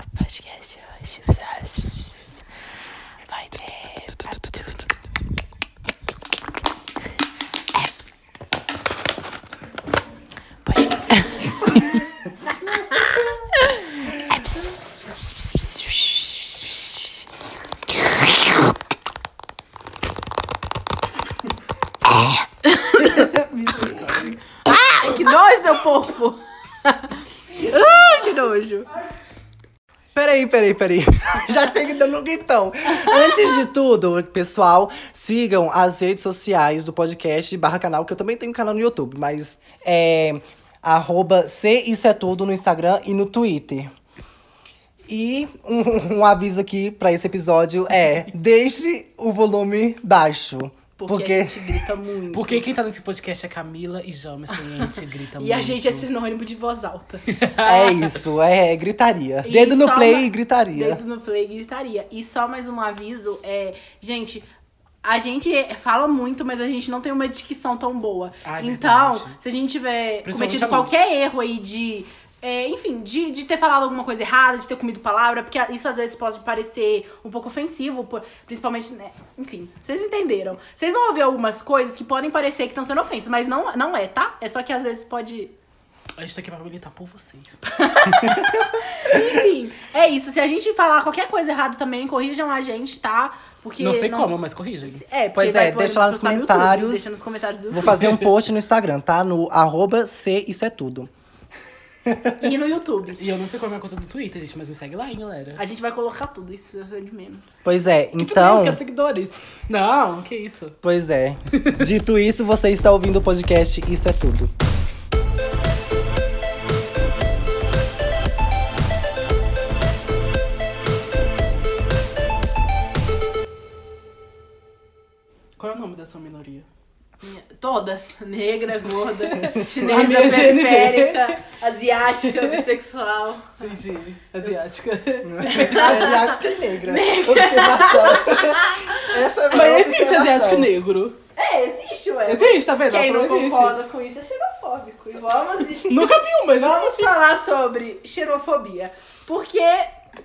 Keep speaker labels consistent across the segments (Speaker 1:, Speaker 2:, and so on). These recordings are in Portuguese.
Speaker 1: de hoje vai ter. Pode.
Speaker 2: Ai, que nojo, meu povo! Ai, que nojo!
Speaker 3: Peraí, peraí, peraí. Já chega dando um gritão. Antes de tudo, pessoal, sigam as redes sociais do podcast barra canal, que eu também tenho um canal no YouTube, mas é arroba se isso é tudo no Instagram e no Twitter. E um, um aviso aqui pra esse episódio é deixe o volume baixo.
Speaker 2: Porque, a
Speaker 3: Porque,
Speaker 2: gente grita muito.
Speaker 1: Porque quem tá nesse podcast é Camila e Jamerson e a gente grita muito.
Speaker 2: E a gente é sinônimo de voz alta.
Speaker 3: é isso, é gritaria.
Speaker 2: E
Speaker 3: Dedo no
Speaker 2: só
Speaker 3: play
Speaker 2: uma-
Speaker 3: e gritaria.
Speaker 2: Dedo no play e gritaria. E só mais um aviso, é, gente, a gente é- fala muito, mas a gente não tem uma dicção tão boa.
Speaker 1: Ah, é
Speaker 2: então,
Speaker 1: verdade.
Speaker 2: se a gente tiver
Speaker 1: Principalmente
Speaker 2: cometido
Speaker 1: adulto.
Speaker 2: qualquer erro aí de é, enfim, de, de ter falado alguma coisa errada, de ter comido palavra, porque isso às vezes pode parecer um pouco ofensivo, por- principalmente, né? Enfim, vocês entenderam. Vocês vão ouvir algumas coisas que podem parecer que estão sendo ofensas, mas não, não é, tá? É só que às vezes pode
Speaker 1: A gente tá aqui pra militar por vocês.
Speaker 2: Enfim, é isso. Se a gente falar qualquer coisa errada também, corrijam a gente, tá? Porque
Speaker 1: não sei como, mas corrija.
Speaker 2: É, porque
Speaker 3: Pois
Speaker 2: vai
Speaker 3: é,
Speaker 2: pro-
Speaker 3: deixa lá nos
Speaker 2: postar no
Speaker 3: comentários.
Speaker 2: YouTube, deixa nos comentários do
Speaker 3: Vou fazer um post no Instagram, tá? No arroba C, isso é tudo.
Speaker 2: E no YouTube.
Speaker 1: E eu não sei qual é a minha conta do Twitter, gente, mas me segue lá, hein, galera.
Speaker 2: A gente vai colocar tudo, isso é de menos.
Speaker 3: Pois é,
Speaker 1: Eu
Speaker 3: então.
Speaker 1: quero seguidores. Não, que isso.
Speaker 3: Pois é. Dito isso, você está ouvindo o podcast Isso é Tudo.
Speaker 1: Qual é o nome da sua minoria?
Speaker 2: Todas. Negra, gorda,
Speaker 1: A
Speaker 2: chinesa,
Speaker 1: minha GNG.
Speaker 2: periférica, asiática, bissexual.
Speaker 1: Entendi. Asiática.
Speaker 3: Asiática e negra. Observação. Essa é
Speaker 1: Mas existe asiático negro.
Speaker 2: É, existe, ué.
Speaker 1: Existe, tá vendo?
Speaker 2: Quem
Speaker 1: Ela
Speaker 2: não
Speaker 1: falou, existe.
Speaker 2: concorda com isso é xenofóbico. E vamos de
Speaker 1: Nunca vi um, mas não
Speaker 2: Vamos falar sobre xenofobia. Porque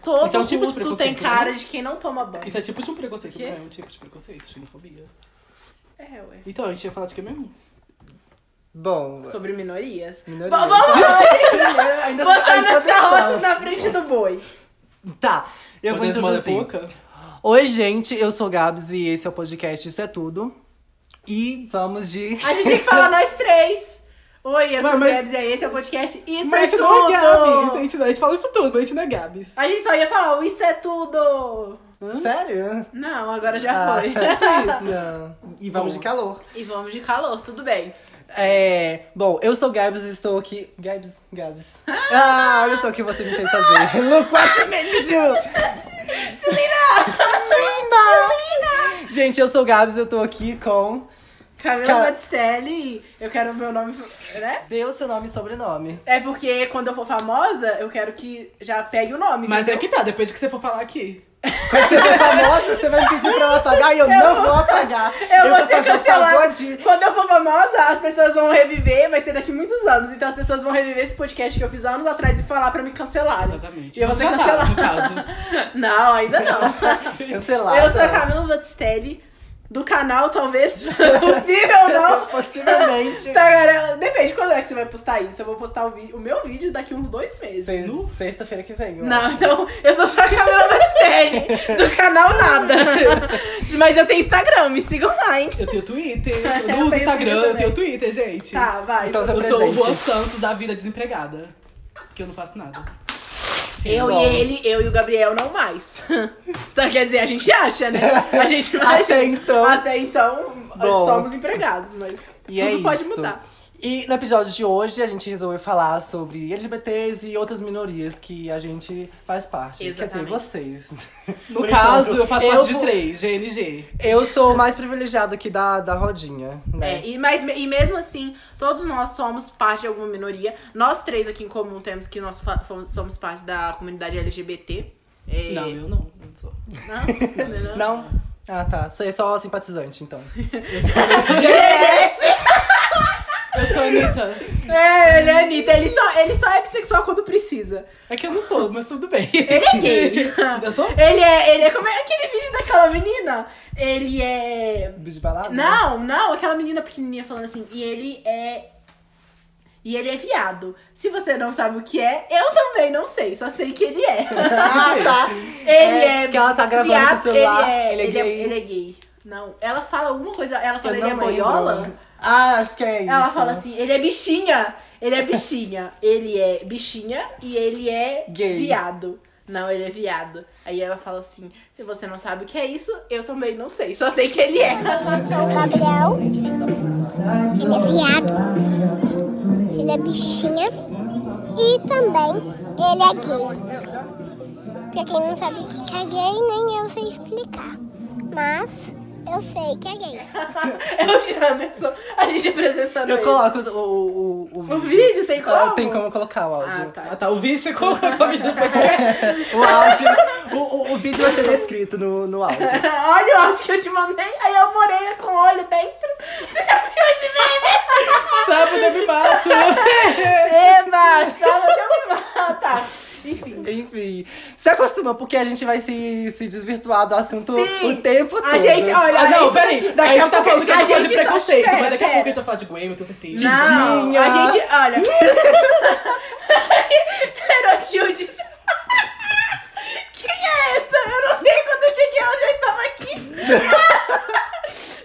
Speaker 2: todo
Speaker 1: Isso é um tipo de
Speaker 2: russo tem
Speaker 1: preconceito,
Speaker 2: cara
Speaker 1: né?
Speaker 2: de quem não toma banho.
Speaker 1: Isso é tipo de um preconceito,
Speaker 2: Quê?
Speaker 1: não é? Um tipo de preconceito, xenofobia.
Speaker 2: É, ué.
Speaker 1: Então, a gente ia falar de quê mesmo?
Speaker 3: Bom,
Speaker 2: Sobre minorias.
Speaker 3: minorias.
Speaker 2: Va- Vamos
Speaker 3: Primeiro, ainda a
Speaker 2: botando as
Speaker 3: introdução.
Speaker 2: carroças na frente do boi.
Speaker 3: Tá, eu vou assim.
Speaker 1: Poder assim. esmalar a
Speaker 3: introduzir.
Speaker 1: boca?
Speaker 3: Oi, gente, eu sou o Gabs e esse é o podcast Isso é Tudo. E vamos de.
Speaker 2: A gente tem que falar nós três. Oi, eu sou
Speaker 1: Mas-
Speaker 2: o
Speaker 1: mas-
Speaker 2: Debs, é esse é o podcast Isso
Speaker 1: Mas a
Speaker 2: é
Speaker 1: gente não é Gabs. A
Speaker 2: Tudo.
Speaker 1: gente, não- a gente fala isso tudo, mas a gente não é Gabs.
Speaker 2: A gente só ia falar o Isso é Tudo.
Speaker 3: Sério?
Speaker 2: Não, agora já
Speaker 3: Ah.
Speaker 2: foi.
Speaker 3: Não. E vamos de calor.
Speaker 2: e vamos de calor, tudo bem.
Speaker 3: É. Bom, eu sou o Gabs e estou aqui. Gabs, Gabs. Ah, olha só o que você me fez fazer. Look what you made me do! Celina! Gente, eu sou o Gabs e eu tô aqui com.
Speaker 2: Camila
Speaker 3: Ca-
Speaker 2: Batistelli, eu quero o meu nome, né?
Speaker 3: Deu seu nome e sobrenome.
Speaker 2: É porque quando eu for famosa, eu quero que já pegue o nome.
Speaker 1: Mas é
Speaker 2: entendeu?
Speaker 1: que tá, depende do que você for falar aqui.
Speaker 3: Quando você for famosa, você vai pedir pra eu apagar e eu,
Speaker 2: Eu
Speaker 3: não
Speaker 2: vou-
Speaker 3: vou apagar.
Speaker 2: Eu vou
Speaker 3: vou
Speaker 2: ser
Speaker 3: fazer o
Speaker 2: cancelada.
Speaker 3: favor de.
Speaker 2: Quando eu for famosa, as pessoas vão reviver, vai ser daqui muitos anos. Então as pessoas vão reviver esse podcast que eu fiz anos atrás e falar pra me cancelar.
Speaker 1: Exatamente.
Speaker 2: E eu vou
Speaker 1: Você
Speaker 2: ser
Speaker 1: já tá, no
Speaker 2: cancelada.
Speaker 1: caso.
Speaker 2: Não, ainda não.
Speaker 3: Cancelar.
Speaker 2: eu sou a Camila Batistelli, do canal, talvez. Possível não.
Speaker 3: Possivelmente.
Speaker 2: Tá. Tagarela. Depende quando é que você vai postar isso. Eu vou postar o, vi- o meu vídeo daqui uns dois meses.
Speaker 3: Seis- Sexta-feira que vem. eu
Speaker 2: Não, então eu sou só a Camila Batistelli, do canal nada. Mas eu tenho Instagram, me sigam lá, hein?
Speaker 1: Eu tenho Twitter,
Speaker 2: Eu
Speaker 1: eu
Speaker 2: tenho
Speaker 1: não uso Instagram,
Speaker 2: Twitter
Speaker 1: eu tenho Twitter, gente.
Speaker 2: Tá, vai.
Speaker 3: Então você
Speaker 1: eu sou o
Speaker 3: Presente.
Speaker 1: Juan Santos da vida desempregada. Que eu não faço nada.
Speaker 2: Eu
Speaker 3: Bom.
Speaker 2: e ele, eu e o Gabriel não mais. Então, quer dizer, a gente acha, né? A gente
Speaker 3: Até
Speaker 2: acha.
Speaker 3: então.
Speaker 2: Até então, nós
Speaker 3: Bom.
Speaker 2: somos empregados, mas
Speaker 3: E
Speaker 2: tudo
Speaker 3: é
Speaker 2: pode
Speaker 3: isso.
Speaker 2: mudar.
Speaker 3: E no episódio de hoje a gente resolveu falar sobre LGBTs e outras minorias que a gente faz parte. Quer dizer,
Speaker 2: Exatamente.
Speaker 3: vocês.
Speaker 1: No
Speaker 3: Por
Speaker 1: caso,
Speaker 3: enquanto,
Speaker 1: eu faço parte de
Speaker 3: vou-
Speaker 1: três, GNG.
Speaker 3: Eu sou o mais privilegiado aqui da, da rodinha, né?
Speaker 2: É, e, mas, e mesmo assim, todos nós somos parte de alguma minoria. Nós três aqui em comum temos que nós fa- fomos- somos parte da comunidade LGBT. É,
Speaker 1: Não, eu não. eu não sou.
Speaker 2: Não? Também não?
Speaker 3: Não? Ah, tá. Você é só simpatizante, então.
Speaker 1: Eu sou a Anitta.
Speaker 2: É, ele é Anitta. Ele só, ele só é bissexual quando precisa.
Speaker 1: É que eu não sou, mas tudo bem.
Speaker 2: Ele é gay.
Speaker 1: Eu sou? um
Speaker 2: Ele é. Ele é como é aquele vídeo daquela menina? Ele é.
Speaker 3: Bicho de balada?
Speaker 2: Não, não, aquela menina pequenininha falando assim, e ele é. E ele é viado. Se você não sabe o que é, eu também não sei, só sei que ele é.
Speaker 3: Ah, tá.
Speaker 2: Ele é.
Speaker 3: Que ela tá gravando
Speaker 2: viado,
Speaker 3: com o
Speaker 2: Ele
Speaker 3: celular.
Speaker 2: é,
Speaker 3: Ele é gay.
Speaker 2: ele é gay. Não, ela fala alguma coisa, ela
Speaker 3: Eu
Speaker 2: fala, ele é
Speaker 3: não lembro.
Speaker 2: boiola?
Speaker 3: Ah, acho que é isso.
Speaker 2: Ela fala assim, ele é bichinha. Ele é bichinha. ele é bichinha e ele é
Speaker 3: Gay.
Speaker 2: viado. Não, ele é viado. Aí ela fala assim: se você não sabe o que é isso, eu também não sei. Só sei que ele é.
Speaker 4: sou o Gabriel. Ele é viado. Ele é bichinha. E também ele é gay. Pra quem não sabe o que é gay, nem eu sei explicar. Mas eu sei que é gay.
Speaker 2: é o Jamerson. A gente apresentando
Speaker 3: Eu
Speaker 2: ele.
Speaker 3: coloco o, o, o,
Speaker 2: O vídeo tem
Speaker 3: Ah,
Speaker 2: como?
Speaker 3: Tem como colocar o áudio.
Speaker 2: Ah, tá.
Speaker 1: Ah, tá. O vídeo você colocou a vídeo do podcast.
Speaker 3: O áudio. o, o, o vídeo vai ser descrito no, no áudio.
Speaker 2: Olha o áudio que eu te mandei. Aí a orelha com olho dentro. Você já viu esse meme?
Speaker 1: Sábado eu me mato.
Speaker 2: Eba, só eu me mata. Enfim.
Speaker 3: Enfim, se acostuma, porque a gente vai se, se desvirtuar do assunto
Speaker 2: Sim.
Speaker 3: o tempo todo.
Speaker 2: A gente, olha,
Speaker 1: Ah, não,
Speaker 2: isso
Speaker 1: peraí.
Speaker 2: aqui-
Speaker 1: a
Speaker 3: daqui
Speaker 1: gente
Speaker 3: a
Speaker 1: tá
Speaker 3: pouco
Speaker 1: falando que a gente
Speaker 2: a
Speaker 1: pode
Speaker 2: gente só-
Speaker 1: preconceito,
Speaker 2: pera,
Speaker 1: mas daqui a
Speaker 2: pera.
Speaker 1: pouco a gente vai falar de Gwen, eu tenho certeza.
Speaker 2: Não,
Speaker 3: Tidinha.
Speaker 2: a gente, olha. Herotilde. Quem é essa? Eu não sei quando eu cheguei, ela já estava aqui.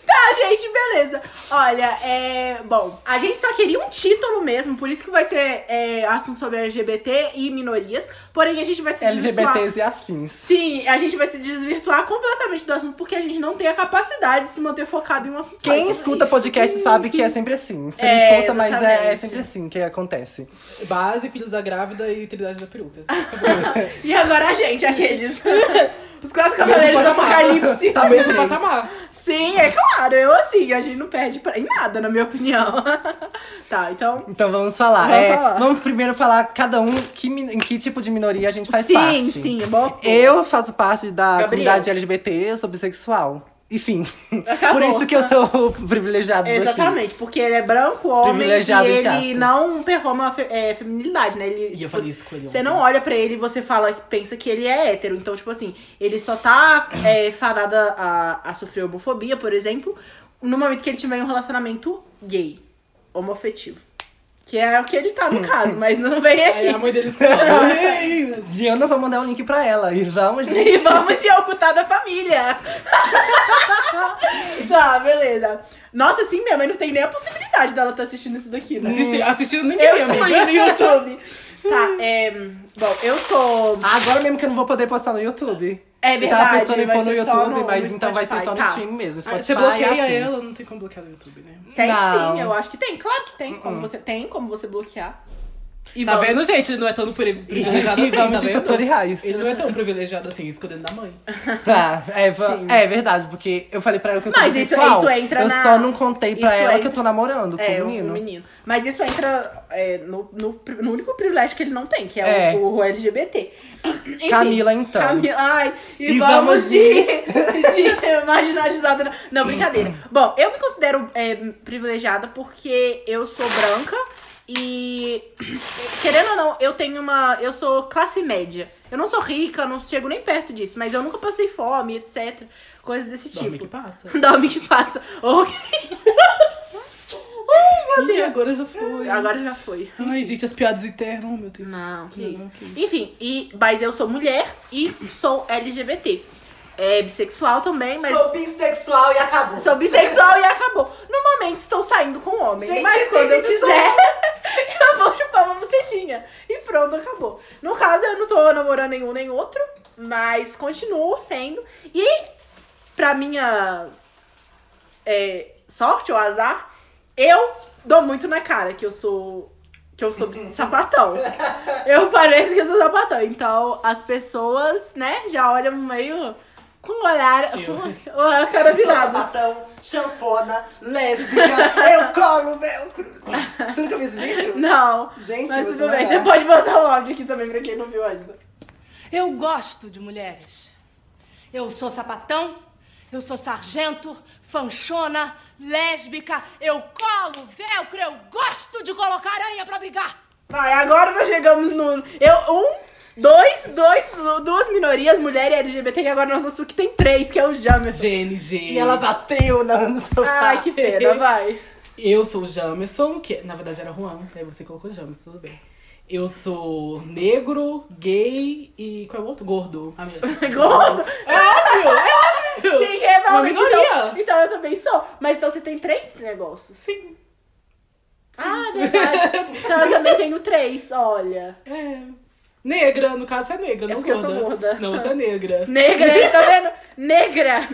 Speaker 2: tá, gente, beleza. Olha, é. Bom, a gente só queria um título mesmo, por isso que vai ser é, assunto sobre LGBT e minorias. Porém, a gente vai se desvirtuar-
Speaker 3: LGBTs e afins.
Speaker 2: Sim, a gente vai se desvirtuar completamente do assunto porque a gente não tem a capacidade de se manter focado em um assunto.
Speaker 3: Quem
Speaker 2: só.
Speaker 3: escuta podcast sabe que é sempre assim.
Speaker 2: É,
Speaker 3: Você não escuta, mas é, é
Speaker 2: exatamente.
Speaker 3: sempre assim que acontece.
Speaker 1: Base, Filhos da Grávida e Trindade da Peruca.
Speaker 2: E agora a gente, aqueles. Os quatro cavaleiros do apocalipse.
Speaker 3: Tá
Speaker 1: Mesmo
Speaker 3: Três.
Speaker 1: patamar.
Speaker 2: Sim, é claro. Eu assim, a gente não perde pra... em nada, na minha opinião. tá, então.
Speaker 3: Então vamos falar.
Speaker 2: Vamos
Speaker 3: É,
Speaker 2: falar.
Speaker 3: vamos primeiro falar cada um que, min- em que tipo de minoria a gente faz
Speaker 2: sim,
Speaker 3: parte.
Speaker 2: sim, é bom.
Speaker 3: Eu faço parte da
Speaker 2: Gabriel.
Speaker 3: comunidade LGBT, eu sou bissexual. Enfim,
Speaker 2: Acabou. tá?
Speaker 3: por isso que eu sou o privilegiado daqui.
Speaker 2: Exatamente, porque ele é branco, homem, e
Speaker 3: Privilegiado, entre
Speaker 2: ele
Speaker 3: aspas.
Speaker 2: não performa fe- é, feminilidade, né? Ele,
Speaker 1: E eu falei isso com ele um
Speaker 2: Você
Speaker 1: ontem.
Speaker 2: não olha pra ele e você fala, pensa que ele é hétero. Então, tipo assim, ele só tá é, fadado a, a sofrer homofobia, por exemplo, no momento que ele tiver em um relacionamento gay, homofetivo. Que é o que ele tá no caso, mas não vem
Speaker 1: Aí é a
Speaker 2: aqui.
Speaker 1: mãe deles fala.
Speaker 3: E eu não vou mandar um link pra ela. E vamos.
Speaker 2: E vamos de ocultar da família. tá, beleza. Nossa, assim, minha mãe não tem nem a possibilidade dela estar assistindo isso daqui, né?
Speaker 1: Assisti- Assistindo ninguém,
Speaker 2: Eu
Speaker 1: amiga.
Speaker 2: excluí no YouTube. Tá, é. Bom, eu sou.
Speaker 3: Agora mesmo que eu não vou poder postar no YouTube.
Speaker 2: É
Speaker 3: Eu
Speaker 2: verdade.
Speaker 3: Tava pensando em
Speaker 2: vai
Speaker 3: pôr no
Speaker 2: ser só
Speaker 3: YouTube, mas
Speaker 2: no
Speaker 3: então vai ser só
Speaker 2: Spotify,
Speaker 3: no
Speaker 2: tá.
Speaker 3: stream mesmo.
Speaker 1: Ah,
Speaker 3: Spotify
Speaker 1: Você bloqueia
Speaker 3: afins.
Speaker 1: ela, não tem como bloquear no YouTube, né?
Speaker 2: Tem
Speaker 3: Não.
Speaker 2: sim, eu acho que tem. Claro que tem. Como você tem, como você bloquear. E
Speaker 1: Hum, Tá
Speaker 2: vamos-
Speaker 1: vendo, gente? Ele não é tão pri- privilegiado
Speaker 3: E
Speaker 1: assim,
Speaker 3: vamos
Speaker 1: tá
Speaker 3: de
Speaker 1: vendo?
Speaker 3: tutoriais.
Speaker 1: Ele não é tão privilegiado assim, escondendo da mãe.
Speaker 3: Tá, é, va- é verdade, porque eu falei pra ela que eu sou
Speaker 2: Mas isso-
Speaker 3: bissexual.
Speaker 2: isso entra
Speaker 3: eu
Speaker 2: na-
Speaker 3: só não contei pra
Speaker 2: isso
Speaker 3: ela que
Speaker 2: entra-
Speaker 3: eu tô namorando com
Speaker 2: É,
Speaker 3: o menino.
Speaker 2: um menino. Mas isso entra é, no, no, pri- no único privilégio que ele não tem, que é,
Speaker 3: É.
Speaker 2: O, o LGBT. Enfim,
Speaker 3: Camila, então.
Speaker 2: Camila, ai, e,
Speaker 3: E
Speaker 2: vamos,
Speaker 3: vamos
Speaker 2: de, de marginalizada. não- Não, brincadeira. Bom, eu me considero é, privilegiada porque eu sou branca e, querendo ou não, eu tenho uma. Eu sou classe média. Eu não sou rica, não chego nem perto disso, mas eu nunca passei fome, etc. Coisas desse
Speaker 1: Dorme
Speaker 2: tipo.
Speaker 1: que passa.
Speaker 2: Dorme que passa. Ou
Speaker 1: Ih, agora já foi.
Speaker 2: Agora já foi.
Speaker 1: Ai, gente, as piadas internas, oh, meu Deus.
Speaker 2: Não, que
Speaker 1: Não,
Speaker 2: isso.
Speaker 1: ok.
Speaker 2: Enfim, e, mas eu sou mulher e sou LGBT. É bissexual também, mas sou,
Speaker 3: Sou bissexual e acabou.
Speaker 2: bissexual e acabou. No momento estou saindo com um homem,
Speaker 3: Gente,
Speaker 2: mas
Speaker 3: esse
Speaker 2: quando eu
Speaker 3: vídeo só-
Speaker 2: quiser, eu vou chupar uma bucetinha. E pronto, acabou. No caso, eu não tô namorando nenhum nem outro, mas continuo sendo. E pra minha é, sorte ou azar, eu dou muito na cara que eu sou. Que eu sou sapatão. Eu pareço que eu sou sapatão. Então as pessoas, né, já olham meio com o olhar.
Speaker 1: Eu.
Speaker 2: Com a cara virada.
Speaker 3: chanfona, lésbica, eu colo meu cru. Você nunca viu esse vídeo?
Speaker 2: Não.
Speaker 3: Gente,
Speaker 2: Mas
Speaker 3: eu vou te
Speaker 2: tudo bem, você
Speaker 3: mandar.
Speaker 2: pode botar o áudio aqui também pra quem não viu ainda.
Speaker 5: Eu gosto de mulheres. Eu sou sapatão Eu sou sargento, fanchona, lésbica, eu colo velcro, eu gosto de colocar aranha pra brigar.
Speaker 2: Vai, agora nós chegamos no. Eu, um, dois, dois, duas minorias, mulher e LGBT, e agora nós vamos pro que tem três, que é o Jamerson.
Speaker 1: James, James.
Speaker 3: E ela bateu na, no sofá.
Speaker 2: Ai, que pena, vai.
Speaker 1: Eu sou o Jamerson, que na verdade era Juan, aí você colocou Jamerson, tudo bem. Eu sou negro, gay e. qual é o outro? Gordo. Ah, meu Deus.
Speaker 2: Gordo?
Speaker 1: É óbvio! É óbvio!
Speaker 2: Sim, é realmente.
Speaker 1: Uma
Speaker 2: Então,
Speaker 1: minoria.
Speaker 2: então eu também sou. Mas então você tem três negócios.
Speaker 1: Sim.
Speaker 2: Ah, verdade. então eu também tenho três, olha.
Speaker 1: É. Negra, no caso você é negra, não
Speaker 2: porque eu
Speaker 1: gorda.
Speaker 2: sou gorda.
Speaker 1: Não, você é negra.
Speaker 2: Negra, aí, tá vendo? Negra!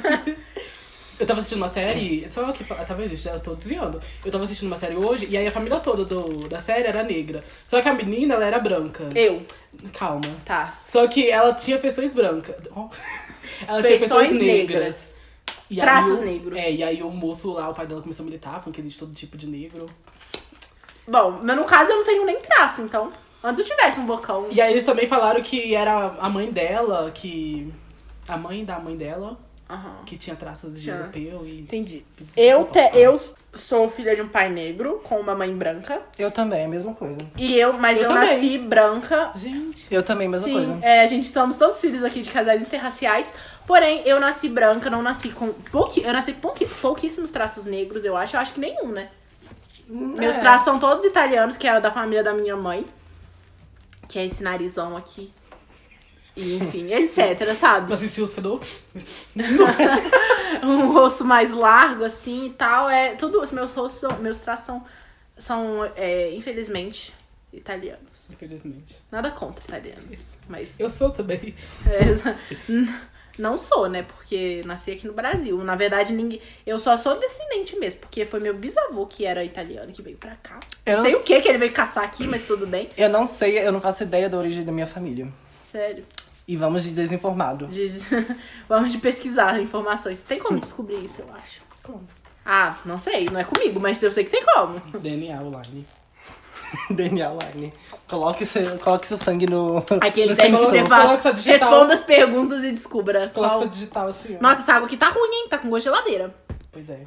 Speaker 1: Eu tava assistindo uma série. Só que talvez isso, eu tô desviando. Eu tava assistindo uma série hoje e aí a família toda do, da série era negra. Só que a menina, ela era branca.
Speaker 2: Eu.
Speaker 1: Calma.
Speaker 2: Tá.
Speaker 1: Só que ela tinha feições brancas. Oh. Ela tinha
Speaker 2: Feições
Speaker 1: feições negras.
Speaker 2: negras.
Speaker 1: E aí
Speaker 2: Traços
Speaker 1: o-
Speaker 2: negros.
Speaker 1: É, e aí o moço lá, o pai dela começou a militar, falando que existe todo tipo de negro.
Speaker 2: Bom, mas no caso eu não tenho nem traço, então. Antes eu tivesse um bocão.
Speaker 1: E aí eles também falaram que era a mãe dela, que. A mãe da mãe dela,
Speaker 2: Aham.
Speaker 1: que tinha traços de
Speaker 2: Tinha.
Speaker 1: europeu e.
Speaker 2: Tá. Entendi. Eu, te- eu sou filha de um pai negro com uma mãe branca.
Speaker 3: Eu também, é a mesma coisa.
Speaker 2: E eu, mas eu,
Speaker 1: Eu também.
Speaker 2: nasci branca.
Speaker 1: Gente.
Speaker 3: Eu também, a mesma
Speaker 2: Sim,
Speaker 3: coisa.
Speaker 2: é, a gente somos todos filhos aqui de casais interraciais. Porém, eu nasci branca, não nasci com. Pouqui, eu nasci com pouqui- pouquíssimos traços negros, eu acho. Eu acho que nenhum, né? Meus
Speaker 3: É.
Speaker 2: traços são todos italianos, que é da família da minha mãe. Que é esse narizão aqui. E enfim, etc, sabe?
Speaker 1: Mas assistiu os Fedor?
Speaker 2: um rosto mais largo, assim e tal. É, tudo, os meus rostos são, meus traços são, são é, infelizmente, italianos.
Speaker 1: Infelizmente.
Speaker 2: Nada contra italianos, mas
Speaker 1: Eu sou também.
Speaker 2: é, n- não sou, né? Porque nasci aqui no Brasil. Na verdade, ninguém, eu só sou descendente mesmo, porque foi meu bisavô que era italiano que veio pra cá.
Speaker 3: Eu
Speaker 2: Não
Speaker 3: não
Speaker 2: sei o
Speaker 3: sei.
Speaker 2: que que ele veio caçar aqui, mas tudo bem.
Speaker 3: Eu não sei, eu não faço ideia da origem da minha família.
Speaker 2: Sério.
Speaker 3: E vamos de desinformado.
Speaker 2: Diz- Vamos de pesquisar informações. Tem como descobrir isso, eu acho.
Speaker 1: Como?
Speaker 2: Ah, não sei, não é comigo, mas eu sei que tem como.
Speaker 1: DNA online.
Speaker 3: DNA Line. Coloque seu, coloque seu sangue no.
Speaker 2: Aquele
Speaker 3: no
Speaker 2: teste que
Speaker 3: sensor.
Speaker 2: você
Speaker 1: Coloca
Speaker 2: faz.
Speaker 1: sua tá digital.
Speaker 2: Responda as perguntas e descubra.
Speaker 1: Coloca
Speaker 2: Qual...
Speaker 1: essa digital assim, ó.
Speaker 2: Nossa, essa água aqui tá ruim, hein? Tá com gosto de geladeira.
Speaker 1: Pois é.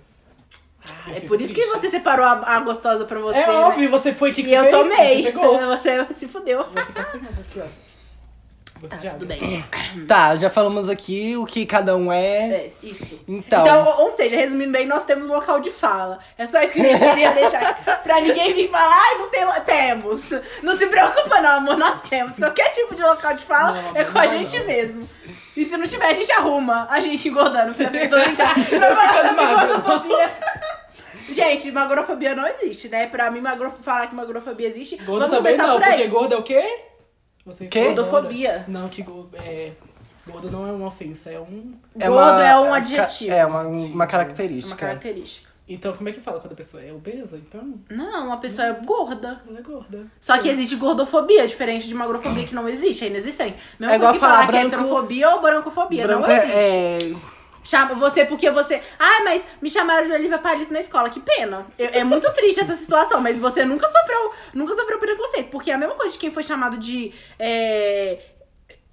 Speaker 1: Eu
Speaker 2: É
Speaker 1: fico
Speaker 2: por isso que
Speaker 1: triste.
Speaker 2: você separou a, a gostosa pra você.
Speaker 1: É
Speaker 2: né?
Speaker 1: óbvio, você foi que que
Speaker 2: E eu
Speaker 1: fez? Você
Speaker 2: tomei.
Speaker 1: pegou.
Speaker 2: Você, se fudeu.
Speaker 1: Vai ficar assim, ó, aqui, ó. Gosto
Speaker 2: Tá,
Speaker 1: de água.
Speaker 2: tudo bem.
Speaker 3: Tá, já falamos aqui o que cada um é.
Speaker 2: É, isso.
Speaker 3: Então.
Speaker 2: Então, ou- ou seja, resumindo bem, nós temos um local de fala. É só isso que a gente queria deixar. Pra ninguém vir falar, ai, não tem... temos. Não se preocupa não, amor, nós temos. Qualquer tipo de local de fala
Speaker 1: Não,
Speaker 2: é
Speaker 1: não
Speaker 2: com a
Speaker 1: vai,
Speaker 2: gente
Speaker 1: não.
Speaker 2: mesmo. E se não tiver, a gente arruma. A gente engordando, pra tô brincando. Pra falar
Speaker 1: Fica
Speaker 2: sobre
Speaker 1: magro.
Speaker 2: gordofobia. Gente, magrofobia não existe, né? Pra mim, magro... falar que magrofobia existe,
Speaker 1: Gordo
Speaker 2: vamos
Speaker 1: também
Speaker 2: começar
Speaker 1: não,
Speaker 2: por aí.
Speaker 1: porque gordo é o quê? Você
Speaker 3: Quê?
Speaker 1: gorda.
Speaker 2: Gordofobia.
Speaker 1: Não, que gordo é... Gordo não é uma ofensa, é um...
Speaker 2: Gordo é um adjetivo.
Speaker 3: É uma, uma
Speaker 2: É uma
Speaker 3: característica.
Speaker 2: característica.
Speaker 1: Então, como é que fala quando a pessoa é obesa? Então,
Speaker 2: Não, uma pessoa é gorda.
Speaker 1: ela é gorda.
Speaker 2: Só que existe gordofobia, diferente de magrofobia que não existe, é inexistente. Mesma
Speaker 3: É igual
Speaker 2: coisa que
Speaker 3: falar
Speaker 2: falar, que é
Speaker 3: branco-
Speaker 2: heterofobia ou brancofobia,
Speaker 3: Branco
Speaker 2: não existe.
Speaker 3: é, é-
Speaker 2: Chama você porque você. Ah, mas me chamaram de Olivia Palito na escola, que pena. Eu- é muito triste essa situação, mas você nunca sofreu, nunca sofreu preconceito. Porque é a mesma coisa de quem foi chamado de. é,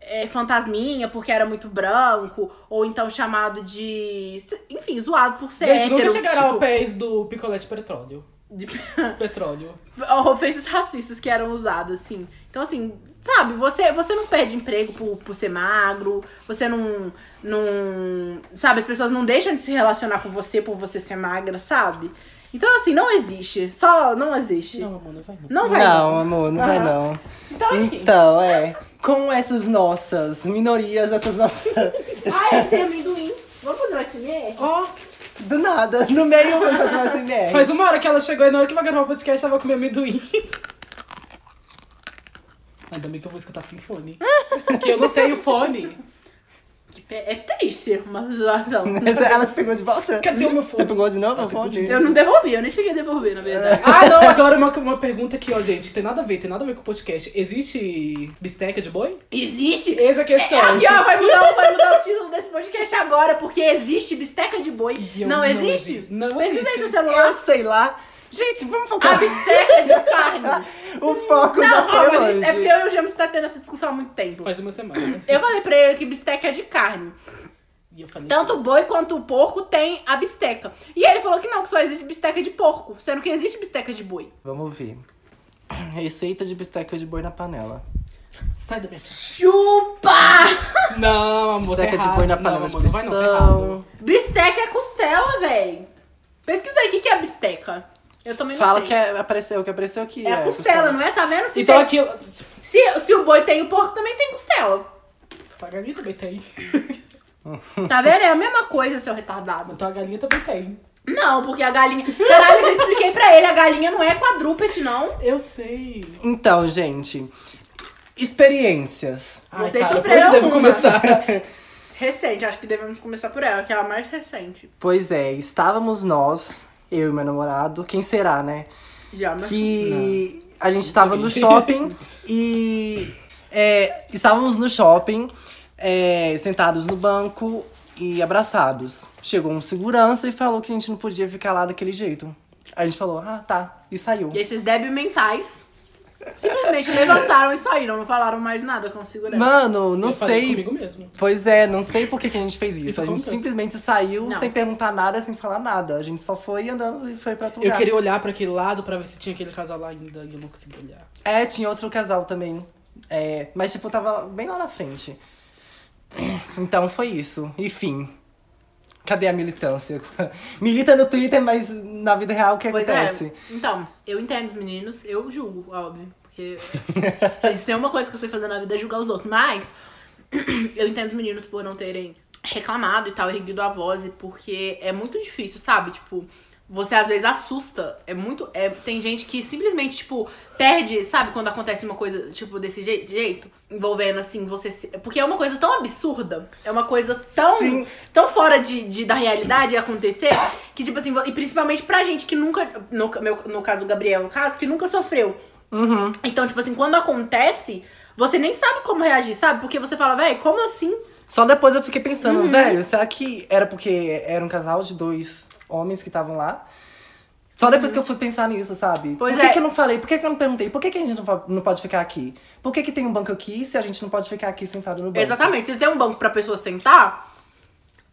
Speaker 2: é, fantasminha porque era muito branco, ou então chamado de. Enfim, zoado por ser
Speaker 1: Gente, nunca
Speaker 2: hétero.
Speaker 1: chegaram
Speaker 2: tipo, Ah.
Speaker 1: ao pés do picolé de petróleo.
Speaker 2: de-
Speaker 1: Petróleo.
Speaker 2: ofensas racistas que eram usadas, assim. Então, assim, sabe, você, você não perde emprego por, por ser magro, você não, não. Sabe, as pessoas não deixam de se relacionar com você por você ser magra, sabe? Então, assim, não existe. Só não existe. Não,
Speaker 1: Não, amor, não vai não.
Speaker 2: vai.
Speaker 3: Não, amor, não vai
Speaker 2: Aham.
Speaker 3: não.
Speaker 2: Então, enfim.
Speaker 3: Então, é. Com essas nossas minorias, essas nossas.
Speaker 2: Ai, tem amendoim. Vamos fazer um SMR?
Speaker 1: Ó,
Speaker 3: Do nada, no meio eu vou fazer uma SMR.
Speaker 1: faz uma hora que ela chegou e na hora que vai gravar o podcast, ela vai comer amendoim. Ainda bem que eu vou escutar sem fone. Porque eu não tenho fone.
Speaker 2: Que pe- É triste uma situação.
Speaker 3: Mas ela se pegou de volta?
Speaker 1: Cadê o meu
Speaker 3: Você
Speaker 1: fone?
Speaker 3: pegou de novo?
Speaker 1: Ela
Speaker 3: o
Speaker 1: pegou
Speaker 3: fone?
Speaker 1: de-
Speaker 2: Eu não devolvi, eu nem cheguei a devolver, na verdade.
Speaker 1: Ah, não, agora uma, uma pergunta aqui, ó, gente. Tem nada a ver, tem nada a ver com o podcast. Existe bisteca de boi? É,
Speaker 2: Existe?
Speaker 1: Eis a questão.
Speaker 2: É, Aqui, ó, vai mudar, vai mudar o título desse podcast agora, porque existe bisteca de boi.
Speaker 1: E
Speaker 2: Não,
Speaker 1: eu
Speaker 2: existe?
Speaker 1: Não
Speaker 2: Pesquisa aí seu
Speaker 1: existe.
Speaker 2: celular.
Speaker 3: Eu sei lá. Gente, vamos
Speaker 2: A
Speaker 3: focar.
Speaker 2: bisteca de carne.
Speaker 1: Ah,
Speaker 3: O foco
Speaker 2: Não,
Speaker 3: já foi
Speaker 2: calma,
Speaker 3: longe.
Speaker 2: gente, é porque eu e o James tá tendo essa discussão há muito tempo.
Speaker 1: Faz uma semana.
Speaker 2: Eu falei pra ele que bisteca é de carne.
Speaker 1: E eu falei.
Speaker 2: Tanto o boi quanto o porco tem a bisteca. E ele falou que não, que só existe bisteca de porco, sendo que existe bisteca de boi.
Speaker 3: Vamos ver. Receita de bisteca de boi na panela.
Speaker 1: Sai da minha frente.
Speaker 2: Chupa!
Speaker 1: Não, amor. tá
Speaker 3: bisteca de
Speaker 1: errado.
Speaker 3: boi na
Speaker 1: Não,
Speaker 3: panela de
Speaker 1: amor, não vai não, tá errado.
Speaker 3: pressão.
Speaker 2: Bisteca é costela, véi. Pesquisa aí o que que é bisteca. Eu também não
Speaker 3: Fala
Speaker 2: sei.
Speaker 3: que é, apareceu, que apareceu aqui.
Speaker 2: É a costela, não é? Tá vendo? Se,
Speaker 1: Então
Speaker 2: tem-
Speaker 1: aqui.
Speaker 2: se, se o boi tem o porco, também tem costela.
Speaker 1: Então A galinha também tem.
Speaker 2: Tá vendo? É a mesma coisa, seu retardado.
Speaker 1: Então a galinha também tem.
Speaker 2: Não, porque a galinha... Caralho, eu já expliquei pra ele. A galinha não é quadrúpede, não.
Speaker 1: Eu sei.
Speaker 3: Então, gente. Experiências.
Speaker 1: Ai,
Speaker 2: Vocês
Speaker 1: cara, por
Speaker 2: sofreram
Speaker 1: onde devo
Speaker 2: uma.
Speaker 1: começar?
Speaker 2: Recente, acho que devemos começar por ela, que é a mais recente.
Speaker 3: Pois é, estávamos nós, eu e meu namorado, quem será, né?
Speaker 2: Já, mas...
Speaker 3: que a gente estava no shopping e é, estávamos no shopping é, sentados no banco e abraçados. Chegou um segurança e falou que a gente não podia ficar lá daquele jeito. A gente falou, ah, tá, e saiu.
Speaker 2: E esses débil mentais simplesmente levantaram e saíram, não falaram mais nada com segurança.
Speaker 3: Mano, não
Speaker 1: Eu falei
Speaker 3: sei.
Speaker 1: né? comigo mesmo.
Speaker 3: Pois é, não sei por que, que a gente fez isso.
Speaker 1: Isso
Speaker 3: a gente
Speaker 1: conta?
Speaker 3: simplesmente saiu
Speaker 2: Não.
Speaker 3: sem perguntar nada, sem falar nada. A gente só foi andando e foi pra outro
Speaker 1: Eu
Speaker 3: lugar.
Speaker 1: queria olhar pra aquele lado pra ver se tinha aquele casal lá ainda e eu não consegui olhar.
Speaker 3: É, tinha outro casal também. É, mas, tipo, tava bem lá na frente. Então foi isso. Enfim. Cadê a militância? Milita no Twitter, mas na vida real o que
Speaker 2: Pois
Speaker 3: acontece?
Speaker 2: é. Então, eu entendo os meninos, eu julgo, óbvio. Porque se tem uma coisa que eu sei fazer na vida é julgar os outros. Mas eu entendo os meninos por não terem reclamado e tal, erguido a voz, e porque é muito difícil, sabe? Tipo, você às vezes assusta. É muito. é- tem gente que simplesmente, tipo, perde, sabe, quando acontece uma coisa, tipo, desse jei- jeito, envolvendo assim, você. se- Porque é uma coisa tão absurda, é uma coisa tão
Speaker 3: Sim.
Speaker 2: tão fora de, de- da realidade acontecer que, tipo assim, vo- e principalmente pra gente que nunca. No, ca- meu- no caso do Gabriel, no caso, que nunca sofreu.
Speaker 3: Uhum.
Speaker 2: Então, tipo assim, quando acontece, você nem sabe como reagir, sabe? Porque você fala, véi, como assim?
Speaker 3: Só depois eu fiquei pensando,
Speaker 2: Uhum.
Speaker 3: velho, será que era porque era um casal de dois homens que estavam lá? Só depois que eu fui pensar nisso, sabe?
Speaker 2: Pois
Speaker 3: Por que,
Speaker 2: é.
Speaker 3: que eu não falei? Por que, que eu não perguntei? Por que, que a gente não po- não pode ficar aqui? Por que, que tem um banco aqui se a gente não pode ficar aqui sentado no banco?
Speaker 2: Exatamente, se tem um banco pra pessoa sentar,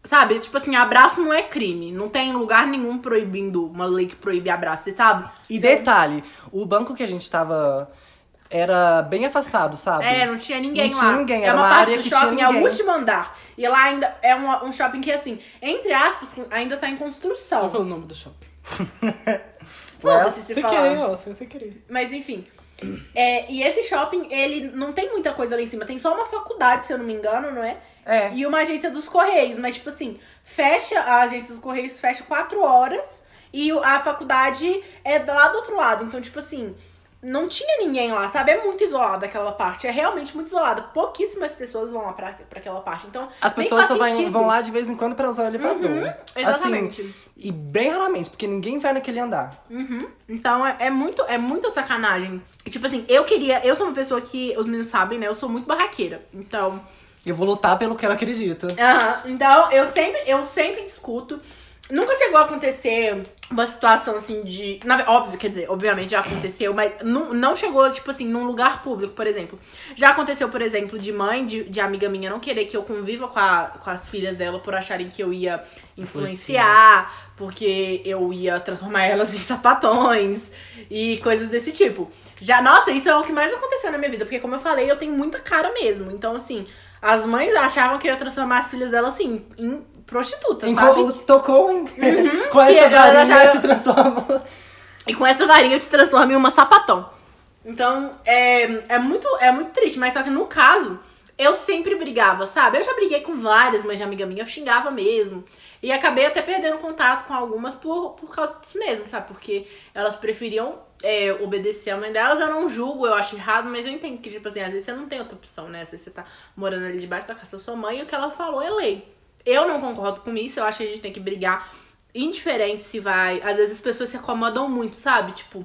Speaker 2: sabe? Tipo assim, abraço não é crime. Não tem lugar nenhum proibindo uma lei que proíbe abraço, você sabe?
Speaker 3: E detalhe, o banco que a gente tava era bem afastado, sabe? Né?
Speaker 2: É, não tinha ninguém
Speaker 3: Não
Speaker 2: lá.
Speaker 3: tinha ninguém,
Speaker 2: é
Speaker 3: era
Speaker 2: uma,
Speaker 3: uma
Speaker 2: parte
Speaker 3: área
Speaker 2: do
Speaker 3: que
Speaker 2: shopping,
Speaker 3: tinha
Speaker 2: é o
Speaker 3: ninguém.
Speaker 2: último andar. E lá ainda é uma- um shopping que, assim, entre aspas, ainda tá em construção.
Speaker 1: Qual foi o nome do shopping?
Speaker 3: "É."
Speaker 2: Foda-se se
Speaker 1: Sem
Speaker 2: falar.
Speaker 1: querer, ó, sem sem querer.
Speaker 2: Mas enfim. É, e esse shopping, ele não tem muita coisa lá em cima. Tem só uma faculdade, se eu não me engano, não é?
Speaker 3: É.
Speaker 2: E uma agência dos Correios. Mas, tipo assim, fecha. A agência dos Correios fecha quatro horas. E o- a faculdade é lá do outro lado. Então, tipo assim, não tinha ninguém lá, sabe? É muito isolada aquela parte. É realmente muito isolada. Pouquíssimas pessoas vão lá pra, pra aquela parte. Então,
Speaker 3: As
Speaker 2: nem
Speaker 3: pessoas
Speaker 2: faz
Speaker 3: só vão,
Speaker 2: sentido. Uhum,
Speaker 3: vão lá de vez em quando pra usar o elevador.
Speaker 2: Exatamente.
Speaker 3: Assim, e bem raramente, porque ninguém vai naquele andar.
Speaker 2: Então é, é muito é muita sacanagem. E, tipo assim, eu queria. Eu sou uma pessoa que, os meninos sabem, né? Eu sou muito barraqueira. Então.
Speaker 3: Eu vou lutar pelo que ela acredita.
Speaker 2: aham, então eu sempre, eu sempre discuto. Nunca chegou a acontecer uma situação assim de. na ve- óbvio, quer dizer, obviamente já aconteceu, mas não, não chegou, tipo assim, num lugar público, por exemplo. Já aconteceu, por exemplo, de mãe de, de amiga minha não querer que eu conviva com, a- com as filhas dela por acharem que eu ia influenciar, Ah, porque eu ia transformar elas em sapatões e coisas desse tipo. Já, nossa, isso é o que mais aconteceu na minha vida, porque como eu falei, eu tenho muita cara mesmo. Então, assim, as mães achavam que eu ia transformar as filhas delas, assim, em prostitutas,
Speaker 3: Enquanto
Speaker 2: sabe? Uhum.
Speaker 3: tocou em... com
Speaker 2: E
Speaker 3: essa
Speaker 2: ela
Speaker 3: varinha
Speaker 2: já-
Speaker 3: te transforma.
Speaker 2: E com essa varinha eu te transformo em uma sapatão. Então, é, é, muito, é muito triste, mas só que no caso, eu sempre brigava, sabe? Eu já briguei com várias mães de amiga minha, eu xingava mesmo. E acabei até perdendo contato com algumas por, por causa disso mesmo, sabe? Porque elas preferiam é, obedecer a mãe delas. Eu não julgo, eu acho errado, mas eu entendo que, tipo assim, às vezes você não tem outra opção, né? Às vezes você tá morando ali debaixo da casa da sua mãe e o que ela falou é lei. Eu não concordo com isso, eu acho que a gente tem que brigar indiferente se vai. Às vezes as pessoas se acomodam muito, sabe? Tipo,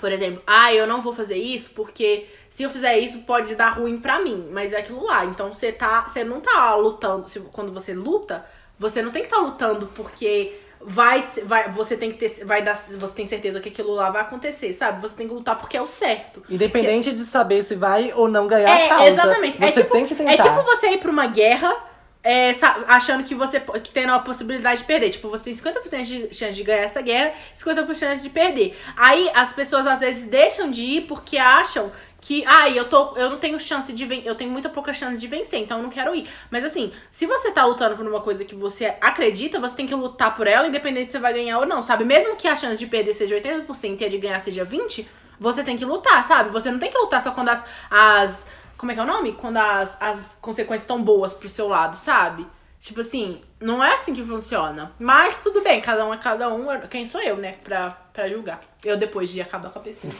Speaker 2: por exemplo, ah, eu não vou fazer isso porque se eu fizer isso pode dar ruim pra mim, mas é aquilo lá. Então você tá, você não tá lutando, se- quando você luta, você não tem que estar lutando porque vai se- vai você tem que ter vai dar, você tem certeza que aquilo lá vai acontecer, sabe? Você tem que lutar porque é o certo.
Speaker 3: Independente de saber se vai ou não ganhar a
Speaker 2: É,
Speaker 3: causa.
Speaker 2: exatamente.
Speaker 3: Você
Speaker 2: é tipo,
Speaker 3: tem que tentar.
Speaker 2: É tipo você ir pra uma guerra. é, sa- achando que você po- que tem a possibilidade de perder. Tipo, você tem 50% de chance de ganhar essa guerra, 50% de chance de perder. Aí as pessoas às vezes deixam de ir porque acham que, ai, eu tô, eu não tenho chance de ven- eu tenho muita pouca chance de vencer, então eu não quero ir. Mas assim, se você tá lutando por uma coisa que você acredita, você tem que lutar por ela, independente se você vai ganhar ou não, sabe? Mesmo que a chance de perder seja 80% e a de ganhar seja 20, você tem que lutar, sabe? Você não tem que lutar só quando as, as como é que é o nome? Quando as, as consequências estão boas pro seu lado, sabe? Tipo assim, não é assim que funciona. Mas tudo bem, cada um é cada um. Eu- Quem sou eu, né? Pra, pra julgar. Eu depois de acabar com a pessoa.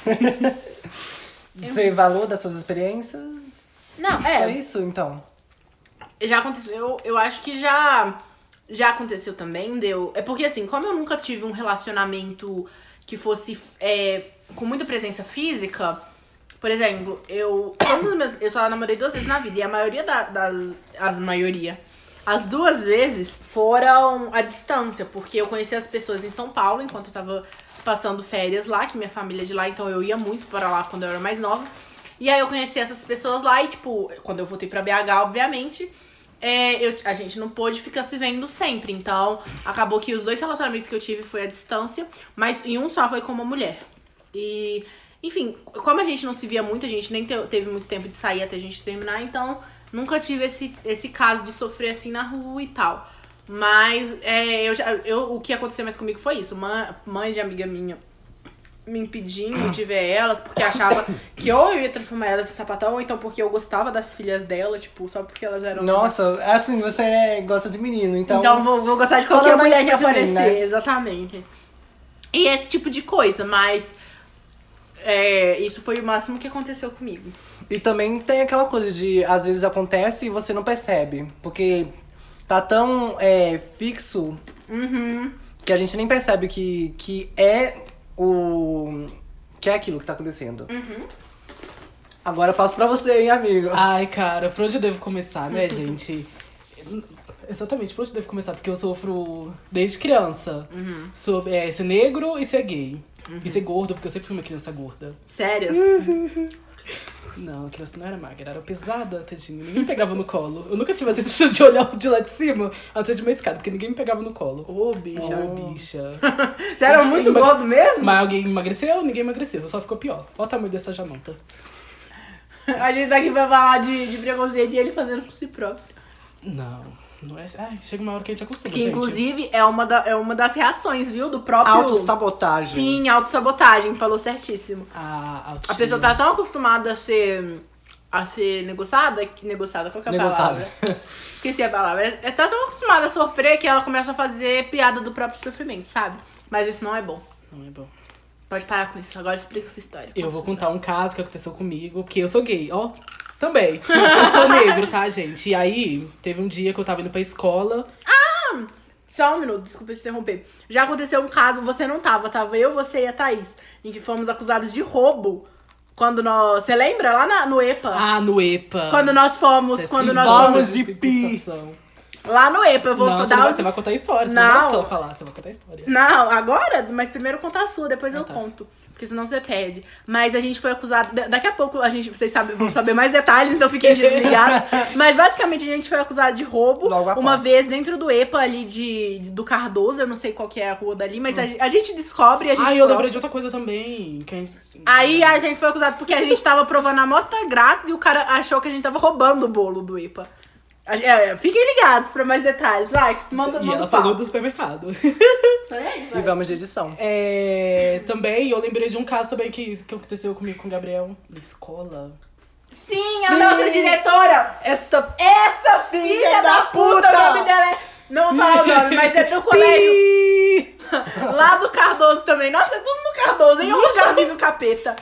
Speaker 3: Você valor das suas experiências?
Speaker 2: Não,
Speaker 3: É
Speaker 2: é.
Speaker 3: isso, então.
Speaker 2: Já aconteceu. Eu, eu acho que já. Já aconteceu também, deu. É porque assim, como eu nunca tive um relacionamento que fosse é, com muita presença física, por exemplo, eu. Todos os meus, eu só namorei duas vezes na vida. E a maioria da- das. As maioria. As duas vezes foram à distância, porque eu conheci as pessoas em São Paulo enquanto eu tava passando férias lá, que minha família é de lá, então eu ia muito para lá quando eu era mais nova. E aí eu conheci essas pessoas lá e, tipo, quando eu voltei pra BH, obviamente, é, eu- a gente não pôde ficar se vendo sempre. Então, acabou que os dois relacionamentos que eu tive foi à distância, mas em um só foi com uma mulher. E, enfim, como a gente não se via muito, a gente nem te- teve muito tempo de sair até a gente terminar, então nunca tive esse, esse caso de sofrer assim na rua e tal. Mas é, eu já, eu, o que aconteceu mais comigo foi isso. Mã- mãe de amiga minha me impedindo de ver elas, porque achava que ou eu ia transformar elas em sapatão, ou então porque eu gostava das filhas dela, tipo, só porque elas eram.
Speaker 3: Nossa, assim, você é- gosta de menino, então.
Speaker 2: Então, vou, vou gostar de
Speaker 3: só
Speaker 2: qualquer
Speaker 3: não dá em
Speaker 2: mulher que
Speaker 3: cima de
Speaker 2: aparecer.
Speaker 3: mim, né?
Speaker 2: Exatamente. E esse tipo de coisa, mas. é, isso foi o máximo que aconteceu comigo.
Speaker 3: E também tem aquela coisa de, às vezes acontece e você não percebe. Porque tá tão é, fixo
Speaker 2: Uhum.
Speaker 3: que a gente nem percebe que, que é o. que é aquilo que tá acontecendo.
Speaker 2: Uhum.
Speaker 3: Agora eu passo pra você, hein, amigo.
Speaker 2: Ah,
Speaker 1: Ai, cara, por onde eu devo começar, né, gente? Exatamente, por onde eu devo começar? Porque eu sofro desde criança.
Speaker 2: Uhum.
Speaker 1: Sobre é, ser negro e ser gay. E ser gordo, porque eu sempre fui uma criança gorda.
Speaker 2: Sério?
Speaker 3: Hum,
Speaker 1: Não, a criança não era magra, era pesada, tadinho. Ninguém me pegava no colo. Eu nunca tive a sensação de olhar de lá de cima, antes de uma escada, porque ninguém me pegava no colo.
Speaker 2: Ô, bicha.
Speaker 1: Ô, bicha.
Speaker 2: Oh. Você era muito
Speaker 1: Emagre-
Speaker 2: gordo mesmo?
Speaker 1: Mas alguém emagreceu, ninguém emagreceu, só ficou pior. Olha o tamanho dessa jamanta.
Speaker 2: A gente tá aqui pra falar de, de preconceito e ele fazendo com si próprio.
Speaker 1: Não, não é. Ai, chega uma hora que a gente acostuma,
Speaker 2: Que
Speaker 1: gente.
Speaker 2: inclusive é uma, da- é uma das reações, viu? Do próprio.
Speaker 3: Autossabotagem.
Speaker 2: Sim, autossabotagem, falou certíssimo.
Speaker 1: A,
Speaker 2: A pessoa tá tão acostumada a ser. a ser negociada. que- Negociada, qual que é a
Speaker 3: Negociada.
Speaker 2: palavra? Esqueci a palavra. É- é- Tá tão acostumada a sofrer que ela começa a fazer piada do próprio sofrimento, sabe? Mas isso não é bom.
Speaker 1: Não é bom.
Speaker 2: Pode parar com isso. Agora explica sua história.
Speaker 1: Eu vou contar um caso que aconteceu comigo, porque eu sou gay, ó. Também. Eu sou negro, tá, gente? E aí, teve um dia que eu tava indo pra escola.
Speaker 2: Só um minuto, desculpa te interromper. Já aconteceu um caso, você não tava, tava eu, você e a Thaís, em que fomos acusados de roubo. Quando nós. Você lembra? Lá na- no EPA.
Speaker 1: Ah, no EPA.
Speaker 2: Quando nós fomos. Quando nós fomos.
Speaker 3: Vamos de pi.
Speaker 2: Lá no EPA, eu vou
Speaker 1: não, você, não
Speaker 2: dar um
Speaker 1: vai,
Speaker 2: os-
Speaker 1: você vai contar a história, você não,
Speaker 2: Não.
Speaker 1: vai só falar, você vai contar a história.
Speaker 2: Não, agora, mas primeiro conta a sua, depois eu
Speaker 1: tá.
Speaker 2: conto. Porque senão você perde. Mas a gente foi acusado. da- Daqui a pouco a gente, vocês sabem, vão saber mais detalhes, então fiquem desligados. Mas basicamente a gente foi acusado de roubo
Speaker 3: Logo após.
Speaker 2: uma vez dentro do EPA ali de, de- do Cardoso, eu não sei qual que é a rua dali, mas a, gente- a gente descobre, a gente.
Speaker 1: Ah, Hum. eu
Speaker 2: prova.
Speaker 1: lembrei de outra coisa também. Que a gente...
Speaker 2: Aí a gente foi acusado porque a gente tava provando a amostra grátis e o cara achou que a gente tava roubando o bolo do EPA. A gente- é, é, fiquem ligados pra mais detalhes, vai, manda, manda
Speaker 1: E
Speaker 2: um
Speaker 1: ela
Speaker 2: o papo.
Speaker 1: falou do supermercado.
Speaker 3: E vamos de edição.
Speaker 1: É, também eu lembrei de um caso também que, que aconteceu comigo com o Gabriel na escola.
Speaker 2: Sim, a
Speaker 3: Sim.
Speaker 2: nossa diretora!
Speaker 3: Esta.
Speaker 2: Essa
Speaker 3: Filha
Speaker 2: filha da
Speaker 3: da
Speaker 2: puta,
Speaker 3: puta!
Speaker 2: o nome dela é. Não vou falar o nome, mas é do colégio. Lá do Cardoso também. Nossa, é tudo no Cardoso, hein? É um lugarzinho do capeta.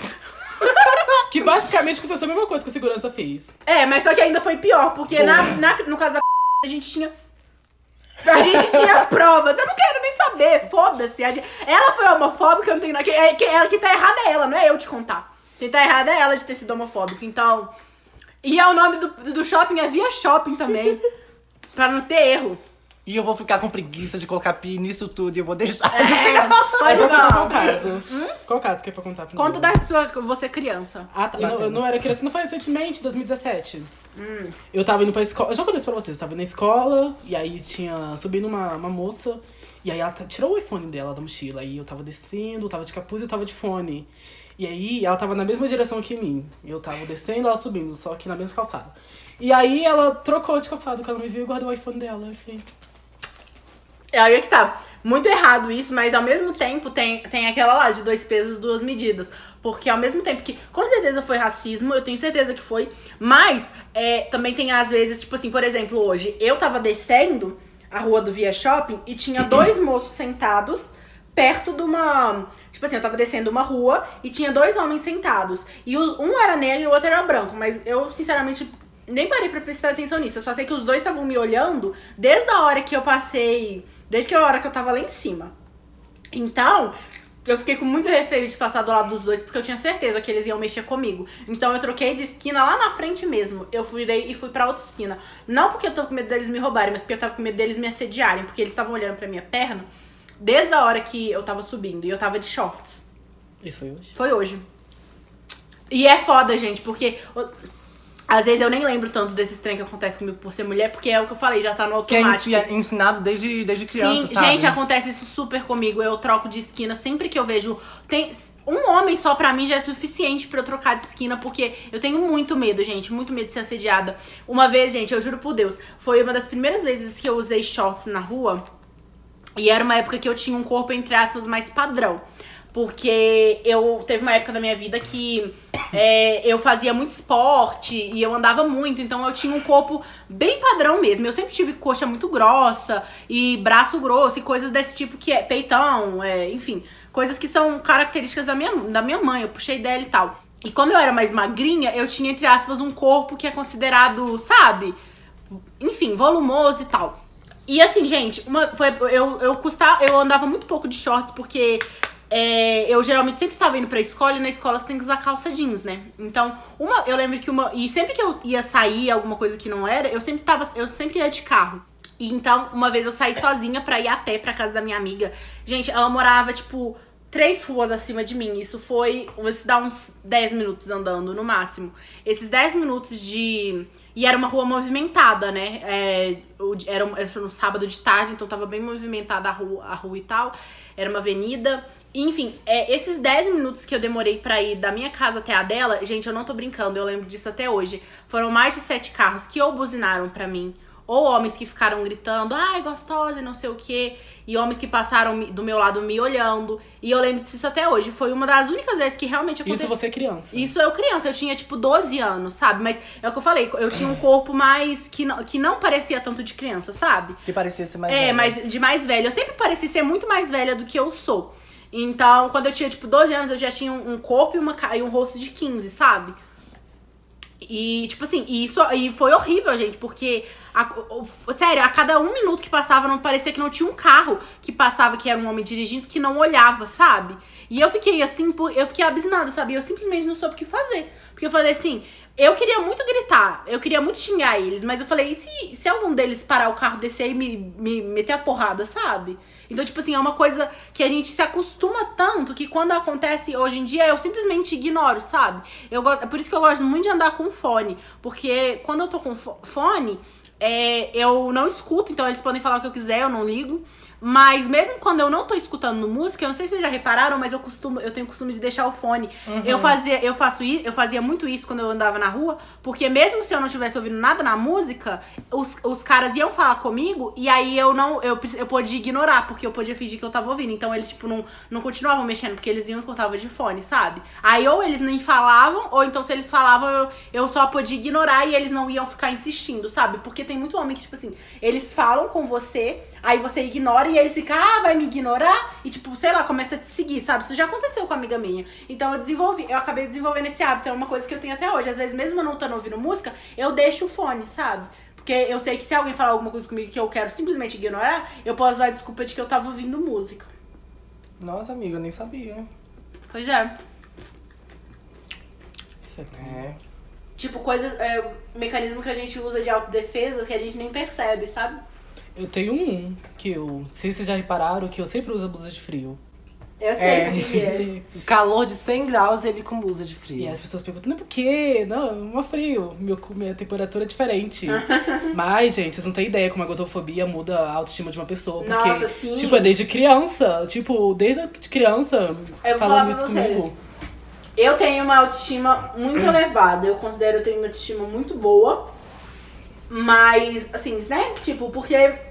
Speaker 1: Que basicamente aconteceu a mesma coisa que o segurança fez.
Speaker 2: É, mas só que ainda foi pior, porque na, na- no caso da a gente tinha. A gente tinha provas. Eu não quero nem saber, foda-se. A gente- Ela foi homofóbica, eu não tenho nada. que- é- que- Ela que tá errada é ela, não é eu te contar. Quem tá errada é ela de ter sido homofóbica, então. E é o nome do, do shopping, é Via Shopping também. pra não ter erro.
Speaker 3: E eu vou ficar com preguiça de colocar pi nisso tudo e eu vou deixar.
Speaker 2: É,
Speaker 1: Aí
Speaker 2: pode
Speaker 1: vou contar
Speaker 2: não.
Speaker 1: qual caso. Qual caso que é pra contar primeiro?
Speaker 2: Hum? Conta da sua. Você é criança.
Speaker 1: Ah, tá. Eu não, eu não era criança, não foi recentemente, 2017.
Speaker 2: Hum.
Speaker 1: Eu tava indo pra escola. Eu já contei isso pra vocês. Eu tava indo na escola, e aí tinha. subindo uma, uma moça, e aí ela t- tirou o iPhone dela da mochila. E eu tava descendo, eu tava de capuz e eu tava de fone. E aí ela tava na mesma direção que mim. Eu tava descendo, ela subindo, só que na mesma calçada. E aí ela trocou de calçado, que ela me viu e guardou o iPhone dela. Eu fiquei.
Speaker 2: É aí é que tá. Muito errado isso, mas ao mesmo tempo tem, tem aquela lá de dois pesos, duas medidas. Porque ao mesmo tempo que, com certeza foi racismo, eu tenho certeza que foi, mas é, também tem às vezes, tipo assim, por exemplo, hoje eu tava descendo a rua do Via Shopping e tinha dois moços sentados perto de uma. Tipo assim, eu tava descendo uma rua e tinha dois homens sentados. E o- um era negro e o outro era branco, mas eu, sinceramente, nem parei pra prestar atenção nisso. Eu só sei que os dois estavam me olhando desde a hora que eu passei. Desde que a hora que eu tava lá em cima. Então, eu fiquei com muito receio de passar do lado dos dois, porque eu tinha certeza que eles iam mexer comigo. Então eu troquei de esquina lá na frente mesmo. Eu virei e fui pra outra esquina. Não porque eu tava com medo deles me roubarem, mas porque eu tava com medo deles me assediarem, porque eles estavam olhando pra minha perna desde a hora que eu tava subindo. E eu tava de shorts.
Speaker 1: Isso foi hoje?
Speaker 2: Foi hoje. E é foda, gente, porque. o- Às vezes eu nem lembro tanto desses trem que acontece comigo por ser mulher, porque é o que eu falei, já tá no
Speaker 3: Que é
Speaker 2: automático.
Speaker 3: ensi- ensinado desde, desde criança,
Speaker 2: Sim,
Speaker 3: sabe?
Speaker 2: gente, acontece isso super comigo. Eu troco de esquina sempre que eu vejo. Tem um homem só pra mim já é suficiente pra eu trocar de esquina, porque eu tenho muito medo, gente, muito medo de ser assediada. Uma vez, gente, eu juro por Deus, foi uma das primeiras vezes que eu usei shorts na rua. E era uma época que eu tinha um corpo, entre aspas, mais padrão. Porque eu teve uma época da minha vida que é, eu fazia muito esporte e eu andava muito, então eu tinha um corpo bem padrão mesmo. Eu sempre tive coxa muito grossa e braço grosso e coisas desse tipo que é peitão, é, enfim, coisas que são características da minha, da minha mãe. Eu puxei dela e tal. E como eu era mais magrinha, eu tinha, entre aspas, um corpo que é considerado, sabe? Enfim, volumoso e tal. E assim, gente, uma, foi, eu, eu, custa, eu andava muito pouco de shorts, porque é, eu geralmente sempre tava indo pra escola e na escola você tem que usar calça jeans, né? Então, uma, eu lembro que uma. E sempre que eu ia sair alguma coisa que não era, eu sempre tava. Eu sempre ia de carro. E então, uma vez eu saí sozinha pra ir a pé pra casa da minha amiga. Gente, ela morava, tipo, três ruas acima de mim. Isso foi. Isso dá uns 10 minutos andando no máximo. Esses 10 minutos de. E era uma rua movimentada, né? É, o di- era, um, era um sábado de tarde, então tava bem movimentada a rua, a rua e tal. Era uma avenida. Enfim, é, esses 10 minutos que eu demorei pra ir da minha casa até a dela, gente, eu não tô brincando, eu lembro disso até hoje. Foram mais de sete carros que ou buzinaram pra mim, ou homens que ficaram gritando, ai, gostosa, e não sei o quê. E homens que passaram me- do meu lado me olhando. E eu lembro disso até hoje. Foi uma das únicas vezes que realmente
Speaker 1: Isso
Speaker 2: aconteceu.
Speaker 1: você é criança.
Speaker 2: Isso eu criança, eu tinha tipo 12 anos, sabe? Mas é o que eu falei, eu tinha um corpo mais. que não, que não parecia tanto de criança, sabe?
Speaker 3: Que parecia ser mais
Speaker 2: É,
Speaker 3: velha.
Speaker 2: mas de mais velha. Eu sempre pareci ser muito mais velha do que eu sou. Então, quando eu tinha, tipo, 12 anos, eu já tinha um, um corpo e, uma, ca- e um rosto de 15, sabe? E, tipo assim, e isso e foi horrível, gente, porque. a- o- o- sério, a cada um minuto que passava, não parecia que não tinha um carro que passava, que era um homem dirigindo, que não olhava, sabe? E eu fiquei assim, por- eu fiquei abismada, sabe? Eu simplesmente não soube o que fazer. Porque eu falei assim, eu queria muito gritar, eu queria muito xingar eles, mas eu falei, e se, se algum deles parar o carro, descer e me, me meter a porrada, sabe? Então, tipo assim, é uma coisa que a gente se acostuma tanto que quando acontece hoje em dia, eu simplesmente ignoro, sabe? Eu gosto, é por isso que eu gosto muito de andar com fone, porque quando eu tô com fo- fone, é, eu não escuto, então eles podem falar o que eu quiser, eu não ligo. Mas mesmo quando eu não tô escutando música, eu não sei se vocês já repararam, mas eu costumo, eu tenho o costume de deixar o fone. Eu fazia, eu faço isso, eu fazia muito isso quando eu andava na rua, porque mesmo se eu não estivesse ouvindo nada na música, os, os caras iam falar comigo e aí eu não, eu, pre- eu podia ignorar, porque eu podia fingir que eu tava ouvindo. Então eles tipo não, não continuavam mexendo, porque eles iam que eu tava de fone, sabe? Aí ou eles nem falavam, ou então se eles falavam, eu, eu só podia ignorar e eles não iam ficar insistindo, sabe? Porque tem muito homem que tipo assim, eles falam com você, Aí você ignora e eles ficam, ah, vai me ignorar? E tipo, sei lá, começa a te seguir, sabe? Isso já aconteceu com uma amiga minha. Então eu desenvolvi, eu acabei desenvolvendo esse hábito. É uma coisa que eu tenho até hoje. Às vezes, mesmo eu não estando ouvindo música, eu deixo o fone, sabe? Porque eu sei que se alguém falar alguma coisa comigo que eu quero simplesmente ignorar, eu posso usar a desculpa de que eu tava ouvindo música.
Speaker 3: Nossa, amiga, eu nem sabia.
Speaker 2: Pois é.
Speaker 3: É.
Speaker 2: Tipo, coisas, é, mecanismo que a gente usa de autodefesa que a gente nem percebe, sabe?
Speaker 1: Eu tenho um que eu. Não sei se vocês já repararam que eu sempre uso blusa de frio.
Speaker 2: Eu
Speaker 3: É.
Speaker 2: sei que é.
Speaker 3: O calor de 100 graus e ele com blusa de frio.
Speaker 1: E as pessoas perguntam, não, por quê? Não, é mó frio. Meu, cu- minha temperatura é diferente. Mas, gente, vocês não têm ideia como a gordofobia muda a autoestima de uma pessoa. Porque,
Speaker 2: Nossa, sim.
Speaker 1: tipo, é desde criança. Tipo, desde de criança
Speaker 2: Eu vou falar
Speaker 1: falando
Speaker 2: pra
Speaker 1: isso
Speaker 2: vocês.
Speaker 1: comigo.
Speaker 2: Eu tenho uma autoestima muito elevada. Eu considero que eu tenho uma autoestima muito boa. Mas, assim, né? Tipo, porque é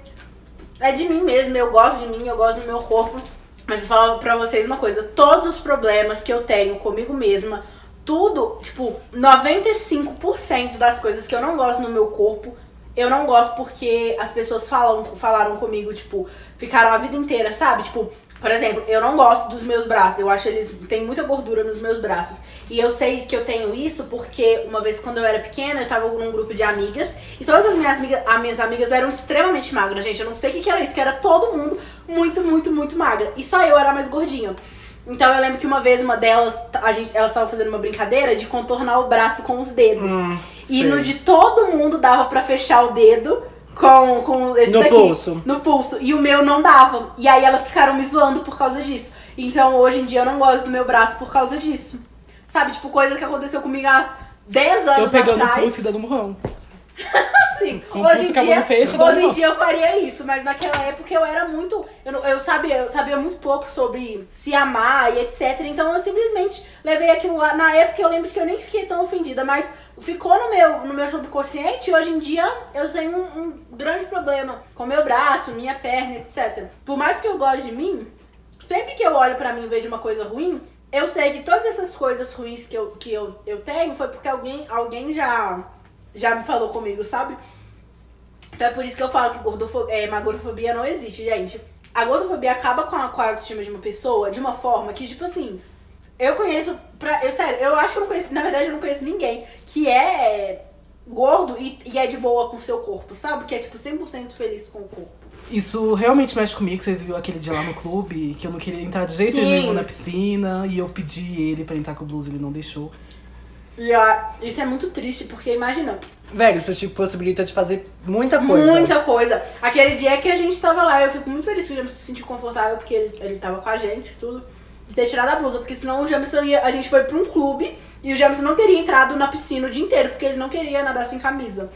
Speaker 2: de mim mesmo. Eu gosto de mim, eu gosto do meu corpo. Mas eu falo pra vocês uma coisa: todos os problemas que eu tenho comigo mesma, tudo, tipo, 95% das coisas que eu não gosto no meu corpo. Eu não gosto porque as pessoas falam, falaram comigo, tipo, ficaram a vida inteira, sabe? Tipo, por exemplo, eu não gosto dos meus braços, eu acho eles tem muita gordura nos meus braços. E eu sei que eu tenho isso porque uma vez quando eu era pequena, eu tava num grupo de amigas e todas as minhas amigas, as minhas amigas eram extremamente magras, gente. Eu não sei o que, que era isso, que era todo mundo muito, muito, muito magra. E só eu era mais gordinha. Então eu lembro que uma vez uma delas, a gente, elas estavam fazendo uma brincadeira de contornar o braço com os dedos. e
Speaker 3: sei.
Speaker 2: no de todo mundo dava pra fechar o dedo com, com esse
Speaker 3: No
Speaker 2: daqui.
Speaker 3: pulso.
Speaker 2: No pulso. E o meu não dava. E aí elas ficaram me zoando por causa disso. Então hoje em dia eu não gosto do meu braço por causa disso. Sabe, tipo, coisa que aconteceu comigo há 10 anos
Speaker 1: Eu pegando o
Speaker 2: atrás.
Speaker 1: pulso e dando murrão.
Speaker 2: Assim,
Speaker 1: Um pulso
Speaker 2: hoje em
Speaker 1: acabou
Speaker 2: dia,
Speaker 1: no fecho,
Speaker 2: hoje em
Speaker 1: dói.
Speaker 2: dia eu faria isso, mas naquela época eu era muito. Eu, não- eu sabia, eu sabia muito pouco sobre se amar e etc. Então eu simplesmente levei aquilo lá. Na época eu lembro que eu nem fiquei tão ofendida, mas ficou no meu, no meu subconsciente e hoje em dia eu tenho um, um grande problema com meu braço, minha perna, etc. Por mais que eu goste de mim, sempre que eu olho pra mim e vejo uma coisa ruim, eu sei que todas essas coisas ruins que eu, que eu, eu tenho foi porque alguém, alguém já, já me falou comigo, sabe? Então é por isso que eu falo que gordofobia, é, magorofobia não existe, gente. A gordofobia acaba com a, com a autoestima de uma pessoa de uma forma que, tipo assim, eu conheço. Pra, eu, sério, eu acho que eu não conheço. Na verdade, eu não conheço ninguém que é gordo e, e é de boa com o seu corpo, sabe? Que é, tipo, 100% feliz com o corpo.
Speaker 1: Isso realmente mexe comigo, vocês viram aquele dia lá no clube, que eu não queria entrar de jeito
Speaker 2: Sim.
Speaker 1: nenhum na piscina, e eu pedi ele pra entrar com o blues, ele não deixou.
Speaker 2: E ah, isso é muito triste, porque imagina,
Speaker 3: Velho, isso te possibilita de fazer muita coisa.
Speaker 2: Muita coisa. Aquele dia que a gente tava lá, eu fico muito feliz que o Jamerson se sentiu confortável, porque ele, ele tava com a gente, tudo. De ter tirado a blusa, porque senão o Jamerson ia. A gente foi pra um clube e o Jamerson não teria entrado na piscina o dia inteiro, porque ele não queria nadar sem camisa.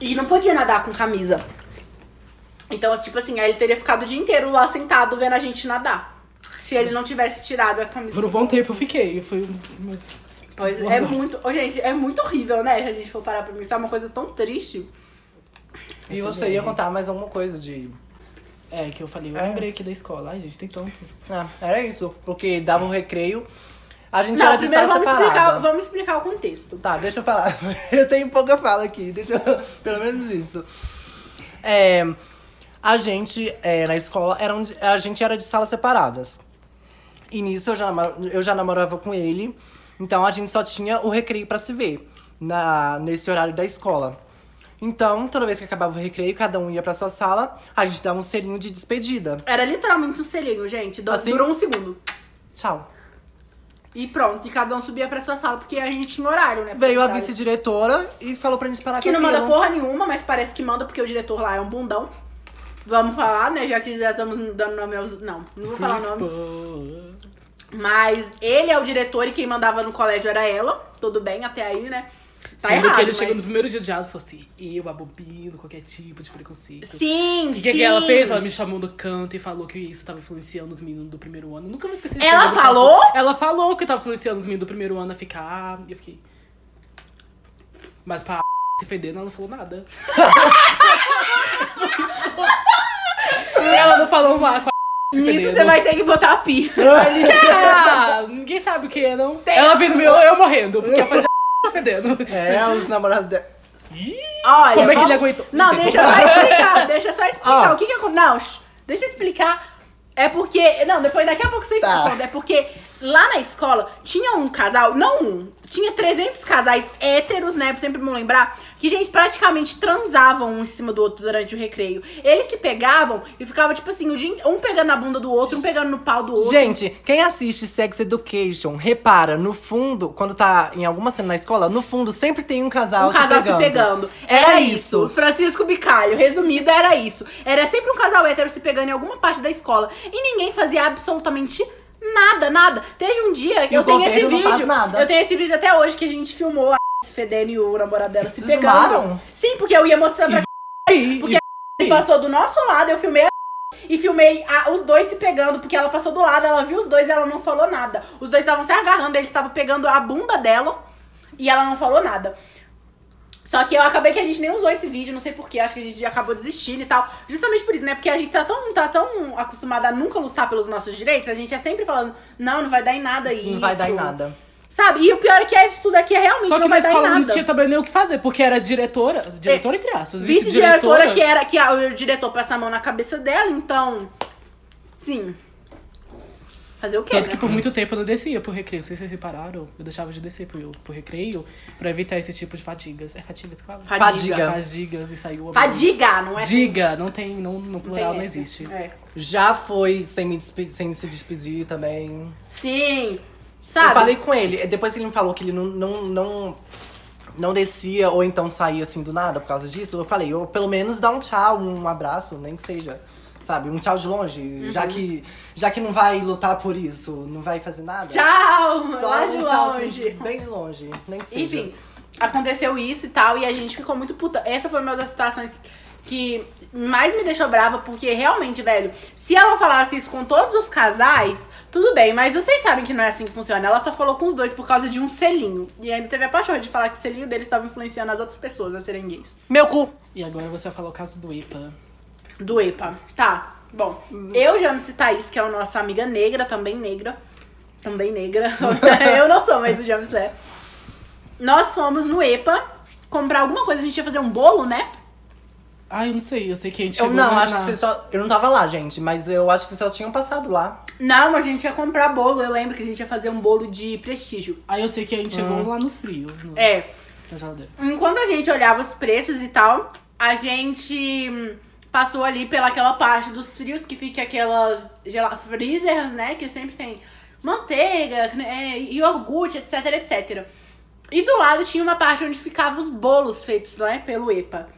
Speaker 2: E não podia nadar com camisa. Então, tipo assim, aí ele teria ficado o dia inteiro lá sentado vendo a gente nadar. Se ele não tivesse tirado a camisa.
Speaker 1: Por um bom tempo eu fiquei, foi. Mas...
Speaker 2: Pois é, é muito. Ô, gente, é muito horrível, né? Se a gente for parar pra pensar, é uma coisa tão triste.
Speaker 3: E você ia contar mais alguma coisa de.
Speaker 1: É, que eu falei, eu
Speaker 3: É.
Speaker 1: lembrei aqui da escola. Ai, gente, tem tantos.
Speaker 3: Ah, era isso. Porque dava um recreio. A gente
Speaker 2: Não,
Speaker 3: era de
Speaker 2: primeiro
Speaker 3: sala
Speaker 2: vamos
Speaker 3: separada.
Speaker 2: explicar, vamos explicar o contexto.
Speaker 3: Tá, deixa eu falar. Eu tenho pouca fala aqui, deixa eu... Pelo menos isso. É, a gente, é, na escola, era um de- a gente era de salas separadas. E nisso eu já, namo- eu já namorava com ele. Então a gente só tinha o recreio pra se ver na, nesse horário da escola. Então, toda vez que acabava o recreio, cada um ia pra sua sala, a gente dava um selinho de despedida.
Speaker 2: Era literalmente um selinho, gente. Du-
Speaker 3: Assim?
Speaker 2: Durou um segundo.
Speaker 3: Tchau.
Speaker 2: E pronto, e cada um subia pra sua sala, porque a gente tinha horário, né?
Speaker 3: Veio a
Speaker 2: Horário.
Speaker 3: vice-diretora e falou pra gente parar
Speaker 2: Que
Speaker 3: com
Speaker 2: não manda
Speaker 3: aquilo.
Speaker 2: porra nenhuma, mas parece que manda, porque o diretor lá é um bundão. Vamos falar, né? Já que já estamos dando nome aos. Não, não vou falar o nome. Mas ele é o diretor e quem mandava no colégio era ela. Tudo bem, até aí, né? Tá
Speaker 1: Sendo
Speaker 2: errado.
Speaker 1: que ele
Speaker 2: mas-
Speaker 1: chegou no primeiro dia de aula e falou assim: eu abobino qualquer tipo de preconceito.
Speaker 2: Sim,
Speaker 1: E o
Speaker 2: sim.
Speaker 1: que, que ela fez? Ela me chamou do canto e falou que isso tava influenciando os meninos do primeiro ano. Eu nunca vou esquecer disso.
Speaker 2: Ela
Speaker 1: Eu lembro que
Speaker 2: falou?
Speaker 1: Ela, falou que tava influenciando os meninos do primeiro ano a ficar. E eu fiquei. Mas pra se fedendo, ela não falou nada. ela não falou lá com a se
Speaker 2: Nisso
Speaker 1: fedendo.
Speaker 2: você vai ter que botar a pi.
Speaker 1: Ah, ninguém sabe o que é, não. Ela vendo meu, eu morrendo, porque eu fazia se fedendo.
Speaker 3: É, os namorados dela.
Speaker 2: Olha,
Speaker 1: Como é que
Speaker 2: vamos-
Speaker 1: ele aguentou?
Speaker 2: Não,
Speaker 1: Gente,
Speaker 2: deixa eu só explicar. Deixa eu só explicar.
Speaker 3: Ah.
Speaker 2: O que que aconteceu? Não, shh, deixa eu explicar. É porque. Não, depois daqui a pouco você
Speaker 3: Tá.
Speaker 2: explica. É porque Lá na escola, tinha um casal, não um, tinha 300 casais héteros, né? Sempre me lembrar, que, gente, praticamente transavam um em cima do outro durante o recreio. Eles se pegavam e ficava, tipo assim, o dia in- um pegando na bunda do outro, um pegando no pau do outro.
Speaker 3: Gente, quem assiste Sex Education, repara, no fundo, quando tá em alguma cena na escola, no fundo sempre tem um casal,
Speaker 2: um casal se pegando.
Speaker 3: Era isso.
Speaker 2: Francisco Bicalho, resumido, era isso. Era sempre um casal hétero se pegando em alguma parte da escola. E ninguém fazia absolutamente nada, nada. Teve um dia que
Speaker 3: E o
Speaker 2: eu tenho esse
Speaker 3: golpeiro não
Speaker 2: vídeo.
Speaker 3: faz nada.
Speaker 2: Eu tenho esse vídeo até hoje que a gente filmou a se fedendo e o namorado dela se
Speaker 3: Vocês
Speaker 2: pegando.
Speaker 3: filmaram?
Speaker 2: Sim, porque eu ia mostrar pra Porque ele passou do nosso lado, eu filmei a e filmei a- os dois se pegando, porque ela passou do lado, ela viu os dois e ela não falou nada. Os dois estavam se agarrando, eles estavam pegando a bunda dela e ela não falou nada. Só que eu acabei que a gente nem usou esse vídeo, não sei porquê, acho que a gente já acabou desistindo e tal. Justamente por isso, né? Porque a gente tá tão, tá tão acostumada a nunca lutar pelos nossos direitos, a gente é sempre falando, não, não vai dar em nada isso.
Speaker 3: Não vai dar em nada.
Speaker 2: Sabe? E o pior é que é disso tudo aqui é realmente
Speaker 1: Só que
Speaker 2: não
Speaker 1: na
Speaker 2: vai dar em
Speaker 1: escola
Speaker 2: nada.
Speaker 1: não tinha também nem o que fazer, porque era diretora. Diretora entre aspas.
Speaker 2: Vice-diretora que é era que a- o diretor passa a mão na cabeça dela, então. Sim. Fazer o quê?
Speaker 1: Tanto
Speaker 2: né?
Speaker 1: que por muito tempo eu não descia pro recreio. Vocês se separaram, eu deixava de descer pro, pro recreio pra evitar esse tipo de fadigas. É fadigas que fala?
Speaker 3: Fadiga.
Speaker 1: Fadigas e saiu a
Speaker 2: Fadiga, não é?
Speaker 1: Diga, não tem, não,
Speaker 2: tem
Speaker 1: no plural não,
Speaker 2: essa.
Speaker 1: existe.
Speaker 2: É.
Speaker 3: Já foi sem, me despe- sem se despedir também.
Speaker 2: Sim. Sabe?
Speaker 3: Eu falei com ele, depois que ele me falou que ele não, não, não, não descia ou então saía assim do nada por causa disso, eu falei, eu, pelo menos dá um tchau, um abraço, nem que seja. Sabe, um tchau de longe,
Speaker 2: Uhum.
Speaker 3: já, que, já que não vai lutar por isso, não vai fazer nada.
Speaker 2: Tchau!
Speaker 3: Só
Speaker 2: lá
Speaker 3: um
Speaker 2: de
Speaker 3: tchau, assim,
Speaker 2: longe.
Speaker 3: de- bem de longe, nem que seja.
Speaker 2: Enfim, aconteceu isso e tal, e a gente ficou muito puta. Essa foi uma das situações que mais me deixou brava, porque realmente, velho, se ela falasse isso com todos os casais, tudo bem, mas vocês sabem que não é assim que funciona. Ela só falou com os dois por causa de um selinho. E ainda teve a paixão de falar que o selinho deles estava influenciando as outras pessoas a serem gays.
Speaker 3: Meu cu!
Speaker 1: E agora você vai falar o caso do IPA.
Speaker 2: Do EPA. Tá. Bom, eu já me Thaís, que é a nossa amiga negra, também negra. Também negra. eu não sou, mas o James é. Nós fomos no EPA comprar alguma coisa, a gente ia fazer um bolo, né?
Speaker 1: Ah, eu não sei, eu sei que a gente
Speaker 3: Eu
Speaker 1: chegou
Speaker 3: não,
Speaker 1: na-
Speaker 3: acho que vocês só. Eu não tava lá, gente, mas eu acho que vocês só tinham passado lá.
Speaker 2: Não, a gente ia comprar bolo. Eu lembro que a gente ia fazer um bolo de prestígio.
Speaker 1: Aí eu sei que a gente chegou lá nos frios. no-
Speaker 2: Ah. É.
Speaker 1: Na geladeira.
Speaker 2: Enquanto a gente olhava os preços e tal, a gente hum, passou ali pelaquela parte dos frios que fica aquelas gela- freezers, né? Que sempre tem manteiga, né, iogurte, etc, etc. E do lado tinha uma parte onde ficavam os bolos feitos, né? Pelo EPA.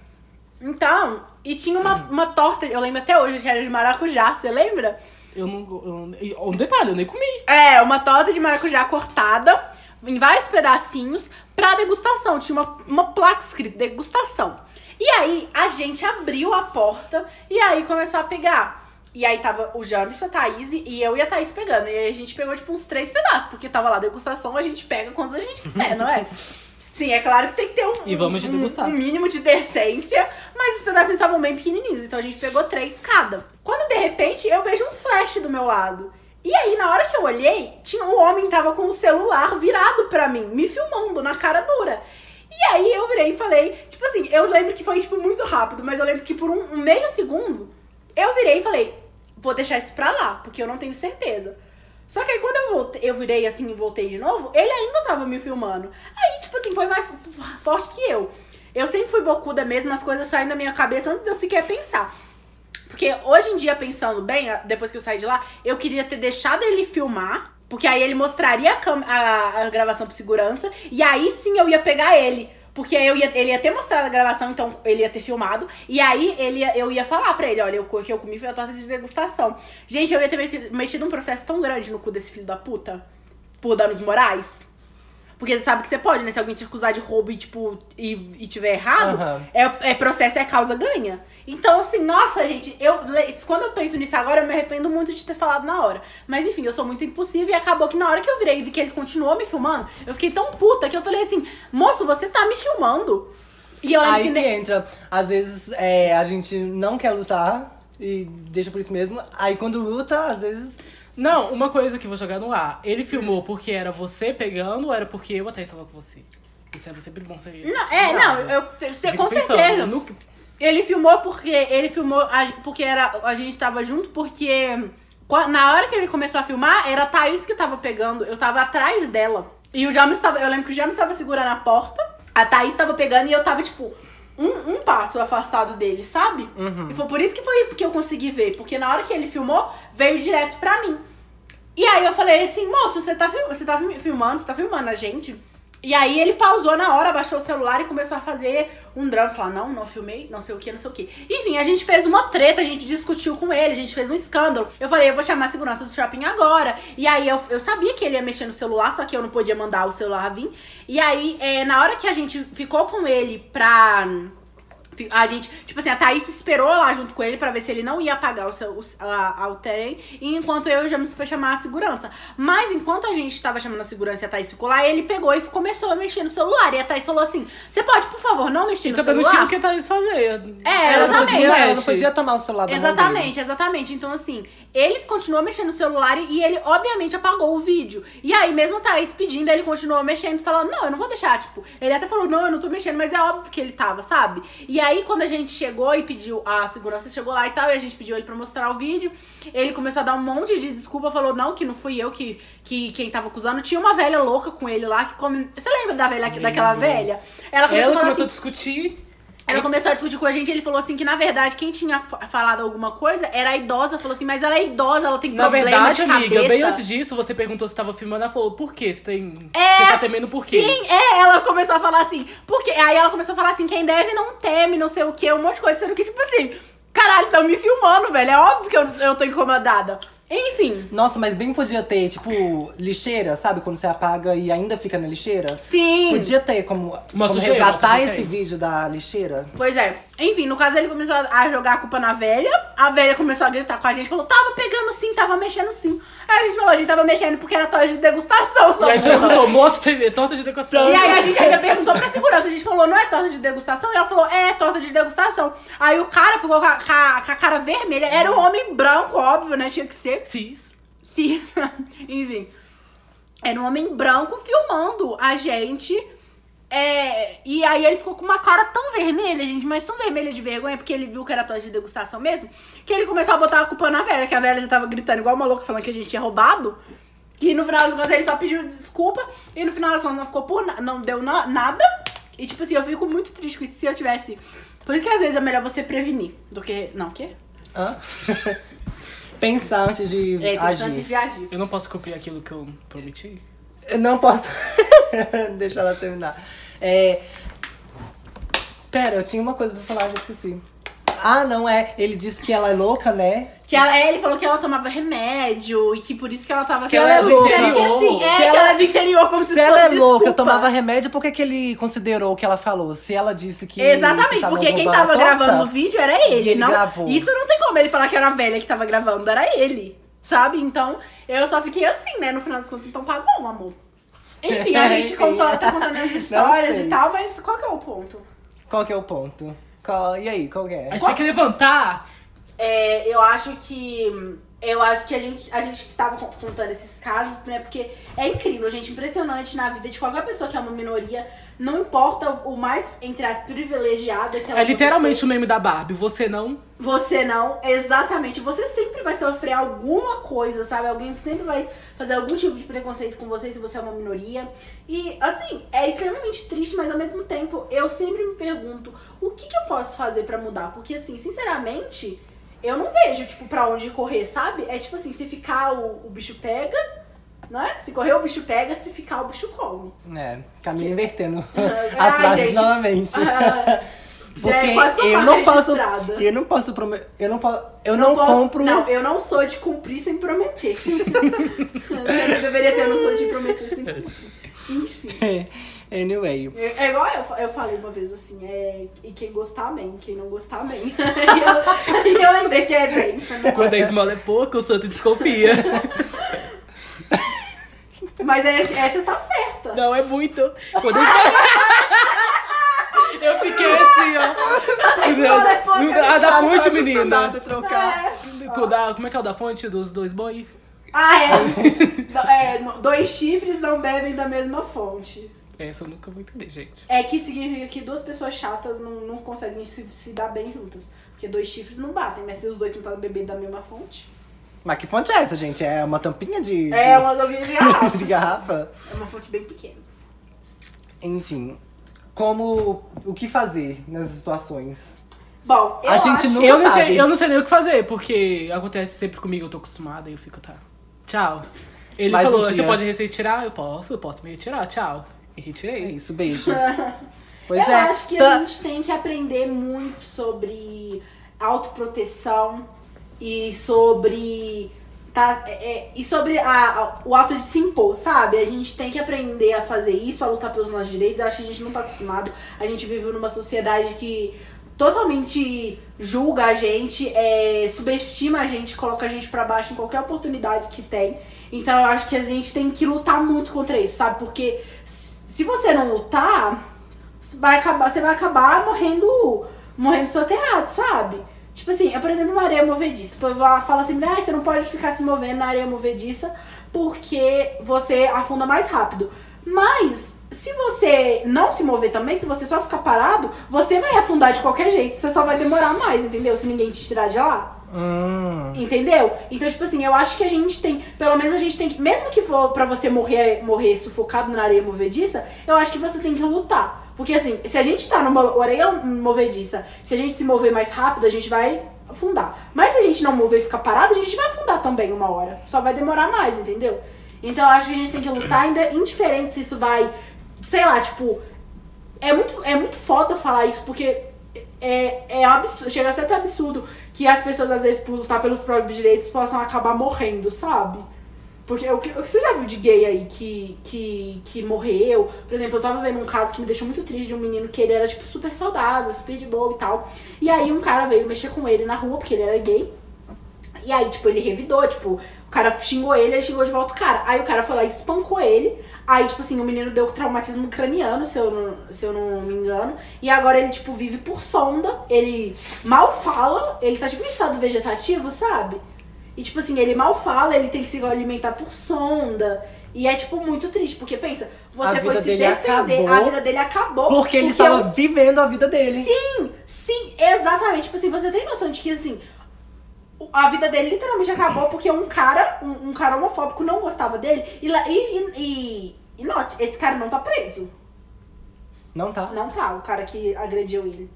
Speaker 2: Então, e tinha uma, uma torta, eu lembro até hoje, que era de maracujá, você lembra?
Speaker 1: Eu não. go- Eu, e- um detalhe, eu nem comi.
Speaker 2: É, uma torta de maracujá cortada em vários pedacinhos pra degustação. Tinha uma, uma placa escrita degustação. E aí a gente abriu a porta e aí começou a pegar. E aí tava o James, a Thaís e eu e a Thaís pegando. E aí a gente pegou tipo uns três pedaços, porque tava lá degustação, a gente pega quantos a gente quiser, não é? Sim, é claro que tem que ter um,
Speaker 1: E vamos de
Speaker 2: um-
Speaker 1: degustar.
Speaker 2: um mínimo de decência, mas os pedacinhos estavam bem pequenininhos, então a gente pegou três cada. Quando de repente eu vejo um flash do meu lado. E aí, na hora que eu olhei, tinha um homem tava com o celular virado pra mim, me filmando na cara dura. E aí eu virei e falei, tipo assim, eu lembro que foi tipo muito rápido, mas eu lembro que por um, um meio segundo eu virei e falei, vou deixar isso pra lá, porque eu não tenho certeza. Só que aí quando eu, voltei, eu virei assim e voltei de novo, ele ainda tava me filmando. Aí, tipo assim, foi mais f- forte que eu. Eu sempre fui bocuda mesmo, as coisas saem da minha cabeça antes de eu sequer pensar. Porque hoje em dia, pensando bem, a- depois que eu saí de lá, eu queria ter deixado ele filmar. Porque aí ele mostraria a, cam- a- a gravação pro segurança. E aí sim eu ia pegar ele. Porque eu ia, ele ia ter mostrado a gravação, então ele ia ter filmado. E aí ele, ia- eu ia falar pra ele, olha, o co- que eu comi foi a torta de degustação. Gente, eu ia ter metido, metido um processo tão grande no cu desse filho da puta. Por danos morais. Porque você sabe que você pode, né? Se alguém te acusar de roubo e, tipo, e, e tiver errado,
Speaker 3: Aham.
Speaker 2: é, é processo, é causa ganha. Então, assim, nossa, gente, eu le- quando eu penso nisso agora, eu me arrependo muito de ter falado na hora. Mas enfim, eu sou muito impulsiva e acabou que na hora que eu virei e vi que ele continuou me filmando, eu fiquei tão puta que eu falei assim, moço, você tá me filmando. E eu lembro
Speaker 3: Aí
Speaker 2: que
Speaker 3: que
Speaker 2: ne-
Speaker 3: entra. Às vezes é, a gente não quer lutar e deixa por isso mesmo. Aí quando luta, às vezes.
Speaker 1: Não, uma coisa que eu vou jogar no ar. Ele
Speaker 2: Hum.
Speaker 1: filmou porque era você pegando ou era porque eu até estava com você? Isso era sempre bom ser.
Speaker 2: Não, é, não, eu, eu- você-
Speaker 1: Fico
Speaker 2: com
Speaker 1: pensando,
Speaker 2: certeza.
Speaker 1: no-
Speaker 2: Ele filmou porque ele filmou a- porque era a gente tava junto porque Qua- Na hora que ele começou a filmar, era a Thaís que tava pegando. Eu tava atrás dela. E o James tava. Eu lembro que o James tava segurando a porta. A Thaís tava pegando e eu tava, tipo, um, um passo afastado dele, sabe? E foi por isso que foi porque eu consegui ver. Porque na hora que ele filmou, veio direto pra mim. E aí eu falei assim, moço, você tá, fil- você tá me filmando, você tá filmando a gente? E aí ele pausou na hora, baixou o celular e começou a fazer um drama. Falar, não, não filmei, não sei o que, não sei o que. Enfim, a gente fez uma treta, a gente discutiu com ele, a gente fez um escândalo. Eu falei, eu vou chamar a segurança do shopping agora. E aí eu, eu sabia que ele ia mexer no celular, só que eu não podia mandar o celular vir. E aí, é, na hora que a gente ficou com ele pra... A gente, tipo assim, a Thaís esperou lá junto com ele pra ver se ele não ia apagar o seu, o, a, a- o trem. E enquanto eu e o James foi chamar a segurança. Mas enquanto a gente tava chamando a segurança e a Thaís ficou lá, ele pegou e começou a mexer no celular. E a Thaís falou assim: Você pode, por favor, não mexer
Speaker 1: E
Speaker 2: no
Speaker 1: também não
Speaker 2: celular?
Speaker 1: tinha Então o que a Thaís fazer.
Speaker 2: É,
Speaker 3: Ela não,
Speaker 2: exatamente.
Speaker 3: podia, ela não
Speaker 1: Mexe.
Speaker 3: podia tomar o celular da mão dele.
Speaker 2: Exatamente, exatamente. Então, assim, ele continuou mexendo no celular e ele, obviamente, apagou o vídeo. E aí, mesmo a Thaís pedindo, ele continuou mexendo, falando, não, eu não vou deixar, tipo... Ele até falou, não, eu não tô mexendo, mas é óbvio que ele tava, sabe? E aí, quando a gente chegou e pediu, a segurança chegou lá e tal, e a gente pediu ele pra mostrar o vídeo, ele começou a dar um monte de desculpa, falou, não, que não fui eu que, que quem tava acusando. Tinha uma velha louca com ele lá, que... come- Você lembra da velha, daquela velha? Ela começou a falar
Speaker 1: Ela começou
Speaker 2: assim,
Speaker 1: a discutir.
Speaker 2: ela começou a discutir com a gente, ele falou assim que, na verdade, quem tinha fa- falado alguma coisa era a idosa. Falou assim, mas ela é idosa, ela tem
Speaker 1: Na
Speaker 2: problema
Speaker 1: verdade,
Speaker 2: de
Speaker 1: amiga,
Speaker 2: cabeça.
Speaker 1: bem antes disso, você perguntou se tava filmando. Ela falou, por quê? Você, tem...
Speaker 2: É,
Speaker 1: você tá temendo por quê?
Speaker 2: Sim, é, ela começou a falar assim, porque. Aí ela começou a falar assim, quem deve não teme, não sei o que, um monte de coisa, sendo que, tipo assim, caralho, tão me filmando, velho. É óbvio que eu, eu tô incomodada. Enfim.
Speaker 3: Nossa, mas bem podia ter, tipo, lixeira, sabe? Quando você apaga e ainda fica na lixeira.
Speaker 2: Sim.
Speaker 3: Podia ter como, como
Speaker 1: tujeira,
Speaker 3: resgatar
Speaker 1: uma
Speaker 3: esse
Speaker 1: tujeira.
Speaker 3: vídeo da lixeira.
Speaker 2: Pois é. Enfim, no caso ele começou a jogar a culpa na velha. A velha começou a gritar com a gente, falou: tava pegando sim, tava mexendo sim. Aí a gente falou: a gente tava mexendo porque era toys de degustação,
Speaker 1: E
Speaker 2: só
Speaker 1: aí a gente perguntou, moça, tem torta de decoração.
Speaker 2: E aí a gente ainda perguntou pra segurança, a gente falou, não é torta de degustação? E ela falou, é torta de degustação. Aí o cara ficou com a, com a- com a cara vermelha, era um homem branco, óbvio, né? Tinha que ser.
Speaker 1: Cis.
Speaker 2: Sim. Enfim. Era um homem branco filmando a gente. É, e aí ele ficou com uma cara tão vermelha, gente, mas tão vermelha de vergonha, porque ele viu que era torta de degustação mesmo, que ele começou a botar a culpa na velha, que a velha já tava gritando igual uma louca, falando que a gente tinha roubado. Que no final das contas ele só pediu desculpa, e no final das contas não ficou por na- não deu na- nada. E tipo assim, eu fico muito triste com isso, se eu tivesse... Por isso que às vezes é melhor você prevenir do que... Não, o quê?
Speaker 3: Hã? Pensar antes de
Speaker 2: É,
Speaker 3: agir.
Speaker 2: antes de agir.
Speaker 1: Eu não posso cumprir aquilo que eu prometi?
Speaker 3: Eu não posso. Deixa ela terminar. É... Pera, eu tinha uma coisa pra falar, já esqueci. Ah, não é. Ele disse que ela é louca, né?
Speaker 2: Que ela, é, ele falou que ela tomava remédio e que por isso que ela tava
Speaker 3: Se ela é
Speaker 2: do
Speaker 3: louca.
Speaker 2: interior. Que assim, é,
Speaker 3: Se
Speaker 2: que
Speaker 3: ela-
Speaker 2: ela, é do interior, como se,
Speaker 3: Se ela é
Speaker 2: fosse
Speaker 3: louca,
Speaker 2: desculpa.
Speaker 3: tomava remédio, por que, que ele considerou o que ela falou? Se ela disse que.
Speaker 2: Exatamente,
Speaker 3: esse sabão
Speaker 2: porque quem
Speaker 3: bombava
Speaker 2: tava
Speaker 3: torta,
Speaker 2: gravando o vídeo era ele,
Speaker 3: ele
Speaker 2: não?
Speaker 3: gravou.
Speaker 2: Isso não tem como ele falar que era a velha que tava gravando, era ele, sabe? Então, eu só fiquei assim, né, no final das contas, então tá bom, amor. Enfim, a gente
Speaker 3: Enfim.
Speaker 2: contou, tá contando as
Speaker 3: É, sei.
Speaker 2: histórias e tal, mas qual que é o ponto?
Speaker 3: Qual que é o ponto? Qual- E aí, qual que é?
Speaker 1: A gente tem que levantar.
Speaker 2: É, eu acho que. Eu acho que a gente, a gente que tava con- contando esses casos, né? Porque é incrível, gente, impressionante na vida de qualquer pessoa que é uma minoria. Não importa o mais, entre as privilegiada que ela
Speaker 1: É literalmente
Speaker 2: você,
Speaker 1: o meme da Barbie. Você não.
Speaker 2: você não, exatamente. Você sempre vai sofrer alguma coisa, sabe? Alguém sempre vai fazer algum tipo de preconceito com você se você é uma minoria. E, assim, é extremamente triste, mas ao mesmo tempo eu sempre me pergunto o que, que eu posso fazer pra mudar? Porque, assim, sinceramente, eu não vejo, tipo, pra onde correr, sabe? É tipo assim, se ficar o, o bicho pega, né? Se correr o bicho pega, se ficar o bicho come.
Speaker 3: É, caminho invertendo
Speaker 2: Ai,
Speaker 3: as frases
Speaker 2: gente.
Speaker 3: novamente.
Speaker 2: Ah, já é
Speaker 3: Porque
Speaker 2: quase uma
Speaker 3: eu
Speaker 2: frase
Speaker 3: não posso.
Speaker 2: registrada.
Speaker 3: Eu não posso prometer. Eu não posso. Eu não,
Speaker 2: posso-
Speaker 3: compro.
Speaker 2: Não, eu não sou de cumprir sem prometer. Sempre deveria ser, eu não sou de prometer sem cumprir. Enfim.
Speaker 3: anyway.
Speaker 2: É é igual eu, fa- eu falei uma vez assim, é, e quem gostar, amém, quem não gostar, amém. e, eu, e eu lembrei que é bem.
Speaker 1: Quando a esmola é pouca, o santo desconfia.
Speaker 2: Mas é- essa tá certa.
Speaker 1: Não é muito. Quando a... Eu fiquei assim,
Speaker 2: esmola é pouca.
Speaker 1: ó. A da
Speaker 3: Ah, não
Speaker 1: fonte,
Speaker 3: tô acostumada
Speaker 1: menina.
Speaker 3: a
Speaker 2: É.
Speaker 3: trocar.
Speaker 1: Com da- Como é que é o da fonte dos dois boi?
Speaker 2: Ah, é. Do- é, no- Dois chifres não bebem da mesma fonte.
Speaker 1: Essa É, eu nunca vou entender, gente.
Speaker 2: É que significa que duas pessoas chatas não, não conseguem se, se dar bem juntas. Porque dois chifres não batem, mas se os dois tentaram beber da mesma fonte.
Speaker 3: Mas que fonte é essa, gente? É uma tampinha de,
Speaker 2: É
Speaker 3: de-
Speaker 2: uma novinha de garrafa.
Speaker 3: de garrafa?
Speaker 2: É uma fonte bem pequena.
Speaker 3: Enfim, como... O que fazer nessas situações?
Speaker 2: Bom, eu
Speaker 3: A gente
Speaker 2: acho-
Speaker 3: nunca
Speaker 1: Eu não,
Speaker 3: sabe.
Speaker 1: sei, eu não sei nem o que fazer, porque acontece sempre comigo, eu tô acostumada, e eu fico, tá, tchau. Ele
Speaker 3: Mais um
Speaker 1: falou,
Speaker 3: dia.
Speaker 1: você pode se retirar? Eu posso, eu posso me retirar, tchau. E
Speaker 3: É
Speaker 1: retirei.
Speaker 3: isso, beijo. Pois
Speaker 2: eu
Speaker 3: é.
Speaker 2: acho que
Speaker 3: tá-
Speaker 2: a gente tem que aprender muito sobre autoproteção e sobre. Tá, é, é, e sobre a- a- o ato de se impor, sabe? A gente tem que aprender a fazer isso, a lutar pelos nossos direitos. Eu acho que a gente não tá acostumado. A gente vive numa sociedade que totalmente julga a gente, é, subestima a gente, coloca a gente pra baixo em qualquer oportunidade que tem. Então eu acho que a gente tem que lutar muito contra isso, sabe? Porque se você não lutar, vai acabar, você vai acabar morrendo, morrendo soterrado, sabe? Tipo assim, eu, por exemplo, uma areia movediça. O povo fala assim, ah, você não pode ficar se movendo na areia movediça porque você afunda mais rápido. Mas, se você não se mover também, se você só ficar parado, você vai afundar de qualquer jeito. Você só vai demorar mais, entendeu? Se ninguém te tirar de lá.
Speaker 3: Hum,
Speaker 2: Entendeu? Então, tipo assim, eu acho que a gente tem, pelo menos a gente tem que, mesmo que for pra você morrer, morrer sufocado na areia movediça, eu acho que você tem que lutar. Porque assim, se a gente tá numa areia movediça, se a gente se mover mais rápido, a gente vai afundar. Mas se a gente não mover e ficar parado, a gente vai afundar também uma hora. Só vai demorar mais, entendeu? Então, eu acho que a gente tem que lutar, ainda indiferente se isso vai, sei lá, tipo, é muito, é muito foda falar isso, porque é, é absurdo, chega a ser até absurdo que as pessoas, às vezes, por lutar pelos próprios direitos, possam acabar morrendo, sabe? Porque o que, o que você já viu de gay aí que, que, que morreu? Por exemplo, eu tava vendo um caso que me deixou muito triste de um menino que ele era, tipo, super saudável, super de boa e tal. E aí um cara veio mexer com ele na rua, porque ele era gay. E aí, tipo, ele revidou, tipo, o cara xingou ele, ele xingou de volta o cara. Aí o cara foi lá e espancou ele. Aí, tipo assim, o menino deu traumatismo craniano, se eu não, se eu não me engano. E agora ele, tipo, vive por sonda, ele mal fala, ele tá, tipo, em estado vegetativo, sabe? E, tipo assim, ele mal fala, ele tem que se alimentar por sonda. E é, tipo, muito triste, porque pensa,
Speaker 3: A
Speaker 2: você foi
Speaker 3: vida
Speaker 2: se
Speaker 3: dele
Speaker 2: defender,
Speaker 3: acabou.
Speaker 2: a vida dele acabou.
Speaker 3: porque ele estava vivendo a vida dele.
Speaker 2: Sim, sim, exatamente. Tipo assim, você tem noção de que assim. o- A vida dele literalmente acabou porque um cara, um, um cara homofóbico não gostava dele. E, lá- e, e, e, e note, esse cara não tá preso.
Speaker 3: Não tá?
Speaker 2: Não tá, o cara que agrediu ele.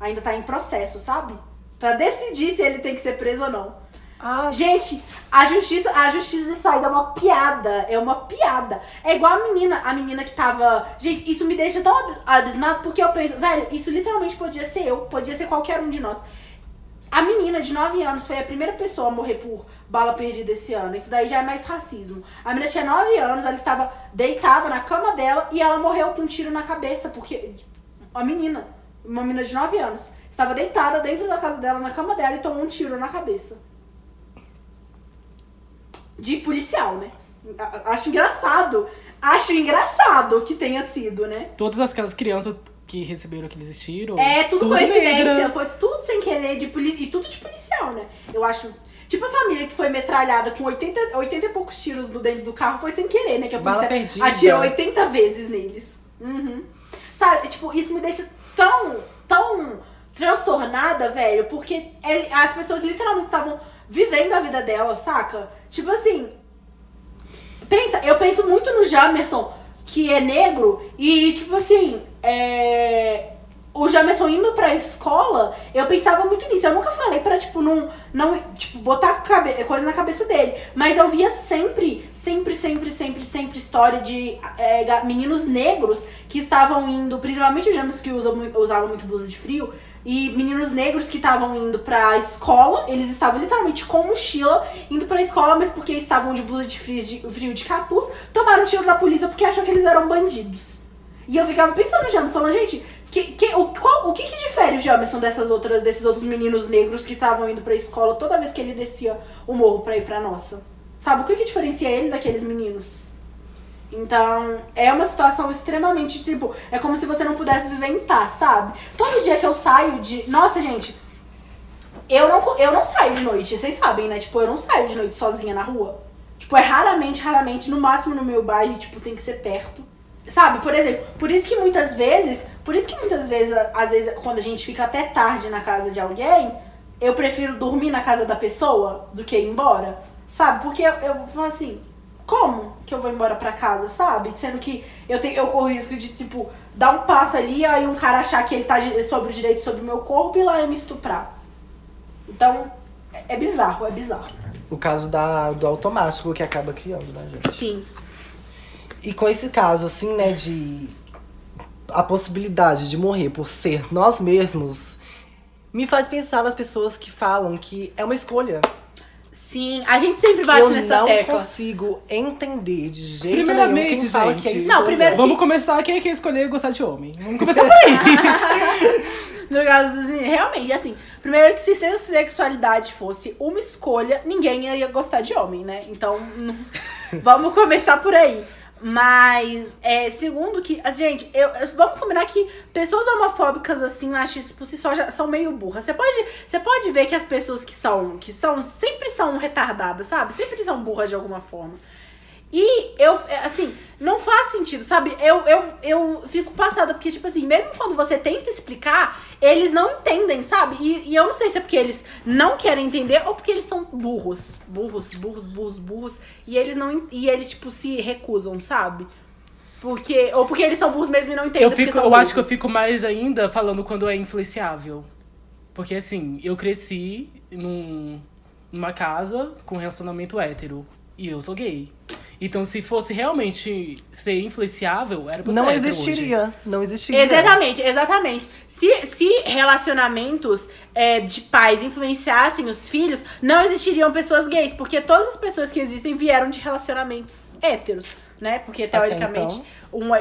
Speaker 2: Ainda tá em processo, sabe? Pra decidir se ele tem que ser preso ou não.
Speaker 3: Ah,
Speaker 2: Gente, a justiça, a justiça desse país é uma piada. É uma piada. É igual a menina, a menina que tava. Gente, isso me deixa tão ab- abismado porque eu penso, velho, isso literalmente podia ser eu, podia ser qualquer um de nós. A menina de 9 anos foi a primeira pessoa a morrer por bala perdida esse ano. Isso daí já é mais racismo. A menina tinha 9 anos, ela estava deitada na cama dela e ela morreu com um tiro na cabeça, porque. A menina, uma menina de 9 anos, estava deitada dentro da casa dela, na cama dela, e tomou um tiro na cabeça de policial, né? A- Acho engraçado. Acho engraçado que tenha sido, né?
Speaker 1: Todas aquelas crianças que receberam aqueles tiros.
Speaker 2: É, tudo, coincidência.
Speaker 1: negra.
Speaker 2: Foi tudo sem querer de polícia. E tudo de policial, né? Eu acho. Tipo a família que foi metralhada com 80, 80 e poucos tiros no dentro do carro foi sem querer, né? Que a
Speaker 3: Bala
Speaker 2: polícia
Speaker 3: perdida.
Speaker 2: atirou 80 vezes neles. Uhum. Sabe, tipo, isso me deixa tão, tão transtornada, velho, porque ele- as pessoas literalmente estavam vivendo a vida delas, saca? Tipo assim, Pensa, eu penso muito no Jamerson, que é negro, e tipo assim, é, o Jamerson indo pra escola, eu pensava muito nisso. Eu nunca falei pra, tipo, não, não tipo, botar cabe- coisa na cabeça dele. Mas eu via sempre, sempre, sempre, sempre, sempre história de é, ga- meninos negros que estavam indo, principalmente os Jamerson que usam mui- usavam muito blusa de frio, e meninos negros que estavam indo pra escola, eles estavam literalmente com mochila indo pra escola, mas porque estavam de blusa de frio de, frio de capuz, tomaram tiro da polícia porque achou que eles eram bandidos. E eu ficava pensando, Jamerson, falando, gente, que, que, o, qual- o que, que difere o Jamerson dessas outras, desses outros meninos negros que estavam indo pra escola toda vez que ele descia o morro pra ir pra nossa? Sabe, o que, que diferencia ele daqueles meninos? Então, é uma situação extremamente, tipo, é como se você não pudesse viver em paz, sabe? Todo dia que eu saio de. Nossa, gente, eu não, co- eu não saio de noite, vocês sabem, né? Tipo, eu não saio de noite sozinha na rua. Tipo, é raramente, raramente, no máximo no meu bairro, tipo, tem que ser perto. Sabe, por exemplo, por isso que muitas vezes, por isso que muitas vezes, a- às vezes, quando a gente fica até tarde na casa de alguém, eu prefiro dormir na casa da pessoa do que ir embora, sabe? Porque eu, eu falo assim, como que eu vou embora pra casa, sabe? Sendo que eu, tenho, eu corro o risco de, tipo, dar um passo ali, aí um cara achar que ele tá di- sobre o direito sobre o meu corpo e lá eu me estuprar. Então, é, é bizarro, é bizarro.
Speaker 3: O caso da, do automático que acaba criando, né, gente?
Speaker 2: Sim.
Speaker 3: E com esse caso, assim, né, de a possibilidade de morrer por ser nós mesmos, me faz pensar nas pessoas que falam que é uma escolha.
Speaker 2: Sim, a gente sempre bate
Speaker 3: eu
Speaker 2: nessa
Speaker 3: não
Speaker 2: tecla.
Speaker 3: consigo entender de jeito nenhum
Speaker 1: Primeiramente,
Speaker 3: quem fala
Speaker 1: gente,
Speaker 3: que é
Speaker 1: não,
Speaker 3: escolha.
Speaker 2: primeiro-
Speaker 1: Vamos começar quem é que escolher gostar de homem. Vamos começar por aí.
Speaker 2: No caso dos meninos, realmente, assim, primeiro que se sexualidade fosse uma escolha, ninguém ia gostar de homem, né? Então, não- vamos começar por aí. Mas, é, segundo que, ah, gente, eu, eu- vamos combinar que pessoas homofóbicas, assim, machistas por si só já são meio burras. Você pode, você pode ver que as pessoas que são, que são, sempre são retardadas, sabe? Sempre são burras de alguma forma. E eu, é, assim, não faz sentido, sabe? Eu, eu, eu fico passada, porque, tipo assim, mesmo quando você tenta explicar, eles não entendem, sabe? E, e eu não sei se é porque eles não querem entender ou porque eles são burros. Burros, burros, burros, burros. E eles não. en- E eles, tipo, se recusam, sabe? Porque. Ou porque eles são burros mesmo e não entendem.
Speaker 1: Eu,
Speaker 2: porque
Speaker 1: fico,
Speaker 2: são
Speaker 1: eu acho que eu
Speaker 2: burros.
Speaker 1: fico mais ainda falando quando é influenciável. Porque assim, eu cresci num- numa casa com relacionamento hétero. E eu sou gay. Então, se fosse realmente ser influenciável, era pra ser
Speaker 3: Não
Speaker 1: hétero hoje.
Speaker 3: existiria, não existiria.
Speaker 2: Exatamente, exatamente. Se, se relacionamentos é, de pais influenciassem os filhos, não existiriam pessoas gays, porque todas as pessoas que existem vieram de relacionamentos héteros, né? Porque
Speaker 3: Até
Speaker 2: teoricamente,
Speaker 3: então.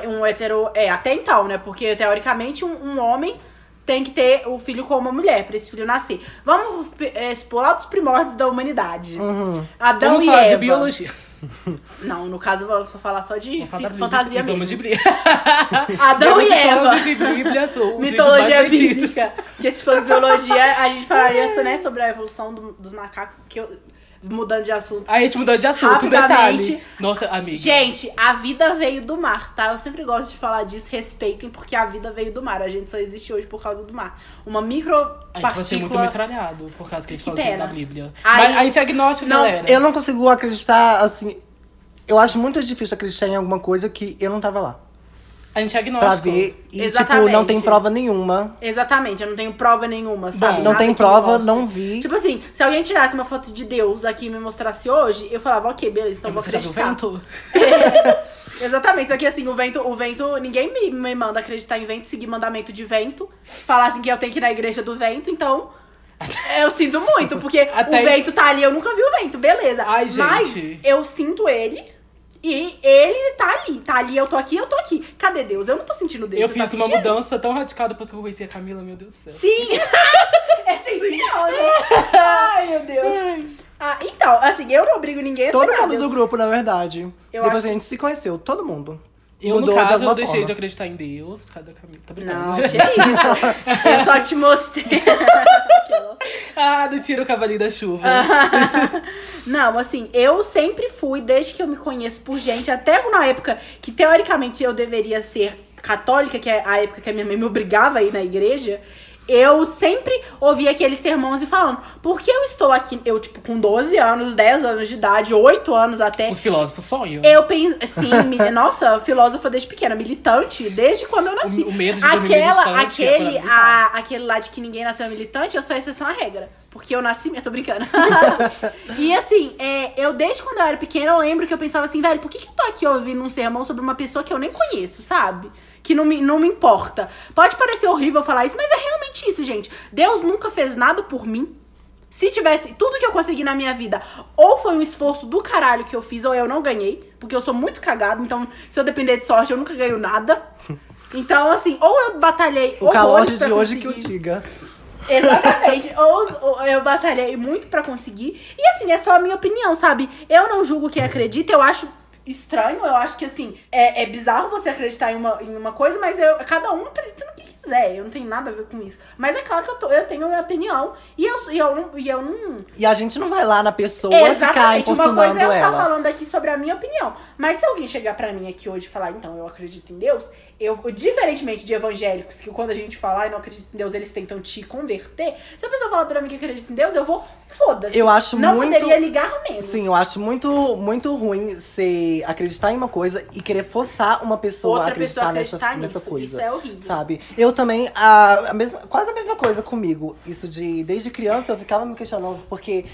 Speaker 2: um, um hétero. É, até então, né? Porque teoricamente um, um homem tem que ter o filho com uma mulher pra esse filho nascer. Vamos é, expor lá dos primórdios da humanidade.
Speaker 3: Uhum.
Speaker 2: Adão
Speaker 1: Vamos
Speaker 2: e
Speaker 1: falar de
Speaker 2: Eva.
Speaker 1: biologia.
Speaker 2: Não, no caso, vou só falar só de
Speaker 1: Vamos falar da
Speaker 2: fi-
Speaker 1: Bíblia.
Speaker 2: fantasia
Speaker 1: Vamos
Speaker 2: mesmo.
Speaker 1: de Bíblia.
Speaker 2: Adão e
Speaker 1: Vamos
Speaker 2: Eva.
Speaker 1: falar de Bíblia, os livros
Speaker 2: Mitologia
Speaker 1: mais vendidos.
Speaker 2: bíblica. Que se fosse biologia, a gente falaria isso, né, sobre a evolução do- dos macacos, que eu, mudando de assunto.
Speaker 1: Aí a gente mudou de assunto, um
Speaker 2: Rapidamente.
Speaker 1: detalhe. Nossa, amiga.
Speaker 2: Gente, a vida veio do mar, tá? Eu sempre gosto de falar disso, respeitem, porque a vida veio do mar. A gente só existe hoje por causa do mar. Uma
Speaker 1: a gente vai ser muito
Speaker 2: micropartícula...
Speaker 1: metralhado por causa que a gente
Speaker 2: Que
Speaker 1: falou tudo
Speaker 2: pena.
Speaker 1: da Bíblia.
Speaker 2: Aí-
Speaker 1: Mas a gente é agnóstico,
Speaker 2: Não.
Speaker 1: galera.
Speaker 3: Eu não consigo acreditar, assim. Eu acho muito difícil acreditar em alguma coisa que eu não tava lá.
Speaker 1: A gente é agnóstico.
Speaker 3: Pra ver. E, tipo,
Speaker 2: Exatamente.
Speaker 3: não tem prova nenhuma.
Speaker 2: Exatamente, eu não tenho prova nenhuma, sabe?
Speaker 1: Bom,
Speaker 3: Não
Speaker 2: Nada
Speaker 3: tem
Speaker 2: que
Speaker 3: prova,
Speaker 2: mostre.
Speaker 3: não vi.
Speaker 2: Tipo assim, se alguém tirasse uma foto de Deus aqui e me mostrasse hoje, eu falava, ok, beleza, então eu vou
Speaker 1: Você já viu o
Speaker 2: acreditar.
Speaker 1: vento?
Speaker 2: Exatamente, só que assim, o vento, o vento, ninguém me, me manda acreditar em vento, seguir mandamento de vento, falar assim que eu tenho que ir na igreja do vento, então eu sinto muito, porque
Speaker 1: Até-
Speaker 2: o vento tá ali, eu nunca vi o vento, beleza.
Speaker 1: Ai, gente.
Speaker 2: Mas eu sinto ele e ele tá ali, tá ali, eu tô aqui, eu tô aqui. Cadê Deus? Eu não tô sentindo Deus.
Speaker 1: Eu
Speaker 2: você
Speaker 1: fiz
Speaker 2: tá
Speaker 1: uma
Speaker 2: sentindo?
Speaker 1: mudança tão radical depois que eu conheci a Camila, meu Deus do céu.
Speaker 2: Sim! é essencial, né? Ai, meu Deus. Ah, então, assim, eu não obrigo ninguém a
Speaker 3: Todo
Speaker 2: aceitar
Speaker 3: mundo
Speaker 2: Deus.
Speaker 3: do grupo, na verdade.
Speaker 2: Eu
Speaker 3: Depois
Speaker 2: acho-
Speaker 3: a gente se conheceu, todo mundo.
Speaker 1: Eu, no
Speaker 3: Mudou de
Speaker 1: caso,
Speaker 3: alguma
Speaker 1: eu deixei
Speaker 3: forma.
Speaker 1: de acreditar em Deus por causa da Camila. Tá brincando.
Speaker 2: Não, que isso? eu só te mostrei.
Speaker 1: ah, do tiro o cavalinho da chuva.
Speaker 2: Não, assim, eu sempre fui, desde que eu me conheço por gente, até na época que teoricamente eu deveria ser católica, que é a época que a minha mãe me obrigava a ir na igreja, eu sempre ouvia aqueles sermões e falando, por que eu estou aqui, eu, tipo, com 12 anos, 10 anos de idade, 8 anos até.
Speaker 1: Os filósofos sonham.
Speaker 2: Ah, Eu penso, sim, me- nossa, filósofa desde pequena, militante, desde quando eu nasci.
Speaker 1: O- o medo de dormir
Speaker 2: aquela,
Speaker 1: militante, é
Speaker 2: aquele,
Speaker 1: acordar militar.
Speaker 2: a- aquele lá de que ninguém nasceu militante, eu sou a exceção à regra. Porque eu nasci, eu tô brincando. e assim, é, eu desde quando eu era pequena, eu lembro que eu pensava assim, velho, por que, que eu tô aqui ouvindo um sermão sobre uma pessoa que eu nem conheço, sabe? Que não me, não me importa. Pode parecer horrível falar isso, mas é realmente isso, gente. Deus nunca fez nada por mim. Se tivesse tudo que eu consegui na minha vida, ou foi um esforço do caralho que eu fiz, ou eu não ganhei, porque eu sou muito cagado, então se eu depender de sorte, eu nunca ganho nada. Então, assim, ou eu batalhei.
Speaker 3: O calote
Speaker 2: horrores
Speaker 3: de
Speaker 2: pra
Speaker 3: hoje que eu
Speaker 2: conseguir-
Speaker 3: diga.
Speaker 2: Exatamente. ou, ou eu batalhei muito pra conseguir. E assim, é só a minha opinião, sabe? Eu não julgo quem acredita, eu acho estranho, eu acho que assim, é, é bizarro você acreditar em uma, em uma coisa, mas eu, cada um acredita no que quiser. quiser, eu não tenho nada a ver com isso. Mas é claro que eu, tô- eu tenho a minha opinião e eu, e eu, não- e eu não.
Speaker 3: E a gente não vai lá na pessoa ficar
Speaker 2: Exatamente, uma
Speaker 3: importunando
Speaker 2: coisa é eu estar
Speaker 3: ela.
Speaker 2: falando aqui sobre a minha opinião. Mas se alguém chegar pra mim aqui hoje e falar, então, eu acredito em Deus, eu, diferentemente de evangélicos, que quando a gente falar e não acredito em Deus, eles tentam te converter, se a pessoa falar pra mim que acredita em Deus, eu vou, foda-se.
Speaker 3: Eu acho
Speaker 2: Assim, não
Speaker 3: muito-
Speaker 2: Não poderia ligar mesmo.
Speaker 3: Sim, eu acho muito, muito ruim você acreditar em uma coisa e querer forçar uma pessoa a
Speaker 2: Outra
Speaker 3: acreditar,
Speaker 2: pessoa
Speaker 3: nessa,
Speaker 2: acreditar
Speaker 3: nessa
Speaker 2: nisso,
Speaker 3: coisa.
Speaker 2: isso é horrível.
Speaker 3: Sabe? Eu também, a, a mesma, quase a mesma coisa comigo. Isso de desde criança eu ficava me questionando, porque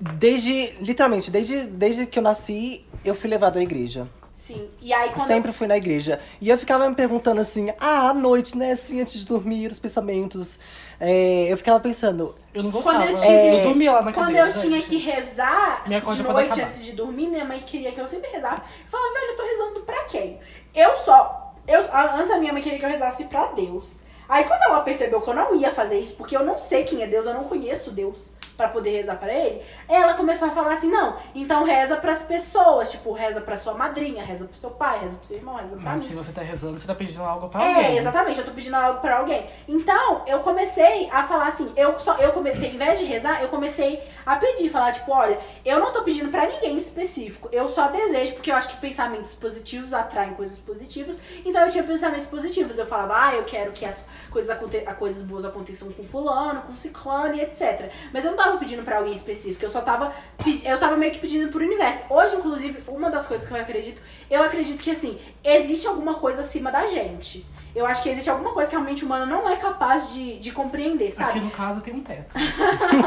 Speaker 3: desde. Literalmente, desde, desde que eu nasci, eu fui levado à igreja.
Speaker 2: Sim. E aí quando.
Speaker 3: Sempre fui na igreja. E eu ficava me perguntando assim, ah, à noite, né? Assim, antes de dormir, os pensamentos. É, eu ficava pensando,
Speaker 1: Eu não
Speaker 2: Quando
Speaker 1: gostava.
Speaker 2: eu
Speaker 1: Eu,
Speaker 2: tive-
Speaker 1: dormia lá na
Speaker 2: Quando
Speaker 1: cadeira.
Speaker 2: eu tinha
Speaker 1: gente.
Speaker 2: que rezar
Speaker 1: Minha conta
Speaker 2: de
Speaker 1: quando
Speaker 2: noite
Speaker 1: acabar.
Speaker 2: antes de dormir, minha mãe queria que eu sempre rezasse. Eu falava, velho, eu tô rezando pra quem? Eu só. Eu, a- antes a minha mãe queria que eu rezasse pra Deus. Aí quando ela percebeu que eu não ia fazer isso, porque eu não sei quem é Deus, eu não conheço Deus pra poder rezar pra ele, ela começou a falar assim: "Não, então reza pras pessoas, tipo, reza pra sua madrinha, reza pro seu pai, reza pro seu irmão, reza pra
Speaker 1: Mas
Speaker 2: mim".
Speaker 1: se você tá rezando, você tá pedindo algo pra
Speaker 2: Ah, É,
Speaker 1: alguém.
Speaker 2: exatamente, eu tô pedindo algo pra alguém. Então, eu comecei a falar assim, eu só eu comecei, em vez de rezar, eu comecei a pedir, falar tipo, olha, eu não tô pedindo pra ninguém em específico, eu só desejo, porque eu acho que pensamentos positivos atraem coisas positivas. Então eu tinha pensamentos positivos, eu falava, ah, eu quero que as coisas aconte a- coisas boas aconteçam com fulano, com ciclano e etc. Mas eu não tava pedindo pra alguém específico, eu só tava pe- eu tava meio que pedindo pro universo. Hoje, inclusive, uma das coisas que eu acredito, eu acredito que assim, existe alguma coisa acima da gente. Eu acho que existe alguma coisa que a mente humana não é capaz de, de compreender,
Speaker 1: Aqui
Speaker 2: sabe?
Speaker 1: no caso tem um teto.
Speaker 2: Ah,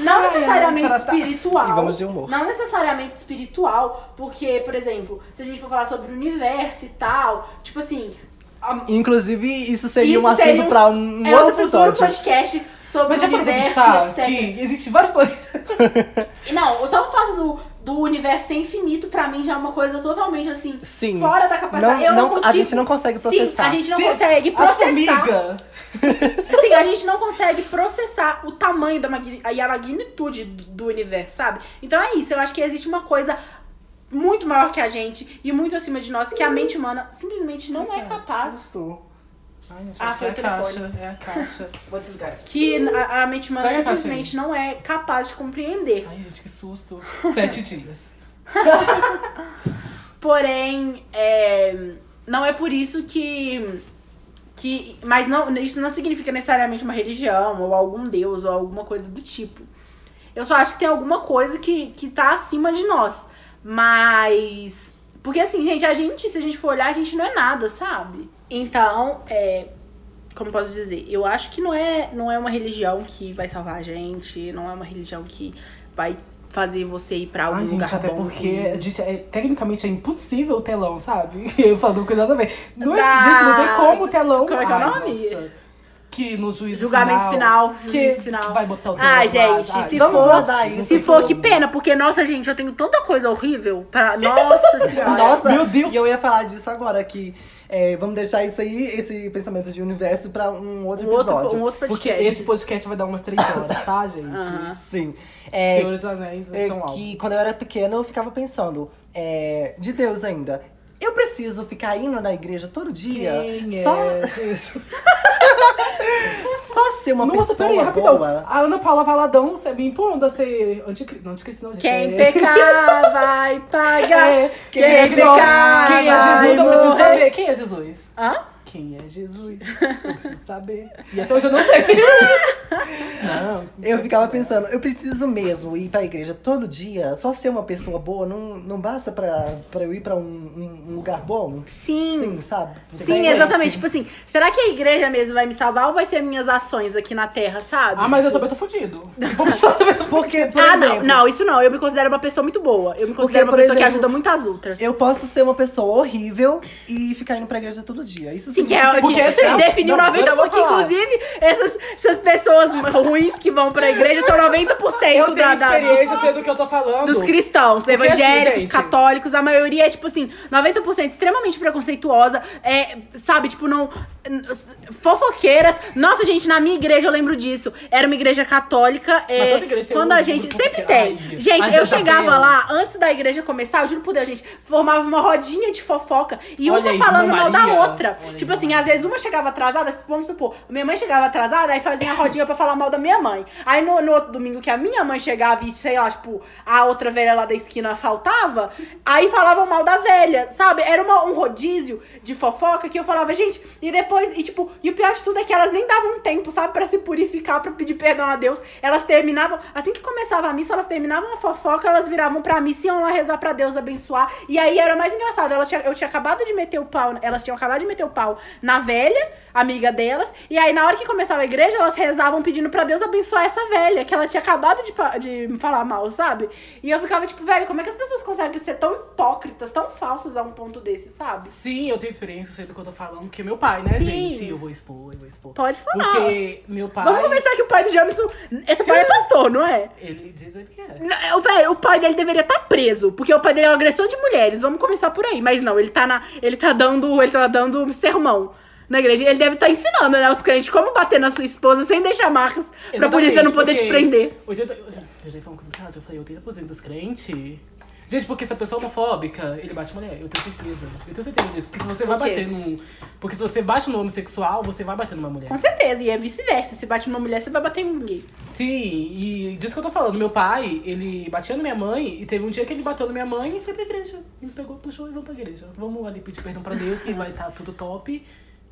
Speaker 2: Não necessariamente espiritual.
Speaker 3: E vamos de humor.
Speaker 2: Não necessariamente espiritual, porque, por exemplo, se a gente for falar sobre o universo e tal, tipo assim. a-
Speaker 3: Inclusive, isso seria um
Speaker 2: Isso
Speaker 3: assunto
Speaker 2: seria um-
Speaker 3: pra um
Speaker 2: é
Speaker 3: outro
Speaker 2: outro futuro
Speaker 3: episódio.
Speaker 2: podcast sobre
Speaker 1: Mas
Speaker 2: o
Speaker 1: já parou pra
Speaker 2: um universo,
Speaker 1: pensar
Speaker 2: etc.
Speaker 1: que existe vários planetas.
Speaker 2: E Não, só o fato do, do universo ser infinito, pra mim, já é uma coisa totalmente assim,
Speaker 3: Sim.
Speaker 2: fora da capacidade.
Speaker 3: Não-
Speaker 2: eu não
Speaker 3: não- a
Speaker 2: consigo.
Speaker 3: gente não consegue processar.
Speaker 2: Sim, a gente não
Speaker 1: Sim,
Speaker 2: consegue
Speaker 1: As
Speaker 2: processar.
Speaker 1: formigas.
Speaker 2: Assim, a gente não consegue processar o tamanho da magni- e a magnitude do do universo, sabe? Então é isso, eu acho que existe uma coisa muito maior que a gente e muito acima de nós que a mente humana simplesmente não é capaz.
Speaker 3: Isso.
Speaker 1: Ai, gente,
Speaker 2: Ah,
Speaker 1: isso
Speaker 2: foi
Speaker 1: é a
Speaker 2: o telefone.
Speaker 1: caixa. É a caixa.
Speaker 6: Vou desligar isso.
Speaker 2: Que a, a mente humana
Speaker 1: Pega a caixa
Speaker 2: simplesmente não é capaz de compreender.
Speaker 1: Ai, gente, que susto. Sete dias.
Speaker 2: Porém, é, não é por isso que. que mas não, isso não significa necessariamente uma religião ou algum deus ou alguma coisa do tipo. Eu só acho que tem alguma coisa que, que tá acima de nós. Mas. Porque assim, gente, a gente, se a gente for olhar, a gente não é nada, sabe? Então, é. Como posso dizer? Eu acho que não é, não é uma religião que vai salvar a gente, não é uma religião que vai fazer você ir pra algum
Speaker 1: Ai, gente,
Speaker 2: lugar
Speaker 1: até
Speaker 2: bom.
Speaker 1: porque a gente, é- tecnicamente é impossível o telão, sabe? Eu falo que nada a ver. Não é-
Speaker 2: Da-
Speaker 1: Gente, não tem como o telão.
Speaker 2: Como é que é o
Speaker 1: Ai,
Speaker 2: nome?
Speaker 1: nossa. Que no juízo
Speaker 2: Julgamento final,
Speaker 1: que,
Speaker 2: juízo final.
Speaker 1: que vai botar o telão.
Speaker 2: Ai,
Speaker 1: lá,
Speaker 2: gente,
Speaker 1: sabe?
Speaker 2: se
Speaker 3: Vamos
Speaker 2: for,
Speaker 3: guardar isso,
Speaker 2: se
Speaker 3: por
Speaker 2: for
Speaker 3: favor.
Speaker 2: que pena, porque nossa, gente, eu tenho tanta coisa horrível pra nossa senhora.
Speaker 3: Nossa,
Speaker 1: Meu Deus.
Speaker 3: e eu ia falar disso agora, que é, vamos deixar isso aí, esse pensamento de universo, pra um outro
Speaker 2: um outro,
Speaker 3: episódio.
Speaker 2: um outro
Speaker 1: Porque
Speaker 2: podcast.
Speaker 1: esse podcast vai dar umas três horas, tá, gente?
Speaker 2: Aham.
Speaker 3: Sim. É,
Speaker 1: Senhor dos Anéis,
Speaker 3: é
Speaker 1: são algo.
Speaker 3: que quando eu era pequena, eu ficava pensando, é, de Deus ainda, eu preciso ficar indo na igreja todo dia?
Speaker 1: Quem
Speaker 3: Só,
Speaker 1: é isso?
Speaker 3: só ser uma
Speaker 1: Nossa,
Speaker 3: pessoa
Speaker 1: peraí, rapidão.
Speaker 3: boa?
Speaker 1: A Ana Paula Valadão se- me impondo a ser anticristo. Não, anticristo não, gente.
Speaker 2: Quem
Speaker 1: é...
Speaker 2: pecar vai pagar.
Speaker 1: É,
Speaker 2: Quem pecar
Speaker 1: Quem é
Speaker 2: vai
Speaker 1: Jesus? Eu preciso
Speaker 2: morrer.
Speaker 1: saber. Quem é Jesus?
Speaker 2: Hã?
Speaker 1: Quem é Jesus? Eu preciso saber. E até hoje eu não sei. não.
Speaker 3: Eu ficava pensando, eu preciso mesmo ir pra igreja todo dia, só ser uma pessoa boa, não, não basta pra, pra eu ir pra um, um- um lugar bom?
Speaker 2: Sim. Sim.
Speaker 3: Sim, sabe? Você vai-
Speaker 2: exatamente. Tipo assim, será que a igreja mesmo vai me salvar ou vai ser minhas ações aqui na Terra, sabe?
Speaker 1: Ah, mas eu também tô fudido. Vou precisar também.
Speaker 3: Porque, por
Speaker 2: ah,
Speaker 3: exemplo,
Speaker 2: não, não, isso não. Eu me considero uma pessoa muito boa. Eu me considero
Speaker 3: Porque, por
Speaker 2: uma pessoa que
Speaker 3: exemplo,
Speaker 2: ajuda muitas outras.
Speaker 3: eu posso ser uma pessoa horrível e ficar indo pra igreja todo dia. Isso
Speaker 2: Sim, que é
Speaker 3: significa
Speaker 2: o
Speaker 1: Porque
Speaker 2: que
Speaker 1: assim,
Speaker 2: definiu
Speaker 1: não,
Speaker 2: 90%,
Speaker 1: agora eu
Speaker 2: porque
Speaker 1: vou falar.
Speaker 2: inclusive essas, essas pessoas ruins que vão pra igreja são 90%
Speaker 1: Eu tenho
Speaker 2: da, da,
Speaker 1: experiência, sei do que eu tô falando.
Speaker 2: dos cristãos,
Speaker 1: Porque assim,
Speaker 2: evangélicos,
Speaker 1: gente-
Speaker 2: católicos, a maioria é, tipo assim, 90% extremamente preconceituosa, é, sabe, tipo, não. Fofoqueiras. Nossa, gente, na minha igreja eu lembro disso. Era uma igreja católica. é,
Speaker 1: toda igreja tem
Speaker 2: quando
Speaker 1: um
Speaker 2: a
Speaker 1: grupo
Speaker 2: gente. Sempre
Speaker 1: fofoqueiro.
Speaker 2: tem.
Speaker 1: Ai,
Speaker 2: gente,
Speaker 1: mas
Speaker 2: eu
Speaker 1: já
Speaker 2: chegava
Speaker 1: sabemos.
Speaker 2: lá, antes da igreja começar, eu juro por Deus, gente, formava uma rodinha de fofoca. E
Speaker 1: Olha
Speaker 2: uma
Speaker 1: aí,
Speaker 2: falando
Speaker 1: irmã
Speaker 2: mal da
Speaker 1: Maria.
Speaker 2: outra.
Speaker 1: Olha aí,
Speaker 2: tipo
Speaker 1: irmã
Speaker 2: assim, às vezes uma chegava atrasada, vamos supor, minha mãe chegava atrasada, aí fazia a rodinha pra falar mal da minha mãe. Aí no, no outro domingo que a minha mãe chegava e, sei lá, tipo, a outra velha lá da esquina faltava, aí falavam mal da velha, sabe? Era uma- um rodízio de fofoca que eu falava, gente, e depois, e tipo, e o pior de tudo é que elas nem davam tempo, sabe, pra se purificar, pra pedir perdão a Deus. Elas terminavam, assim que começava a missa, elas terminavam a fofoca, elas viravam pra missa e iam lá rezar pra Deus abençoar. E aí era mais engraçado, ela tinha- eu tinha acabado de meter o pau, elas tinham acabado de meter o pau na velha, amiga delas, e aí na hora que começava a igreja, elas rezavam pedindo pra Deus abençoar essa velha, que ela tinha acabado de, pa- de falar mal, sabe? E eu ficava tipo, velho, como é que as pessoas conseguem ser tão hipócritas, tão falsas a um ponto desse, sabe?
Speaker 1: Sim, eu tenho experiência, sei do que eu tô falando, porque meu pai, né,
Speaker 2: Sim.
Speaker 1: gente? Eu vou expor, eu vou expor.
Speaker 2: Pode falar.
Speaker 1: Porque meu pai,
Speaker 2: Vamos começar que o pai do Jameson, esse pai é pastor, não é?
Speaker 1: ele diz ele que é.
Speaker 2: Não, é, o velho, o pai dele deveria estar preso, porque o pai dele é um agressor de mulheres. Vamos começar por aí. Mas não, ele tá na. Ele tá dando. Ele tá dando sermão na igreja. Ele deve estar ensinando, né, os crentes como bater na sua esposa sem deixar marcas pra polícia não poder te
Speaker 1: porque
Speaker 2: prender.
Speaker 1: 80, eu já ia falar uma coisa muito errada, eu falei 80% dos crentes... Gente, porque se a pessoa é homofóbica, ele bate mulher, eu tenho certeza. Eu tenho certeza disso, porque se você vai
Speaker 2: Por quê?
Speaker 1: bater num... Porque se você bate no homossexual, você vai bater numa mulher.
Speaker 2: Com certeza, e é vice-versa. Se bate numa mulher, você vai bater em um gay.
Speaker 1: Sim, e disso que eu tô falando. Meu pai, ele batia na minha mãe, e teve um dia que ele bateu na minha mãe e foi pra igreja. Ele pegou, puxou e vamos pra igreja. Vamos ali pedir perdão pra Deus, que vai estar tudo top.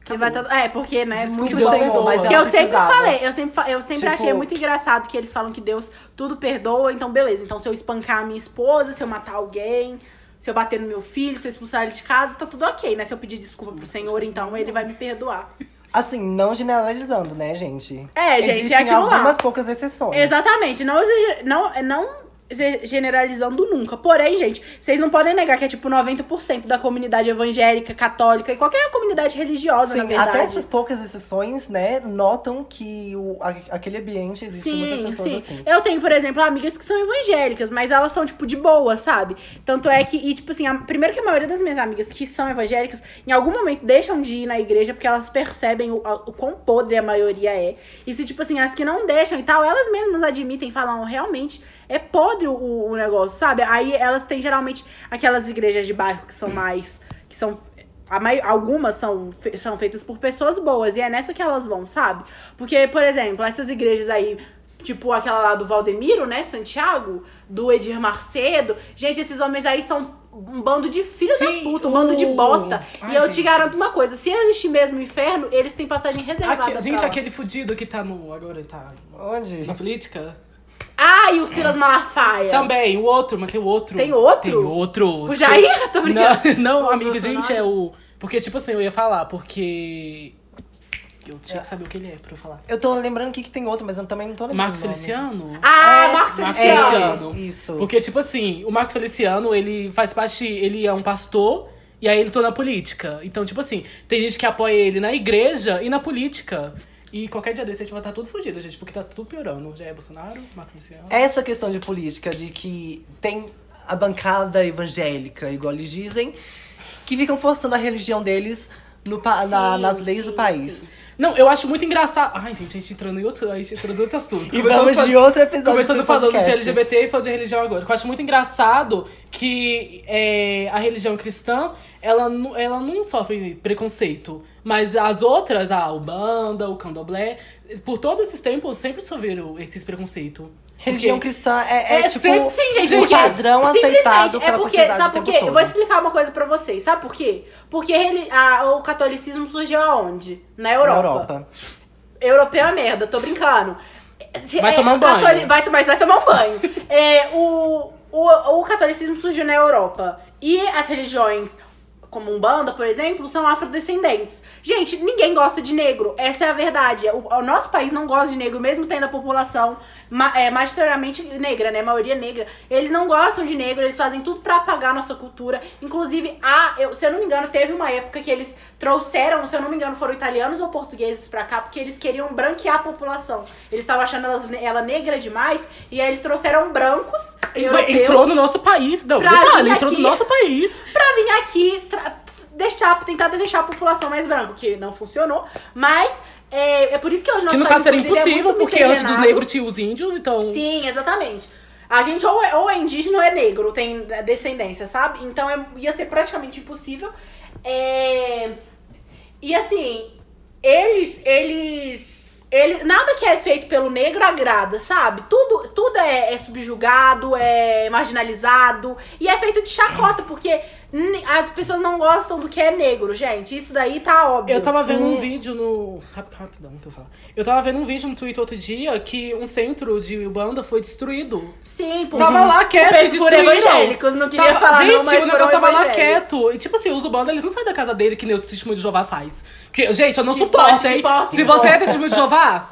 Speaker 2: Que vai tá... É, porque, né?
Speaker 1: Diz que
Speaker 2: muito
Speaker 1: Deus
Speaker 2: bom.
Speaker 1: perdoa.
Speaker 3: mas ela
Speaker 2: Que eu sempre
Speaker 3: precisava.
Speaker 2: falei, eu sempre, fa- eu sempre
Speaker 3: Tipo-
Speaker 2: achei muito engraçado que eles falam que Deus tudo perdoa, então beleza. Então se eu espancar a minha esposa, se eu matar alguém, se eu bater no meu filho, se eu expulsar ele de casa, tá tudo ok, né? Se eu pedir desculpa pro Senhor, então ele vai me perdoar.
Speaker 3: Assim, não generalizando, né, gente?
Speaker 2: É, gente, é
Speaker 3: Existem
Speaker 2: aquilo lá.
Speaker 3: algumas poucas exceções.
Speaker 2: Exatamente, não, exager- não, não ze- generalizando nunca. Porém, gente, vocês não podem negar que é tipo 90% da comunidade evangélica, católica e qualquer comunidade religiosa, na
Speaker 3: Sim,
Speaker 2: verdade.
Speaker 3: até essas poucas exceções, né, notam que o, a- aquele ambiente existe muitas pessoas assim.
Speaker 2: Eu tenho, por exemplo, amigas que são evangélicas, mas elas são, tipo, de boa, sabe? Tanto é que, e, tipo assim, a, primeiro que a maioria das minhas amigas que são evangélicas, em algum momento deixam de ir na igreja porque elas percebem o, a- o quão podre a maioria é. E se, tipo assim, as que não deixam e tal, elas mesmas admitem, falam, realmente. É podre o, o negócio, sabe? Aí elas têm geralmente aquelas igrejas de bairro que são mais. que são a mai- algumas são, fe- são feitas por pessoas boas e é nessa que elas vão, sabe? Porque, por exemplo, essas igrejas aí, tipo aquela lá do Valdemiro, né? Santiago, do Edir Macedo. Gente, esses homens aí são um bando de filhos da
Speaker 1: Sim,
Speaker 2: puta, um bando de
Speaker 1: o-
Speaker 2: bosta. e
Speaker 1: Ai,
Speaker 2: eu te
Speaker 1: gente.
Speaker 2: garanto uma coisa: se existe mesmo o inferno, eles têm passagem reservada.
Speaker 1: Aque-
Speaker 2: pra
Speaker 1: gente,
Speaker 2: lá.
Speaker 1: aquele fudido que tá no. Agora ele tá
Speaker 3: Onde?
Speaker 1: na política.
Speaker 2: Ah, e o Silas Malafaia.
Speaker 1: Também, o outro, mas tem o outro.
Speaker 2: Tem outro?
Speaker 1: Tem outro. tipo,
Speaker 2: O Jair? Tô brincando.
Speaker 1: Não, não
Speaker 2: O
Speaker 1: amiga,
Speaker 2: Bolsonaro.
Speaker 1: gente, é o. Porque, tipo assim, eu ia falar, porque. Eu tinha que saber o que ele é pra eu falar.
Speaker 3: Eu tô lembrando que, que tem outro, mas eu também não tô lembrando.
Speaker 1: Marcos
Speaker 3: o nome.
Speaker 1: Feliciano?
Speaker 2: Ah,
Speaker 3: É,
Speaker 2: Marcos
Speaker 1: Marcos
Speaker 2: Feliciano.
Speaker 1: Feliciano.
Speaker 3: Isso.
Speaker 1: Porque, tipo assim, o Marcos Feliciano, ele faz parte. Ele é um pastor e aí ele tá na política. Então, tipo assim, tem gente que apoia ele na igreja e na política. E qualquer dia desse a gente vai estar tudo fudido, gente, porque tá tudo piorando. Já é Bolsonaro, Marcos Feliciano.
Speaker 3: Essa questão de política, de que tem a bancada evangélica, igual eles dizem, que ficam forçando a religião deles no pa- na-
Speaker 2: Sim,
Speaker 3: nas leis
Speaker 2: sim,
Speaker 3: do país.
Speaker 1: Não, eu acho muito engraçado. Ai, gente, a gente entrando em outro, a gente entrando em outro assunto.
Speaker 3: E
Speaker 1: Começamos
Speaker 3: vamos
Speaker 1: fal-
Speaker 3: de outro episódio
Speaker 1: Começando
Speaker 3: do
Speaker 1: falando de
Speaker 3: podcast.
Speaker 1: LGBT e falando de religião agora. que Eu acho muito engraçado que é, a religião cristã, ela, nu- ela não sofre preconceito. Mas as outras, a Ubanda, o Candomblé, por todos esses tempos sempre sofreram esses preconceitos.
Speaker 3: Religião
Speaker 1: Porque-
Speaker 3: cristã é, é,
Speaker 1: É,
Speaker 3: tipo
Speaker 1: sempre- sim, gente,
Speaker 3: um
Speaker 1: porque-
Speaker 3: padrão
Speaker 2: assim, Simplesmente,
Speaker 3: aceitado pela
Speaker 2: é porque,
Speaker 3: sociedade
Speaker 2: Sabe
Speaker 3: o
Speaker 2: por
Speaker 3: tempo
Speaker 2: quê?
Speaker 3: todo.
Speaker 2: Eu vou explicar uma coisa pra vocês. Sabe por quê? Porque ele, a- o catolicismo surgiu aonde? Na Europa.
Speaker 3: Na Europa.
Speaker 2: Europeu é merda, tô brincando. Se- é,
Speaker 1: Vai tomar um banho.
Speaker 2: Vai, to- mas vai tomar um banho. É, o, o, o catolicismo surgiu na Europa. E as religiões, como Umbanda, por exemplo, são afrodescendentes. Gente, ninguém gosta de negro. Essa é a verdade. O, o nosso país não gosta de negro, mesmo tendo a população ma, é, majoritariamente negra, né? Maioria negra. Eles não gostam de negro, eles fazem tudo pra apagar a nossa cultura. Inclusive, a, eu- se eu não me engano, teve uma época que eles trouxeram, se eu não me engano, foram italianos ou portugueses pra cá, porque eles queriam branquear a população. Eles estavam achando elas, ne- ela negra demais, e aí eles trouxeram brancos europeus
Speaker 1: Entrou no nosso país. Não,
Speaker 2: Pra
Speaker 1: detalhe,
Speaker 2: vir
Speaker 1: entrou no
Speaker 2: aqui.
Speaker 1: nosso país.
Speaker 2: pra vir aqui tra- deixar, tentar deixar a população mais branca, o que não funcionou. Mas é, é por isso que hoje
Speaker 1: Que
Speaker 2: nosso
Speaker 1: no
Speaker 2: país,
Speaker 1: caso era
Speaker 2: inclusive, é
Speaker 1: impossível,
Speaker 2: muito
Speaker 1: porque antes dos
Speaker 2: miscigenado.
Speaker 1: negros tinha os índios, então.
Speaker 2: Sim, exatamente. A gente ou é, ou é indígena ou é negro, tem descendência, sabe? Então é- ia ser praticamente impossível. É, E assim, eles, eles, eles. Nada que é feito pelo negro agrada, sabe? Tudo, tudo é, é subjugado, é marginalizado e é feito de chacota, porque n- as pessoas não gostam do que é negro, gente. Isso daí tá óbvio.
Speaker 1: Eu tava vendo um vídeo no. rap- Rapidão que eu falo. Eu tava vendo um vídeo no Twitter outro dia que um centro de Ubanda foi destruído.
Speaker 2: Sim, por
Speaker 1: Tava lá quieto e
Speaker 2: por
Speaker 1: destruíram.
Speaker 2: evangélicos, não queria
Speaker 1: Tava-
Speaker 2: falar
Speaker 1: Gente,
Speaker 2: não, mas
Speaker 1: o
Speaker 2: foram
Speaker 1: negócio tava lá
Speaker 2: evangélicos.
Speaker 1: quieto. E tipo assim, os Ubanda, eles não saem da casa dele que nem o testemunho de Jeová faz. Porque, gente, eu não
Speaker 2: De
Speaker 1: suporto,
Speaker 2: poste, de
Speaker 1: hein?
Speaker 2: poste,
Speaker 1: Se
Speaker 2: de
Speaker 1: você é
Speaker 2: poste.
Speaker 1: testemunho de Jeová,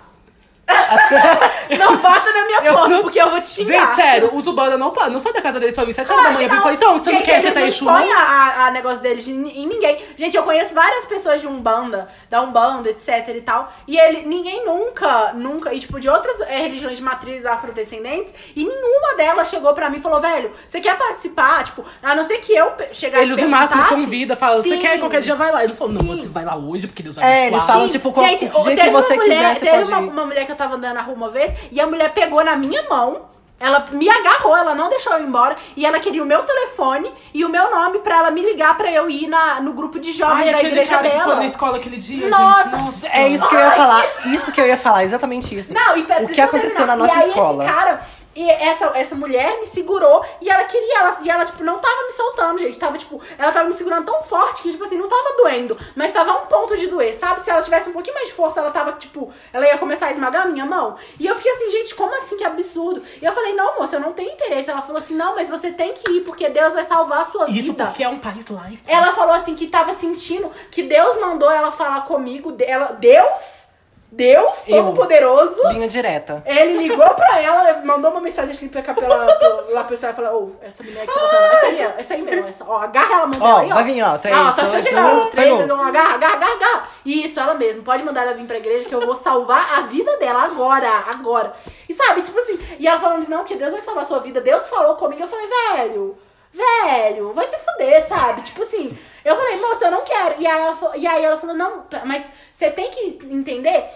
Speaker 2: Não bata na minha
Speaker 1: Eu
Speaker 2: porta,
Speaker 1: não-
Speaker 2: porque eu vou te xingar.
Speaker 1: Gente, sério, os Ubanda não, pa- não sai da casa deles pra mim sete horas da
Speaker 2: Claro
Speaker 1: manhã.
Speaker 2: que
Speaker 1: Eu falei, então, você não
Speaker 2: Gente,
Speaker 1: quer
Speaker 2: eles
Speaker 1: você tá
Speaker 2: não
Speaker 1: em chuva?
Speaker 2: expõem a, a- a negócio deles em em ninguém. Gente, eu conheço várias pessoas de Umbanda, da Umbanda, etc e tal. E ele, ninguém nunca, nunca, e tipo, de outras eh, religiões de matriz afrodescendentes, e nenhuma delas chegou pra mim e falou, velho, você quer participar? Tipo, a não ser que eu pe- chegasse
Speaker 1: Eles
Speaker 2: e
Speaker 1: no máximo
Speaker 2: perguntasse.
Speaker 1: convida, fala, você
Speaker 2: Sim.
Speaker 1: quer qualquer dia vai lá. Ele falou, não,
Speaker 2: Sim.
Speaker 1: você vai lá hoje, porque Deus vai
Speaker 3: É,
Speaker 1: abençoar.
Speaker 3: eles falam, tipo, qual
Speaker 2: Gente,
Speaker 3: dia
Speaker 2: teve
Speaker 3: que
Speaker 2: uma
Speaker 3: você
Speaker 2: mulher-
Speaker 3: quiser, você
Speaker 2: teve
Speaker 3: pode
Speaker 2: uma,
Speaker 3: ir.
Speaker 2: uma mulher que eu tava andando na rua uma vez e a mulher pegou na minha mão. Ela me agarrou, ela não deixou eu ir embora. E ela queria o meu telefone e o meu nome pra ela me ligar pra eu ir na, no grupo de jovens da
Speaker 1: Ai, aquele
Speaker 2: igreja
Speaker 1: cara que foi
Speaker 2: dela.
Speaker 1: na escola aquele dia,
Speaker 2: Nossa,
Speaker 1: gente. Nossa.
Speaker 3: É isso que eu ia falar. Isso que eu ia falar, exatamente isso.
Speaker 2: Não, e pera,
Speaker 3: o que
Speaker 2: deixa eu
Speaker 3: aconteceu na
Speaker 2: terminar.
Speaker 3: nossa
Speaker 2: e aí,
Speaker 3: escola.
Speaker 2: Esse cara, e essa, essa mulher me segurou e ela queria, ela, e ela, tipo, não tava me soltando, gente. Tava, tipo, ela tava me segurando tão forte que, tipo assim, não tava doendo, mas tava a um ponto de doer, sabe? Se ela tivesse um pouquinho mais de força, ela tava, tipo, ela ia começar a esmagar a minha mão. E eu fiquei assim, gente, como assim? Que absurdo. E eu falei, não, moça, eu não tenho interesse. Ela falou assim, não, mas você tem que ir, porque Deus vai salvar a sua
Speaker 1: Isso
Speaker 2: vida.
Speaker 1: porque é um país laico.
Speaker 2: Ela falou assim que tava sentindo que Deus mandou ela falar comigo. de- Ela, Deus? Deus
Speaker 1: Eu.
Speaker 2: Todo-Poderoso?
Speaker 3: Linha direta.
Speaker 2: Ele ligou pra ela, mandou uma mensagem assim pra, cá, pra, ela- pra, lá pra pessoa e falou: Ô, essa menina aqui tá passando. Essa aí, ó, essa aí mesmo. Essa, ó, agarra ela, manda
Speaker 3: Ó,
Speaker 2: ela aí, ó.
Speaker 3: vai vir, ó, três,
Speaker 2: Ah, tá
Speaker 3: dois,
Speaker 2: chegando.
Speaker 3: um,
Speaker 2: Três,
Speaker 3: vai
Speaker 2: dois, um, agarra, agarra, agarra, agarra. Isso, ela mesmo. Pode mandar ela vir pra igreja que eu vou salvar a vida dela agora, agora. E sabe, tipo assim, e ela falando: Não, porque Deus vai salvar a sua vida. Deus falou comigo. Eu falei: Velho, velho, vai se fuder, sabe? Tipo assim. Eu falei, moça, eu não quero. E aí ela, fa- e aí ela falou, não, mas você tem que entender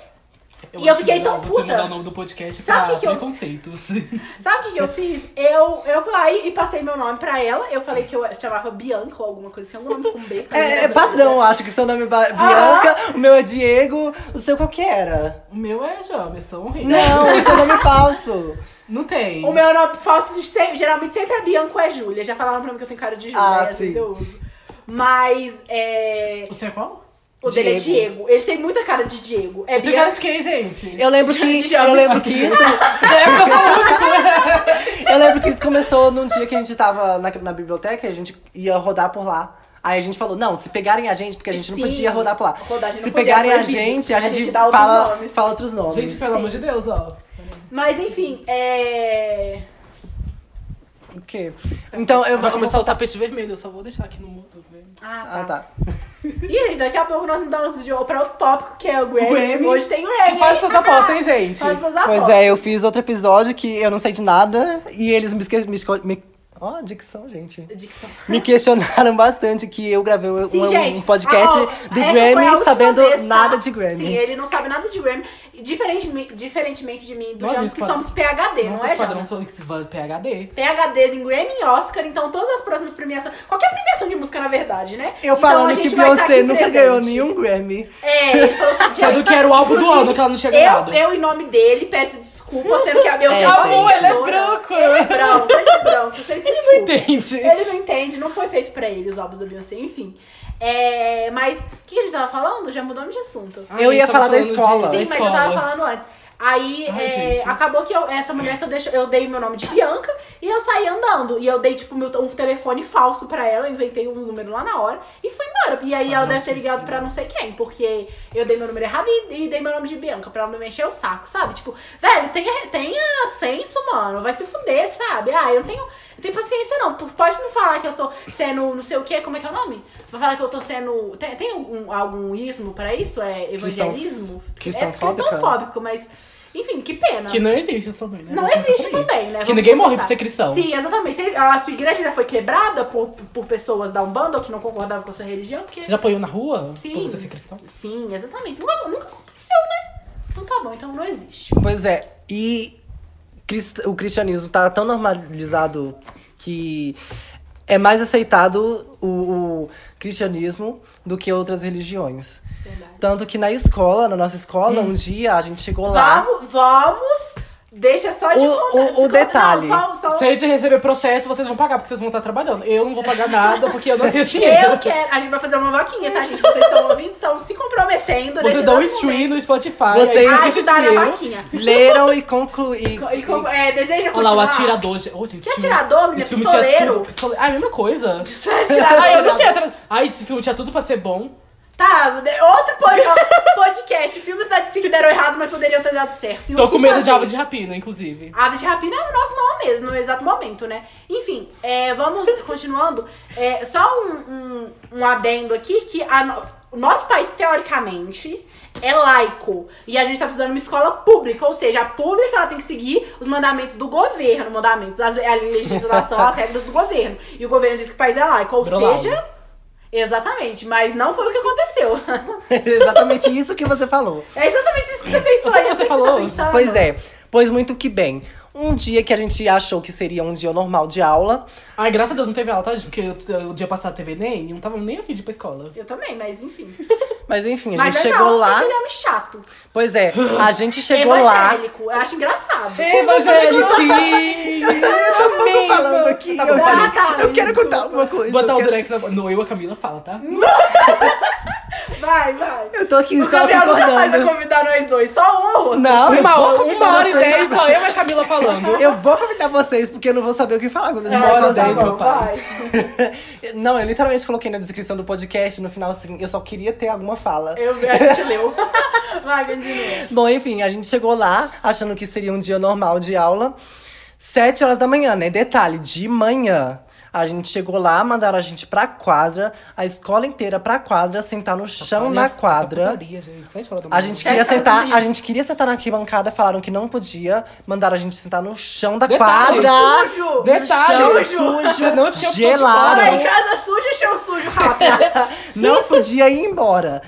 Speaker 2: E eu
Speaker 1: acho
Speaker 2: fiquei
Speaker 1: melhor
Speaker 2: tão
Speaker 1: você
Speaker 2: puta.
Speaker 1: mudar o nome do podcast
Speaker 2: Sabe
Speaker 1: pra
Speaker 2: o que que eu-
Speaker 1: preconceitos.
Speaker 2: Sabe o que, que eu fiz? Eu, eu fui lá e, e passei meu nome pra ela. Eu falei que eu chamava Bianca ou alguma coisa assim, algum nome com B.
Speaker 3: É, é padrão, eu acho que seu nome é
Speaker 2: Ah.
Speaker 3: Ba- Bianca, o meu é Diego, o seu qual que era?
Speaker 1: O meu é Jamerson. Reis.
Speaker 3: Não, o seu nome é falso.
Speaker 1: Não tem.
Speaker 2: O meu nome falso sempre- geralmente sempre é Bianca ou é Júlia. Já falaram pra mim que eu tenho cara de Júlia, né?
Speaker 3: Ah,
Speaker 2: às vezes
Speaker 3: sim.
Speaker 2: eu uso. Mas é,
Speaker 1: O seu é qual?
Speaker 2: o dele é
Speaker 3: Diego.
Speaker 2: Diego. Ele tem muita cara de Diego. É
Speaker 1: Eu tenho cara
Speaker 2: Bianca.
Speaker 1: de quem, gente?
Speaker 3: Eu lembro que, eu lembro que isso,
Speaker 1: É porque eu sou único.
Speaker 3: eu lembro que isso começou num dia que a gente tava na, na biblioteca e a gente ia rodar por lá. Aí a gente falou, não, se pegarem a gente, porque a gente
Speaker 2: Sim.
Speaker 3: não podia rodar por lá.
Speaker 2: Rodar a gente
Speaker 3: se
Speaker 2: não podia,
Speaker 3: pegarem a
Speaker 2: proibido.
Speaker 3: gente, a
Speaker 2: A gente
Speaker 3: gente
Speaker 2: dá outros
Speaker 3: fala,
Speaker 2: nomes.
Speaker 3: fala outros nomes.
Speaker 1: Gente, pelo amor de Deus, ó.
Speaker 2: Mas enfim, é.
Speaker 3: O quê? Então eu
Speaker 1: Vai
Speaker 3: vou
Speaker 1: começar o tapete vermelho, eu só vou deixar aqui no mudo. velho.
Speaker 2: Ah, tá.
Speaker 3: Ah, tá.
Speaker 2: E gente, daqui a pouco nós mudamos de pra outro tópico, que é o Grammy.
Speaker 1: Grammy.
Speaker 2: Hoje tem o Grammy.
Speaker 1: Que faz suas
Speaker 2: hein?
Speaker 1: apostas, hein, gente?
Speaker 2: Faz suas apostas.
Speaker 3: Pois é, eu fiz outro episódio que eu não sei de nada e eles me esque- me esco- me- Ó, a dicção, gente.
Speaker 2: Dicção.
Speaker 3: Me questionaram bastante que eu gravei um,
Speaker 2: Sim,
Speaker 3: um
Speaker 2: gente.
Speaker 3: podcast
Speaker 2: Ah, ó,
Speaker 3: de
Speaker 2: essa foi a
Speaker 3: Grammy
Speaker 2: última
Speaker 3: sabendo
Speaker 2: vez, tá?
Speaker 3: nada de Grammy.
Speaker 2: Sim, ele não sabe nada de Grammy. Diferente, diferentemente de mim e do
Speaker 1: Nossa,
Speaker 2: James,
Speaker 1: isso
Speaker 2: que
Speaker 1: pode-
Speaker 2: somos PHD,
Speaker 1: Nossa,
Speaker 2: não é,
Speaker 1: esse padrão
Speaker 2: James?
Speaker 1: Sonic PHD.
Speaker 2: PHDs em Grammy e Oscar, então todas as próximas premiações. Qualquer premiação de música, na verdade, né? Então,
Speaker 3: Eu
Speaker 2: a
Speaker 3: falando
Speaker 2: gente
Speaker 3: que
Speaker 2: vai estar
Speaker 3: Beyoncé
Speaker 2: aqui
Speaker 3: nunca
Speaker 2: presente.
Speaker 3: ganhou nenhum Grammy.
Speaker 2: É, ele falou que tinha.
Speaker 1: Sendo que era o álbum do ano que ela não tinha ganhado.
Speaker 2: Eu, eu, em nome dele, peço desculpa, sendo que a Beyoncé
Speaker 3: É,
Speaker 2: uma
Speaker 3: amor,
Speaker 1: ele é
Speaker 2: vencedora.
Speaker 1: branco.
Speaker 2: Ele é branco, ele é branco. Vocês ele
Speaker 1: Não entende.
Speaker 2: Ele não entende, não foi feito pra ele os álbuns da Beyoncé, enfim. É, mas o que que a gente tava falando? Já mudamos de assunto.
Speaker 1: Ai,
Speaker 3: Eu ia
Speaker 1: só
Speaker 3: falar da
Speaker 1: falando
Speaker 3: escola.
Speaker 2: Sim,
Speaker 1: de- da
Speaker 2: mas eu tava
Speaker 1: escola.
Speaker 2: falando antes. Aí
Speaker 1: Ai,
Speaker 2: é,
Speaker 1: gente.
Speaker 2: acabou que eu- essa mulher só deixou, eu dei meu nome de Bianca e eu saí andando. E eu dei, tipo, meu- um telefone falso pra ela, eu inventei um número lá na hora e fui embora. E aí ela deve ter ligado pra não sei quem, porque eu dei meu número errado e, e dei meu nome de Bianca pra ela não me encher o saco, sabe? Tipo, velho, tenha, tenha senso, mano. Vai se fuder, sabe? Ah, eu não tenho, não tenho paciência, não. Por- Pode me falar que eu tô sendo não sei o quê, como é que é o nome? Vai falar que eu tô sendo. Tem, tem algum, algum ismo pra isso? É
Speaker 3: Cristão-
Speaker 2: evangelismo?
Speaker 3: cristãofóbica?
Speaker 2: É cristãofóbico, mas. Enfim, que pena.
Speaker 1: Que não existe isso também, né?
Speaker 2: Não
Speaker 1: Vamos começar
Speaker 2: existe
Speaker 1: por aí.
Speaker 2: também, né?
Speaker 1: Que
Speaker 2: Vamos
Speaker 1: ninguém
Speaker 2: começar.
Speaker 1: morre por ser cristão.
Speaker 2: Sim, exatamente. Se A sua igreja já foi quebrada por, por pessoas da Umbanda ou que não concordavam com a sua religião, porque...
Speaker 1: Você já apanhou na rua
Speaker 2: Sim.
Speaker 1: por você ser cristão?
Speaker 2: Sim, exatamente. Nunca, nunca aconteceu, né? Então tá bom, então não existe.
Speaker 3: Pois é, e crist- o cristianismo tá tão normalizado que é mais aceitado o, o cristianismo do que outras religiões.
Speaker 2: Verdade.
Speaker 3: Tanto que na escola, na nossa escola,
Speaker 2: Hum.
Speaker 3: um dia a gente chegou lá.
Speaker 2: Vamos, vamos. Deixa só de
Speaker 3: O-
Speaker 2: contar-
Speaker 3: o-
Speaker 2: de
Speaker 3: o
Speaker 2: contar-
Speaker 3: detalhe.
Speaker 2: Não, só, um- só...
Speaker 1: Se a gente receber processo, vocês vão pagar, porque vocês vão estar trabalhando. Eu não vou pagar nada, porque eu não tenho dinheiro.
Speaker 2: Eu quero. A gente vai fazer uma vaquinha, tá, gente? Vocês estão ouvindo, estão se comprometendo.
Speaker 1: Você
Speaker 2: nesse
Speaker 1: dá um
Speaker 2: exato
Speaker 1: stream no Spotify.
Speaker 3: Vocês-
Speaker 2: momento.
Speaker 1: aí você
Speaker 2: A
Speaker 1: deixa
Speaker 2: ajudar na
Speaker 1: dinheiro.
Speaker 2: vaquinha.
Speaker 3: Leram e concluí.
Speaker 2: E com- é, deseja
Speaker 1: Olha lá,
Speaker 2: continuar.
Speaker 1: o atirador. gente. Ô, gente,
Speaker 2: Que
Speaker 1: esse filme-
Speaker 2: atirador, menina?
Speaker 1: esse filme tinha
Speaker 2: Pistoleiro.
Speaker 1: tudo- pistole- Ah, a mesma coisa.
Speaker 2: Atirador.
Speaker 1: Ah, eu não sei. atra- Ah, esse filme tinha tudo pra ser bom.
Speaker 2: Tá, outro pod- podcast. Filmes da DC que deram errado, mas poderiam ter dado certo. E o
Speaker 1: Tô
Speaker 2: que
Speaker 1: com medo de
Speaker 2: fazer?
Speaker 1: ave de rapina, inclusive.
Speaker 2: Aves de rapina é o nosso nome mesmo, no exato momento, né? Enfim, é, vamos continuando. É, só um, um- um adendo aqui, que a no- o nosso país, teoricamente, é laico. E a gente tá precisando de uma escola pública, ou seja, a pública ela tem que seguir os mandamentos do governo, mandamentos, as- a legislação, as regras do governo. E o governo diz que o país é laico, ou
Speaker 1: Brolado.
Speaker 2: seja... Exatamente, mas não foi o que aconteceu.
Speaker 3: Exatamente isso que você falou.
Speaker 2: é exatamente isso que você pensou.
Speaker 1: Eu sei o
Speaker 2: aí,
Speaker 1: que
Speaker 2: eu
Speaker 1: você
Speaker 2: sei
Speaker 1: falou.
Speaker 2: tá pensando.
Speaker 3: Pois é, pois muito que bem. Um dia que a gente achou que seria um dia normal de aula,
Speaker 1: Ai, graças a Deus não teve aula, tá? gente? Porque eu- eu- o dia passado teve Enem e não tava nem a fim de ir pra escola.
Speaker 2: Eu também, mas enfim.
Speaker 3: mas enfim, a
Speaker 2: mas vai
Speaker 3: gente chegou
Speaker 2: dar aula,
Speaker 3: lá.
Speaker 2: porque ele é um chato. É
Speaker 3: Pois é, a gente chegou lá. É
Speaker 2: evangélico. Eu acho engraçado.
Speaker 1: Evangelique!
Speaker 3: Todo mundo falando aqui.
Speaker 1: Tá
Speaker 3: eu,
Speaker 1: bom.
Speaker 3: quero-
Speaker 2: Ah, tá,
Speaker 3: eu quero
Speaker 2: isso.
Speaker 3: contar uma coisa.
Speaker 1: Botar
Speaker 3: eu,
Speaker 1: o
Speaker 3: quero-
Speaker 1: Durex na... Não, eu e a Camila fala, tá?
Speaker 2: Vai, vai.
Speaker 3: eu tô aqui
Speaker 2: O
Speaker 3: só
Speaker 2: Gabriel nunca mais vai
Speaker 3: concordando.
Speaker 2: convidar nós dois, só um ou outro.
Speaker 3: Não, eu
Speaker 1: uma,
Speaker 3: vou
Speaker 1: hora,
Speaker 3: convidar
Speaker 1: uma hora e
Speaker 3: vocês.
Speaker 1: dez, só eu e a Camila falando.
Speaker 3: Eu vou convidar vocês, porque eu não vou saber o que falar quando a gente
Speaker 1: Uma hora
Speaker 3: vai
Speaker 1: e
Speaker 2: "Tá
Speaker 1: dez, tá
Speaker 3: sozinho.
Speaker 1: meu pai.
Speaker 3: Não, eu literalmente coloquei na descrição do podcast, no final, assim, eu só queria ter alguma fala.
Speaker 2: Eu vi, a gente leu. Vai, Gandinho.
Speaker 3: Bom, enfim, a gente chegou lá, achando que seria um dia normal de aula. Sete horas da manhã, né? Detalhe, de manhã. A gente chegou lá, mandaram a gente pra quadra, a escola inteira pra quadra, sentar no chão Então, na
Speaker 1: Olha essa
Speaker 3: quadra.
Speaker 1: putaria, gente, sete horas
Speaker 3: A
Speaker 1: da manhã.
Speaker 3: gente
Speaker 2: Quer
Speaker 3: queria
Speaker 2: ficar
Speaker 3: sentar,
Speaker 2: comigo?
Speaker 3: a gente queria sentar na arquibancada, falaram que não podia, mandaram a gente sentar no chão da
Speaker 1: Detalhe,
Speaker 3: quadra.
Speaker 2: Sujo!
Speaker 1: Detalhe,
Speaker 3: Chão
Speaker 1: Você não tinha
Speaker 3: sujo,
Speaker 1: opção de
Speaker 3: gelado.
Speaker 2: Fora em casa suja, chão sujo, rápido.
Speaker 3: Não podia ir embora.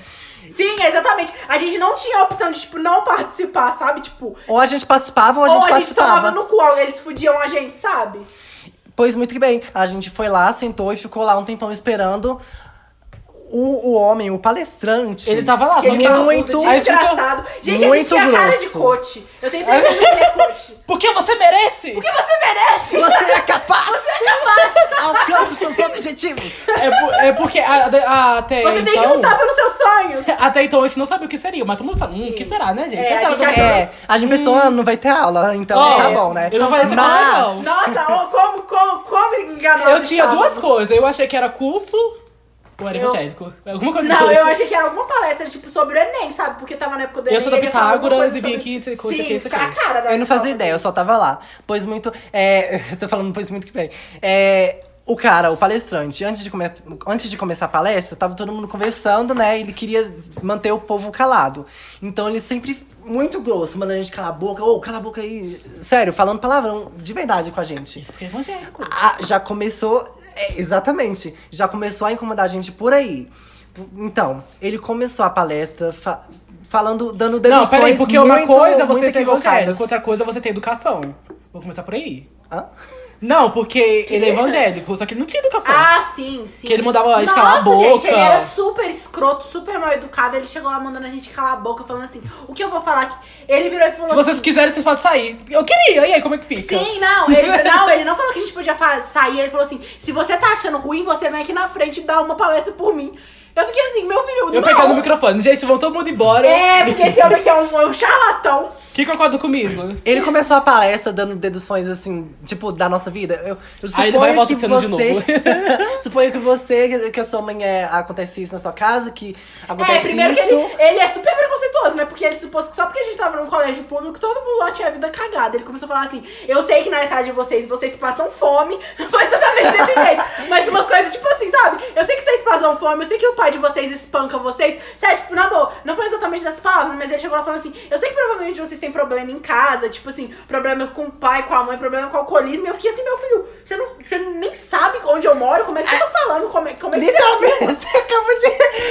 Speaker 2: Sim, exatamente. A gente não tinha a opção de, tipo, não participar, sabe? Tipo,
Speaker 3: Ou a gente participava ou a gente
Speaker 2: ou a gente
Speaker 3: participava.
Speaker 2: tomava no cu, eles fudiam a gente, sabe?
Speaker 3: Pois muito que bem. A gente foi lá, sentou e ficou lá um tempão esperando o, o homem, o palestrante. é
Speaker 1: Ele tava lá, só
Speaker 2: Aquele
Speaker 1: que...
Speaker 3: Muito-
Speaker 2: barbudo
Speaker 1: Aí ficou
Speaker 2: desgraçado. Gente, a gente
Speaker 3: muito
Speaker 2: tinha cara de
Speaker 3: grosso.
Speaker 2: coach. Eu tenho certeza que ele é coach.
Speaker 1: Porque você merece!
Speaker 2: O que você merece?
Speaker 3: Você é capaz!
Speaker 2: É capaz.
Speaker 3: Alcança seus objetivos!
Speaker 1: É, por- é porque a- a- até
Speaker 2: Você
Speaker 1: então...
Speaker 2: tem que lutar pelos seus sonhos.
Speaker 1: Até então a gente não sabia o que seria, mas todo mundo fala, hum, o que será, né, gente?
Speaker 2: É,
Speaker 1: Sete
Speaker 2: a
Speaker 1: horas
Speaker 2: gente
Speaker 1: da manhã.
Speaker 3: É, a gente pensou, ah, não vai ter aula, então
Speaker 1: Ó,
Speaker 3: tá bom, né?
Speaker 1: eu não falei essa coisa,
Speaker 3: Mas,
Speaker 1: não.
Speaker 2: Nossa, ó, como, como, como enganou
Speaker 1: Eu tinha duas coisas. Eu achei que era curso ou era
Speaker 2: Eu-
Speaker 1: evangélico. Alguma coisa
Speaker 2: Não,
Speaker 1: assim.
Speaker 2: eu achei que era alguma palestra, tipo, sobre o Enem, sabe? Porque tava na época do
Speaker 1: Eu
Speaker 2: Enem.
Speaker 1: sou da
Speaker 2: ele ia falar alguma
Speaker 1: Pitágoras
Speaker 2: coisa
Speaker 1: e vim aqui, isso aqui, isso
Speaker 2: Sim,
Speaker 1: aqui, isso aqui.
Speaker 2: a cara da
Speaker 3: eu não fazia
Speaker 2: escola.
Speaker 3: ideia, eu só tava lá. Pois muito. É, eu tô falando, pois muito que bem. É, o cara, o palestrante, antes de, come- antes de começar a palestra, tava todo mundo conversando, né? Ele queria manter o povo calado. Então ele sempre, muito grosso, mandando a gente calar a boca, ou cala a boca aí. Sério, falando palavrão de verdade com a gente.
Speaker 1: Porque é evangélico.
Speaker 3: Ah, já começou. é, exatamente. Já começou a incomodar a gente por aí. P- Então, ele começou a palestra fa- falando, dando
Speaker 1: Não,
Speaker 3: deduções
Speaker 1: peraí, porque uma
Speaker 3: muito,
Speaker 1: coisa é
Speaker 3: muito
Speaker 1: você ser
Speaker 3: equivocadas.
Speaker 1: evangélico, outra coisa é você ter educação. Vou começar por aí.
Speaker 3: Hã?
Speaker 1: Não, porque ele é evangélico, só que ele não tinha educação.
Speaker 2: Ah, sim, sim.
Speaker 1: Que ele mandava a gente calar a
Speaker 2: Nossa, gente,
Speaker 1: boca.
Speaker 2: ele era super escroto, super mal educado. Ele chegou lá mandando a gente calar a boca, falando assim, o que eu vou falar aqui? Ele virou e falou
Speaker 1: Se vocês
Speaker 2: assim,
Speaker 1: quiserem, vocês podem sair. Eu queria, e aí, como é que fica?
Speaker 2: Sim, não ele, não, ele não falou que a gente podia fa- sair. Ele falou assim: se você tá achando ruim, você vem aqui na frente e dá uma palestra por mim. Eu fiquei assim, meu filho,
Speaker 1: Eu
Speaker 2: não.
Speaker 1: pegando o microfone. Gente, vão todo mundo embora.
Speaker 2: É, porque esse homem aqui é um, é um charlatão.
Speaker 1: Quem concorda comigo?
Speaker 3: Ele começou a palestra dando deduções assim, tipo, da nossa vida. Eu, eu
Speaker 1: Aí ele vai e
Speaker 3: suponho
Speaker 1: volta
Speaker 3: que
Speaker 1: o cena de
Speaker 3: você.
Speaker 1: novo.
Speaker 3: suponho que você, que- que a sua mãe é. Acontece isso na sua casa, que acontece
Speaker 2: É, primeiro
Speaker 3: isso.
Speaker 2: que ele, ele é super preconceituoso, né? Porque ele supôs que só porque a gente tava num colégio público, todo mundo lá tinha a vida cagada. Ele começou a falar assim: eu sei que na casa de vocês, vocês passam fome. Foi exatamente desse jeito. Mas umas coisas tipo assim, sabe? Eu sei que vocês passam fome, eu sei que o pai de vocês espanca vocês. Sério, tipo, na boa, não foi exatamente nessas palavras, mas ele chegou lá falando assim: eu sei que provavelmente vocês têm problema em casa, tipo assim, problemas com o pai, com a mãe, problema com o alcoolismo. E eu fiquei assim, meu filho, você, não, você nem sabe onde eu moro, como é que você tá falando? Como é, como é que você
Speaker 3: Literalmente, você acabou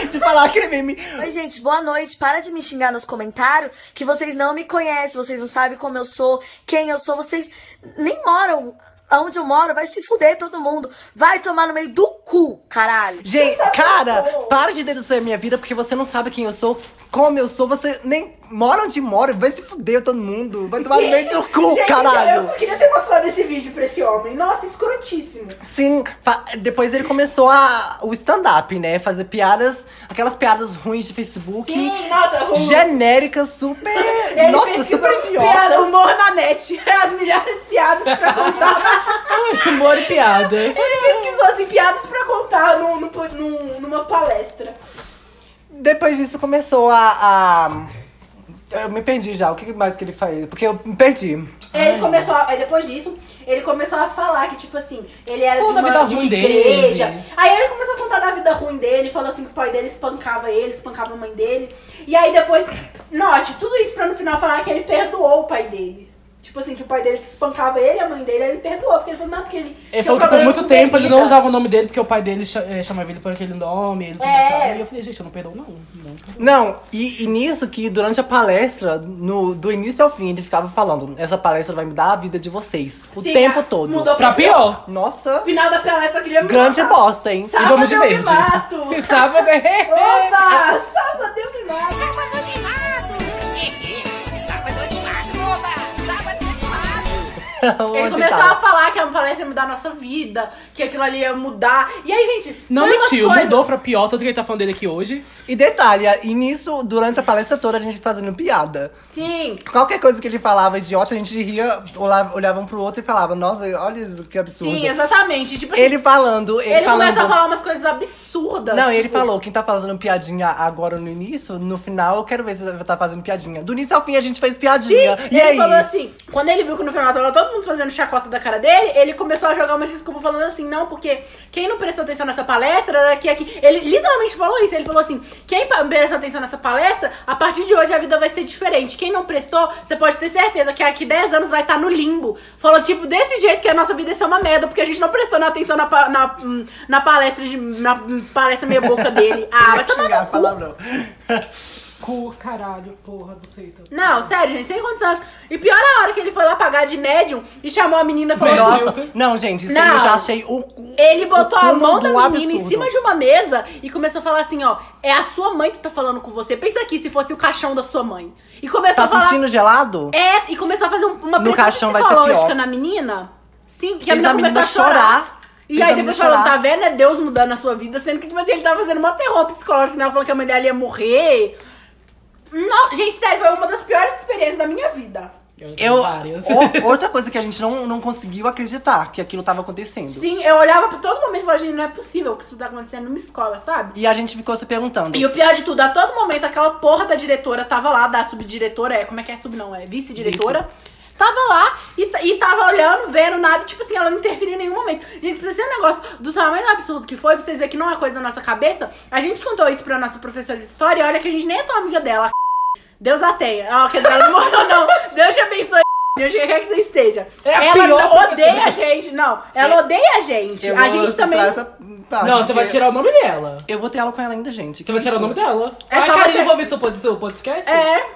Speaker 3: de, de falar aquele meme.
Speaker 6: Oi, gente, boa noite. Para de me xingar nos comentários que vocês não me conhecem, vocês não sabem como eu sou, quem eu sou, vocês nem moram aonde eu moro, vai se fuder todo mundo. Vai tomar no meio do cu, caralho.
Speaker 3: Gente, cara, para de deduzir a minha vida porque você não sabe quem eu sou, como eu sou, você nem mora onde mora, vai se fuder todo mundo, vai tomar no meio do cu,
Speaker 2: Gente, Eu
Speaker 3: caralho.
Speaker 2: só queria ter mostrado esse vídeo pra esse homem. Nossa, escrotíssimo.
Speaker 3: Sim, fa- depois ele começou a, o stand-up, né? Fazer piadas, aquelas piadas ruins de Facebook,
Speaker 2: Sim, Hum, nossa, o-
Speaker 3: genéricas, super.
Speaker 2: Ele
Speaker 3: nossa,
Speaker 2: pesquisou
Speaker 3: super
Speaker 2: Piada,
Speaker 3: idiotas.
Speaker 2: humor na net. As milhares de piadas pra contar.
Speaker 1: Humor e piada.
Speaker 2: Ele pesquisou, assim, piadas pra contar num, num, num- numa palestra.
Speaker 3: Depois disso começou a, a- Eu me perdi já, o que mais que ele faz? Porque eu me perdi.
Speaker 2: Ele começou, a- aí depois disso, ele começou a falar que, tipo assim, ele era de
Speaker 1: Falou da
Speaker 2: uma,
Speaker 1: vida
Speaker 2: de uma
Speaker 1: ruim dele.
Speaker 2: igreja. Aí ele começou a contar da vida ruim dele, falou assim que o pai dele espancava ele, espancava a mãe dele. E aí depois, note, tudo isso pra no final falar que ele perdoou o pai dele. Tipo assim, que o pai dele que espancava ele, a mãe dele, ele perdoou. Porque ele falou, não, porque ele. tinha
Speaker 1: Ele falou
Speaker 2: um
Speaker 1: que por
Speaker 2: problema
Speaker 1: muito
Speaker 2: com
Speaker 1: tempo ele não
Speaker 2: bebidas.
Speaker 1: usava o nome dele, porque o pai dele cha- eh, chamava ele por aquele nome, ele tudo
Speaker 2: É.
Speaker 1: tal. E eu falei, gente, eu não perdoo, não. não.
Speaker 3: Não, e, e nisso que durante a palestra, no, do início ao fim, ele ficava falando: essa palestra vai mudar a vida de vocês. O
Speaker 2: Sim,
Speaker 3: tempo
Speaker 2: a-
Speaker 3: todo.
Speaker 2: Mudou
Speaker 1: Pra pior.
Speaker 3: Nossa,
Speaker 2: No final da palestra eu queria me
Speaker 3: grande
Speaker 2: matar.
Speaker 3: bosta, hein?
Speaker 1: E vamos de
Speaker 2: Sábado eu me
Speaker 1: verde.
Speaker 2: mato.
Speaker 1: E sábado é.
Speaker 2: Opa! Sábado eu me mato.
Speaker 7: Sábado animado! Sábado animado! Oba! Sábado animado!
Speaker 2: Ele
Speaker 3: Onde
Speaker 2: começou
Speaker 3: tá?
Speaker 2: a falar que a palestra ia mudar a nossa vida, que aquilo ali ia mudar. E aí, gente,
Speaker 1: Não
Speaker 2: foi umas
Speaker 1: mentiu,
Speaker 2: coisas-
Speaker 1: mudou pra pior, tanto que ele tá falando dele aqui hoje.
Speaker 3: E detalhe, e nisso, durante a palestra toda, a gente fazendo piada.
Speaker 2: Sim.
Speaker 3: Qualquer coisa que ele falava idiota, a gente ria, olhava, olhava um pro outro e falava, nossa, olha isso, que absurdo.
Speaker 2: Sim, exatamente. Tipo assim,
Speaker 3: Ele falando, ele,
Speaker 2: ele
Speaker 3: falando.
Speaker 2: começa a falar umas coisas absurdas.
Speaker 3: Não, e ele
Speaker 2: tipo,
Speaker 3: falou, quem tá fazendo piadinha agora no início, no final eu quero ver se você tá fazendo piadinha. Do início ao fim a gente fez piadinha. e
Speaker 2: ele
Speaker 3: aí?
Speaker 2: falou assim, quando ele viu que no final tava todo mundo fazendo chacota da cara dele, ele começou a jogar umas desculpas falando assim, não, porque quem não prestou atenção nessa palestra, daqui a aqui. Ele literalmente falou isso, ele falou assim: quem pa- prestou atenção nessa palestra, a partir de hoje a vida vai ser diferente. Quem não prestou, você pode ter certeza que aqui 10 anos vai estar no limbo. Falou, tipo, desse jeito que a nossa vida ia ser uma merda, porque a gente não prestou atenção na, pa- na, hum, na palestra de. na hum, palestra meia boca dele. Ah, vai tomar
Speaker 3: Xingar,
Speaker 2: no cu.
Speaker 3: palavrão.
Speaker 1: Cu, caralho, porra do seita.
Speaker 2: Não, sério, gente, sem condições. E pior é a hora que ele foi lá pagar de médium e chamou a menina e falou assim.
Speaker 3: Nossa, não, gente, isso
Speaker 2: Não.
Speaker 3: eu já achei o. o-
Speaker 2: Ele botou
Speaker 3: o
Speaker 2: a
Speaker 3: cúmulo
Speaker 2: mão
Speaker 3: do
Speaker 2: da menina em
Speaker 3: absurdo.
Speaker 2: cima de um uma mesa e começou a falar assim, ó, é a sua mãe que tá falando com você. Pensa aqui se fosse o caixão da sua mãe. E começou
Speaker 3: Tá
Speaker 2: a falar
Speaker 3: sentindo gelado?
Speaker 2: É, e começou a fazer um- uma
Speaker 3: No
Speaker 2: pressão
Speaker 3: caixão vai ser
Speaker 2: psicológica
Speaker 3: pior.
Speaker 2: na menina. Sim, que a
Speaker 3: Fez
Speaker 2: menina
Speaker 3: a
Speaker 2: começou
Speaker 3: menina
Speaker 2: a chorar.
Speaker 3: chorar.
Speaker 2: E
Speaker 3: Fez
Speaker 2: aí
Speaker 3: a menina
Speaker 2: depois falou,
Speaker 3: chorar.
Speaker 2: tá vendo? É Deus mudando a sua vida. Sendo que, tipo assim, ele tava fazendo uma terror psicológico nela, falando que a mãe dela ia morrer. Não, gente, sério, foi uma das piores experiências da minha vida.
Speaker 3: Eu,
Speaker 1: Várias.
Speaker 3: o- outra coisa que a gente não, não conseguiu acreditar que aquilo tava acontecendo.
Speaker 2: Sim, eu olhava pra todo momento e falava, gente, não é possível que isso tá acontecendo numa escola, sabe?
Speaker 3: E a gente ficou se perguntando.
Speaker 2: E o pior de tudo, a todo momento aquela porra da diretora tava lá, da subdiretora, é, como é que é sub não, é vice-diretora. Tava lá e, t- e tava olhando, vendo nada, e tipo assim, ela não interferiu em nenhum momento. Gente, pra vocês terem um negócio do tamanho do absurdo que foi, pra vocês verem que não é coisa da nossa cabeça, a gente contou isso pra nossa professora de história, e olha que a gente nem é tão amiga dela. Deus a tenha. Ah, quer dizer, ela não morreu, não. Deus te abençoe. Deus quer que você esteja.
Speaker 1: É a
Speaker 2: ela
Speaker 1: pior É.
Speaker 2: não- odeia a gente. Não, ela odeia a gente.
Speaker 3: Eu
Speaker 2: a
Speaker 3: vou
Speaker 2: gente
Speaker 3: registrar
Speaker 2: também.
Speaker 3: Essa parte,
Speaker 1: Não, você vai
Speaker 3: porque
Speaker 1: tirar o nome dela.
Speaker 3: Eu vou ter ela com ela ainda, gente.
Speaker 1: Você vai tirar o nome dela.
Speaker 2: É
Speaker 1: Ai,
Speaker 2: só
Speaker 1: Karine,
Speaker 2: você-
Speaker 1: vou ver seu pod- seu podcast?
Speaker 2: É.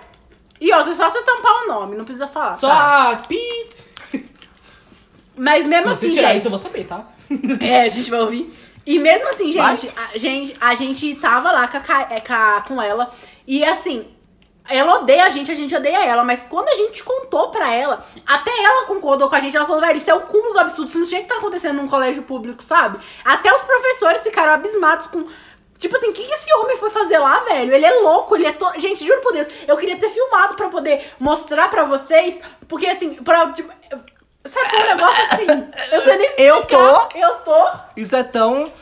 Speaker 2: E outra, é só você tampar o nome, não precisa falar. tá?
Speaker 1: Só a pi.
Speaker 2: Mas
Speaker 1: Se
Speaker 2: mesmo
Speaker 1: você
Speaker 2: assim,
Speaker 1: tirar
Speaker 2: gente.
Speaker 1: isso, eu vou saber, tá?
Speaker 2: É, a gente vai ouvir. E mesmo assim,
Speaker 3: Vai.
Speaker 2: gente, a gente, a gente tava lá com, a Ca- é, com a- com ela. E assim, ela odeia a gente, a gente odeia ela. Mas quando a gente contou pra ela, até ela concordou com a gente. Ela falou, velho, isso é o cúmulo do absurdo. Isso não tinha que estar acontecendo num colégio público, sabe? Até os professores ficaram abismados com. Tipo assim, o que, que esse homem foi fazer lá, velho? Ele é louco, ele é to... Gente, juro por Deus, eu queria ter filmado pra poder mostrar pra vocês. Porque assim, pra. Tipo, sabe qual é um negócio assim? Eu sei nem
Speaker 3: Eu
Speaker 2: explicar. Eu tô.
Speaker 3: Isso é tão.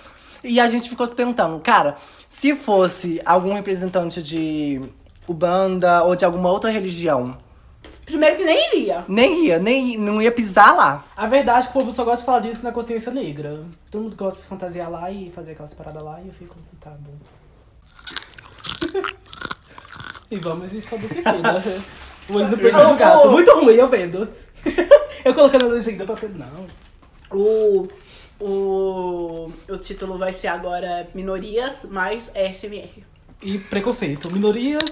Speaker 3: E a gente ficou se perguntando, cara, se fosse algum representante de Ubanda ou de alguma outra religião,
Speaker 2: Primeiro que nem iria.
Speaker 3: nem ia, nem não ia pisar lá.
Speaker 1: A verdade é que o povo só gosta de falar disso na consciência negra. Todo mundo gosta de fantasiar lá e fazer aquelas paradas lá e eu fico, tá bom. tá e vamos de escada né? O olho no peixe do gato. Muito ruim, eu vendo. eu colocando a legenda pra. Não.
Speaker 2: O, o, o título vai ser agora Minorias mais SMR.
Speaker 1: E preconceito. Minorias.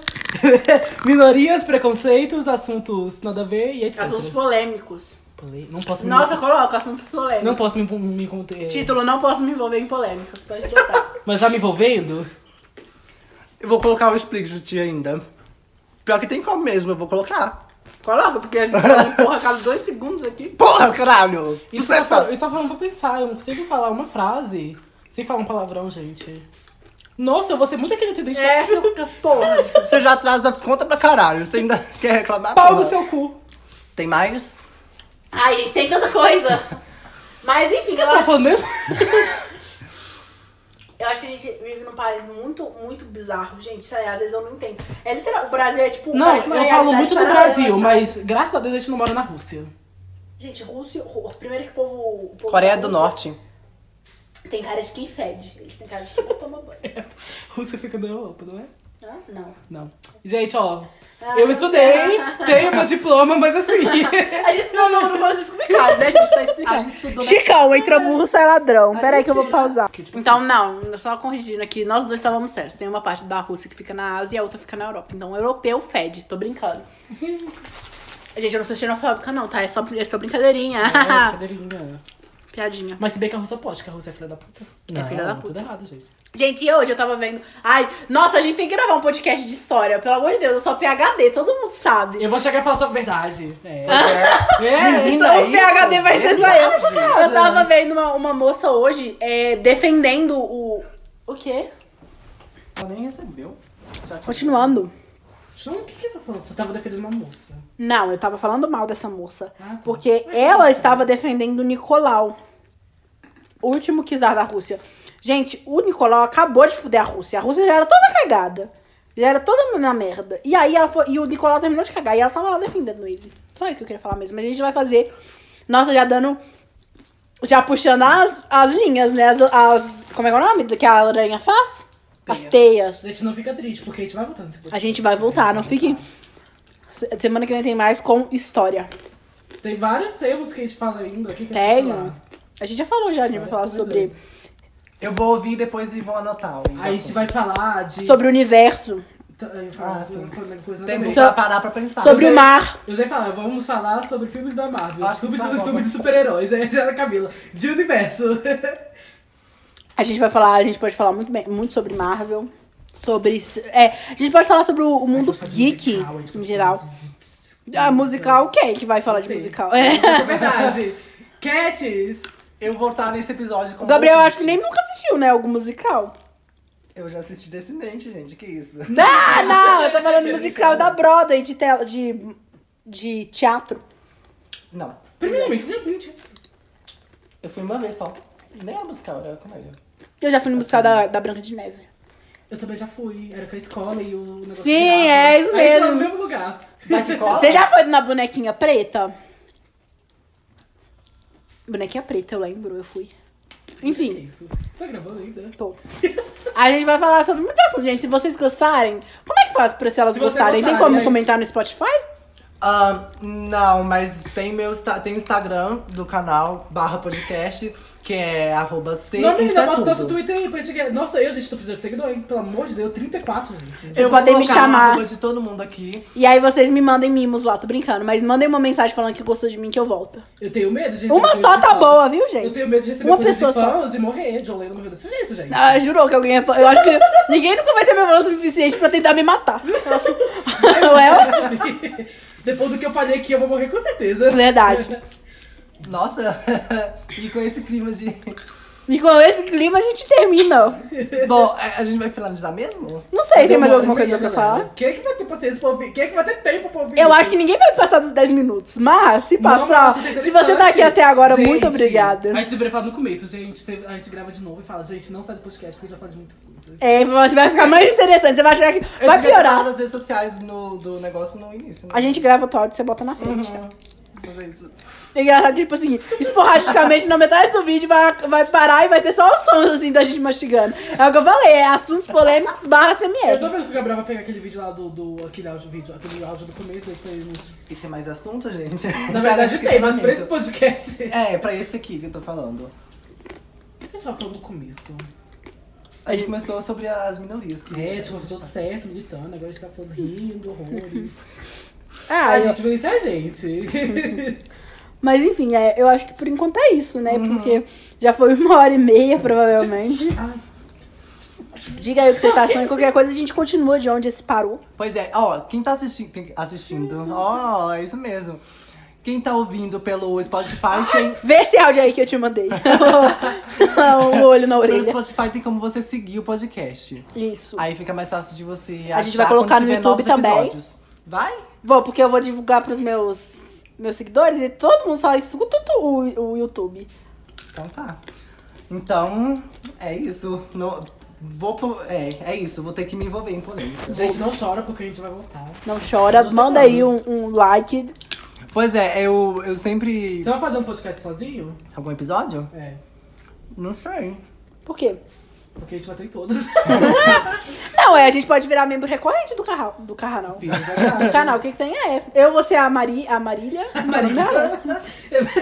Speaker 1: Minorias, preconceitos, assuntos nada a ver e etc.
Speaker 2: Assuntos polêmicos.
Speaker 1: Pole- Não posso me.
Speaker 2: Nossa, coloca assuntos polêmicos.
Speaker 1: Não posso me, me conter.
Speaker 2: Título, não posso me envolver em polêmicas. Pode botar.
Speaker 1: Mas já me envolvendo?
Speaker 3: Eu vou colocar o explicit ainda. Pior que tem como mesmo, eu vou colocar.
Speaker 2: coloca, porque a gente fala porra a cada dois segundos aqui.
Speaker 3: Porra, caralho!
Speaker 1: Isso
Speaker 3: Você
Speaker 1: tá,
Speaker 3: tá-
Speaker 1: fal- eu tava falando pra pensar, eu não consigo falar uma frase sem falar um palavrão, gente. Nossa, eu vou ser muito aquele atendente.
Speaker 2: Essa porra.
Speaker 3: Você já traz a conta pra caralho. Você ainda quer reclamar?
Speaker 1: Pau
Speaker 3: Porra.
Speaker 1: no seu cu.
Speaker 3: Tem mais?
Speaker 2: Ai, gente, tem tanta coisa. Mas enfim,
Speaker 1: O que
Speaker 2: eu
Speaker 1: você tá
Speaker 2: acho,
Speaker 1: falando mesmo?
Speaker 2: eu acho que a gente vive num país muito, muito bizarro, gente. Isso aí, às vezes eu não entendo. É literal, o Brasil é tipo.
Speaker 1: Não,
Speaker 2: parece uma
Speaker 1: eu falo
Speaker 2: realidade
Speaker 1: muito do
Speaker 2: paralela,
Speaker 1: Brasil,
Speaker 2: sabe?
Speaker 1: mas graças a Deus a gente não mora na Rússia.
Speaker 2: Gente, Rússia. Ru- Primeiro que o povo. o povo
Speaker 3: Coreia
Speaker 2: da
Speaker 3: do
Speaker 2: Rússia
Speaker 3: Norte.
Speaker 2: Tem cara de quem fede. Eles têm cara de quem não toma banho.
Speaker 1: Rússia fica na Europa, não é?
Speaker 2: Hã? Não.
Speaker 1: Não. Gente, ó,
Speaker 2: Ah,
Speaker 1: eu
Speaker 2: não
Speaker 1: estudei,
Speaker 2: sei.
Speaker 1: tenho meu diploma, mas assim.
Speaker 2: A gente não, não, não vamos explicar, né? A gente tá explicando.
Speaker 3: estudou
Speaker 2: Chicão, entra burro, sai ladrão. Peraí que eu vou pausar.
Speaker 1: Que, tipo,
Speaker 2: Então, não, só corrigindo aqui, nós dois estávamos certos. Tem uma parte da Rússia que fica na Ásia e a outra fica na Europa. Então, europeu fede, tô brincando. Gente, eu não sou xenofóbica, não, tá? É só, é só brincadeirinha.
Speaker 1: é, cadeirinha.
Speaker 2: Piadinha.
Speaker 1: mas se bem que a Rússia pode, que a Rússia é filha da puta. Não,
Speaker 2: filha da puta.
Speaker 1: Tudo errado, gente.
Speaker 2: Gente, e hoje eu tava vendo. Ai, nossa, a gente tem que gravar um podcast de história. Pelo amor de Deus, eu sou PHD, todo mundo sabe.
Speaker 1: Eu vou chegar e falar sobre a verdade. É. é.
Speaker 3: Menina,
Speaker 2: Então, o
Speaker 3: isso
Speaker 2: PHD vai ser só eu.
Speaker 1: verdade.
Speaker 2: Eu tava vendo uma, uma moça hoje é, defendendo o. O quê?
Speaker 3: Ela nem recebeu. Será que-
Speaker 2: Continuando.
Speaker 1: João, o que, que
Speaker 2: tá
Speaker 1: você falou? Você tava defendendo uma moça.
Speaker 2: Não, eu tava falando mal dessa moça.
Speaker 1: Ah, tá.
Speaker 2: Porque ela estava defendendo o Nicolau. O último czar da Rússia. Gente, o Nicolau acabou de fuder a Rússia. A Rússia já era toda cagada. Já era toda na merda. E aí ela foi. E o Nicolau terminou de cagar. E ela tava lá defendendo ele. Só isso que eu queria falar mesmo. Mas a gente vai fazer. Nossa, já dando. Já puxando as, as linhas, né? As, as- Como é que é o nome? Que a aranha faz? As
Speaker 1: Teia.
Speaker 2: teias.
Speaker 1: A gente não fica triste, porque a gente vai tipo, voltar nesse
Speaker 2: A
Speaker 1: podcast.
Speaker 2: gente vai voltar, não fiquem. Se- Semana que vem tem mais com história.
Speaker 1: Tem vários termos que a gente fala ainda. O que é que a gente
Speaker 2: Tenho.
Speaker 1: fala?
Speaker 2: A gente já falou já, a gente vai falar
Speaker 1: Várias
Speaker 2: sobre,
Speaker 1: coisas.
Speaker 3: Eu vou ouvir depois e vou anotar. o
Speaker 1: Aí a gente
Speaker 3: assunto.
Speaker 1: vai falar de.
Speaker 2: sobre o universo,
Speaker 1: T- eh, Eu falo,
Speaker 3: Ah,
Speaker 1: eu
Speaker 3: sim.
Speaker 1: falo coisa nada a
Speaker 3: Tem
Speaker 1: ver.
Speaker 3: muito pra parar pra pensar.
Speaker 2: sobre
Speaker 1: você-
Speaker 2: o mar.
Speaker 1: Eu já ia falar, vamos falar sobre filmes da Marvel,
Speaker 3: Acho
Speaker 1: sobre
Speaker 3: que
Speaker 1: filmes
Speaker 3: tá bom.
Speaker 1: de super-heróis, aí era a Camila, de universo.
Speaker 2: A gente vai falar, a gente pode falar muito, bem- muito sobre Marvel, sobre. É, a gente pode falar sobre o, o mundo geek em geral. Ah, musical, quem que vai falar de
Speaker 1: Sim.
Speaker 2: musical?
Speaker 1: É verdade. Cats!
Speaker 3: Eu vou estar nesse episódio com
Speaker 2: O Gabriel
Speaker 3: ouvinte.
Speaker 2: acho que nem nunca assistiu, né? Algum musical.
Speaker 3: tipo. Eu já assisti Descendente, gente. Que isso?
Speaker 2: Não, não, eu tô falando musical da Broadway de, tela, de, de teatro.
Speaker 3: Não.
Speaker 1: Primeiramente, você é 20.
Speaker 3: Eu fui uma vez só. Nem a musical, era comédia.
Speaker 2: Eu já fui no musical da, da Branca de Neve.
Speaker 1: Eu também já fui, era com a escola e o negócio
Speaker 2: Sim,
Speaker 1: girava.
Speaker 2: é isso
Speaker 1: A gente
Speaker 2: mesmo.
Speaker 1: tava no mesmo lugar.
Speaker 3: Daqui cola?
Speaker 2: Você já foi na bonequinha preta? Bonequinha preta, eu lembro, eu fui.
Speaker 1: Que
Speaker 2: Enfim,
Speaker 1: isso? Tá gravando ainda?
Speaker 2: tô. A gente vai falar sobre muitos assuntos, gente. Se vocês gostarem, como é que faz pra se elas
Speaker 1: Se vocês
Speaker 2: gostarem? Tem
Speaker 1: gostarem,
Speaker 2: como
Speaker 1: é isso.
Speaker 2: comentar no Spotify?
Speaker 3: Ah, não, mas tem meu insta- tem o Instagram do canal barra podcast, que é arroba C.
Speaker 1: Não, menina,
Speaker 2: é
Speaker 3: Insta
Speaker 1: bota o
Speaker 3: Tudo.
Speaker 1: nosso Twitter aí pra gente ganhar. Nossa, eu, gente, tô precisando de seguidor, hein? Pelo amor de Deus, 34, gente.
Speaker 2: Vocês
Speaker 3: vou
Speaker 2: podem me
Speaker 3: colocar o
Speaker 2: chamar.
Speaker 3: arroba de todo mundo aqui.
Speaker 2: E aí vocês me mandem mimos lá, tô brincando. Mas mandem uma mensagem falando que gostou de mim que eu volto.
Speaker 1: Eu tenho medo de receber
Speaker 2: Uma
Speaker 1: coisa
Speaker 2: só
Speaker 1: de
Speaker 2: tá
Speaker 1: fã.
Speaker 2: boa, viu,
Speaker 1: Eu
Speaker 2: gente?
Speaker 1: tenho medo de receber
Speaker 2: Uma
Speaker 1: coisa
Speaker 2: pessoa
Speaker 1: de
Speaker 2: só.
Speaker 1: fãs e morrer. John Lennon morreu desse jeito, gente.
Speaker 2: Ah, jurou que alguém é fã. Eu acho que ninguém nunca vai ser meu fã o suficiente pra tentar me matar. Não é?
Speaker 1: Depois do que eu falei aqui, eu vou morrer com certeza.
Speaker 2: Verdade.
Speaker 3: Nossa, e com esse clima de.
Speaker 2: E com esse clima a gente termina.
Speaker 3: Bom, a a gente vai finalizar mesmo?
Speaker 2: Não sei, tem mais
Speaker 1: Demora
Speaker 2: alguma
Speaker 1: e meia,
Speaker 2: coisa pra
Speaker 1: galera.
Speaker 2: falar?
Speaker 1: Quem é que vai ter paciência pra ouvir? Quem é que vai ter tempo pra ouvir?
Speaker 2: Eu acho que ninguém vai passar dos 10 minutos, mas se
Speaker 1: Não, mas eu
Speaker 2: passar,
Speaker 1: acho
Speaker 2: se você tá aqui
Speaker 1: interessante.
Speaker 2: até agora,
Speaker 1: Gente,
Speaker 2: muito obrigada.
Speaker 1: A gente deveria falar no começo, gente. A gente grava de novo e fala, gente, não sai do podcast porque a gente vai falar de muita coisa.
Speaker 2: É, mas vai ficar mais interessante, você vai achar que
Speaker 3: Eu
Speaker 2: vai
Speaker 3: devia ter falado
Speaker 2: piorar.
Speaker 3: das redes sociais no- do negócio no início. né?
Speaker 1: Uhum.
Speaker 2: A gente grava o áudio e você bota na frente. É engraçado, tipo assim, esporadicamente na metade do vídeo vai, vai parar e vai ter só os sons assim da gente mastigando. É o que eu falei, é assuntos polêmicos barra
Speaker 1: Eu tô
Speaker 2: CMR.
Speaker 1: vendo que o Gabriel vai pegar aquele vídeo lá do. do aquele áudio, vídeo, aquele áudio do começo, vai ter uns-
Speaker 3: E tem mais assunto, gente?
Speaker 1: Na verdade tem, mas pra esse podcast.
Speaker 3: É, pra esse aqui que eu tô falando.
Speaker 1: Por que a gente tava falando do começo?
Speaker 3: A gente começou sobre as minorias. que-
Speaker 1: É, tipo, tudo certo, militando, agora a gente tá falando rindo, horrores.
Speaker 2: Ah,
Speaker 1: a
Speaker 2: eu-
Speaker 1: gente vence a gente.
Speaker 2: Mas enfim, é, eu acho que por enquanto é isso, né?
Speaker 1: Uhum.
Speaker 2: Porque já foi uma hora e meia, provavelmente. Diga aí o que vocês estão achando. Qualquer coisa a gente continua de onde esse parou.
Speaker 3: Pois é, ó, quem tá assistindo, tem- assistindo, ó, é isso mesmo. Quem tá ouvindo pelo Spotify tem.
Speaker 2: Vê esse áudio aí que eu te mandei. o olho na
Speaker 3: Pelo
Speaker 2: orelha.
Speaker 3: Spotify tem como você seguir o podcast.
Speaker 2: Isso.
Speaker 3: Aí fica mais fácil de você.
Speaker 2: A gente vai
Speaker 3: achar
Speaker 2: colocar
Speaker 3: quando
Speaker 2: no
Speaker 3: tiver
Speaker 2: YouTube
Speaker 3: novos
Speaker 2: também.
Speaker 3: episódios. Vai?
Speaker 2: Vou, porque eu vou divulgar pros meus, meus seguidores e todo mundo só escuta tu- o, o YouTube.
Speaker 3: Então tá. Então, é isso. Não, vou. pro- É, é isso. Vou ter que me envolver em polêmica.
Speaker 1: gente, não chora porque a gente vai voltar.
Speaker 2: Não chora,
Speaker 1: Você
Speaker 2: manda
Speaker 1: não.
Speaker 2: aí um, um like.
Speaker 3: Pois é, eu, eu sempre.
Speaker 1: Você vai fazer um podcast sozinho?
Speaker 3: Algum episódio?
Speaker 1: É.
Speaker 3: Não sei.
Speaker 2: Por quê?
Speaker 1: Porque a gente vai ter em todos.
Speaker 2: Não, é, a gente pode virar membro recorrente do canal. Do canal.
Speaker 1: Filho, vai
Speaker 2: Do
Speaker 1: dar.
Speaker 2: canal, o que, que tem é. Eu vou ser a Mari, a Marília. A Marília.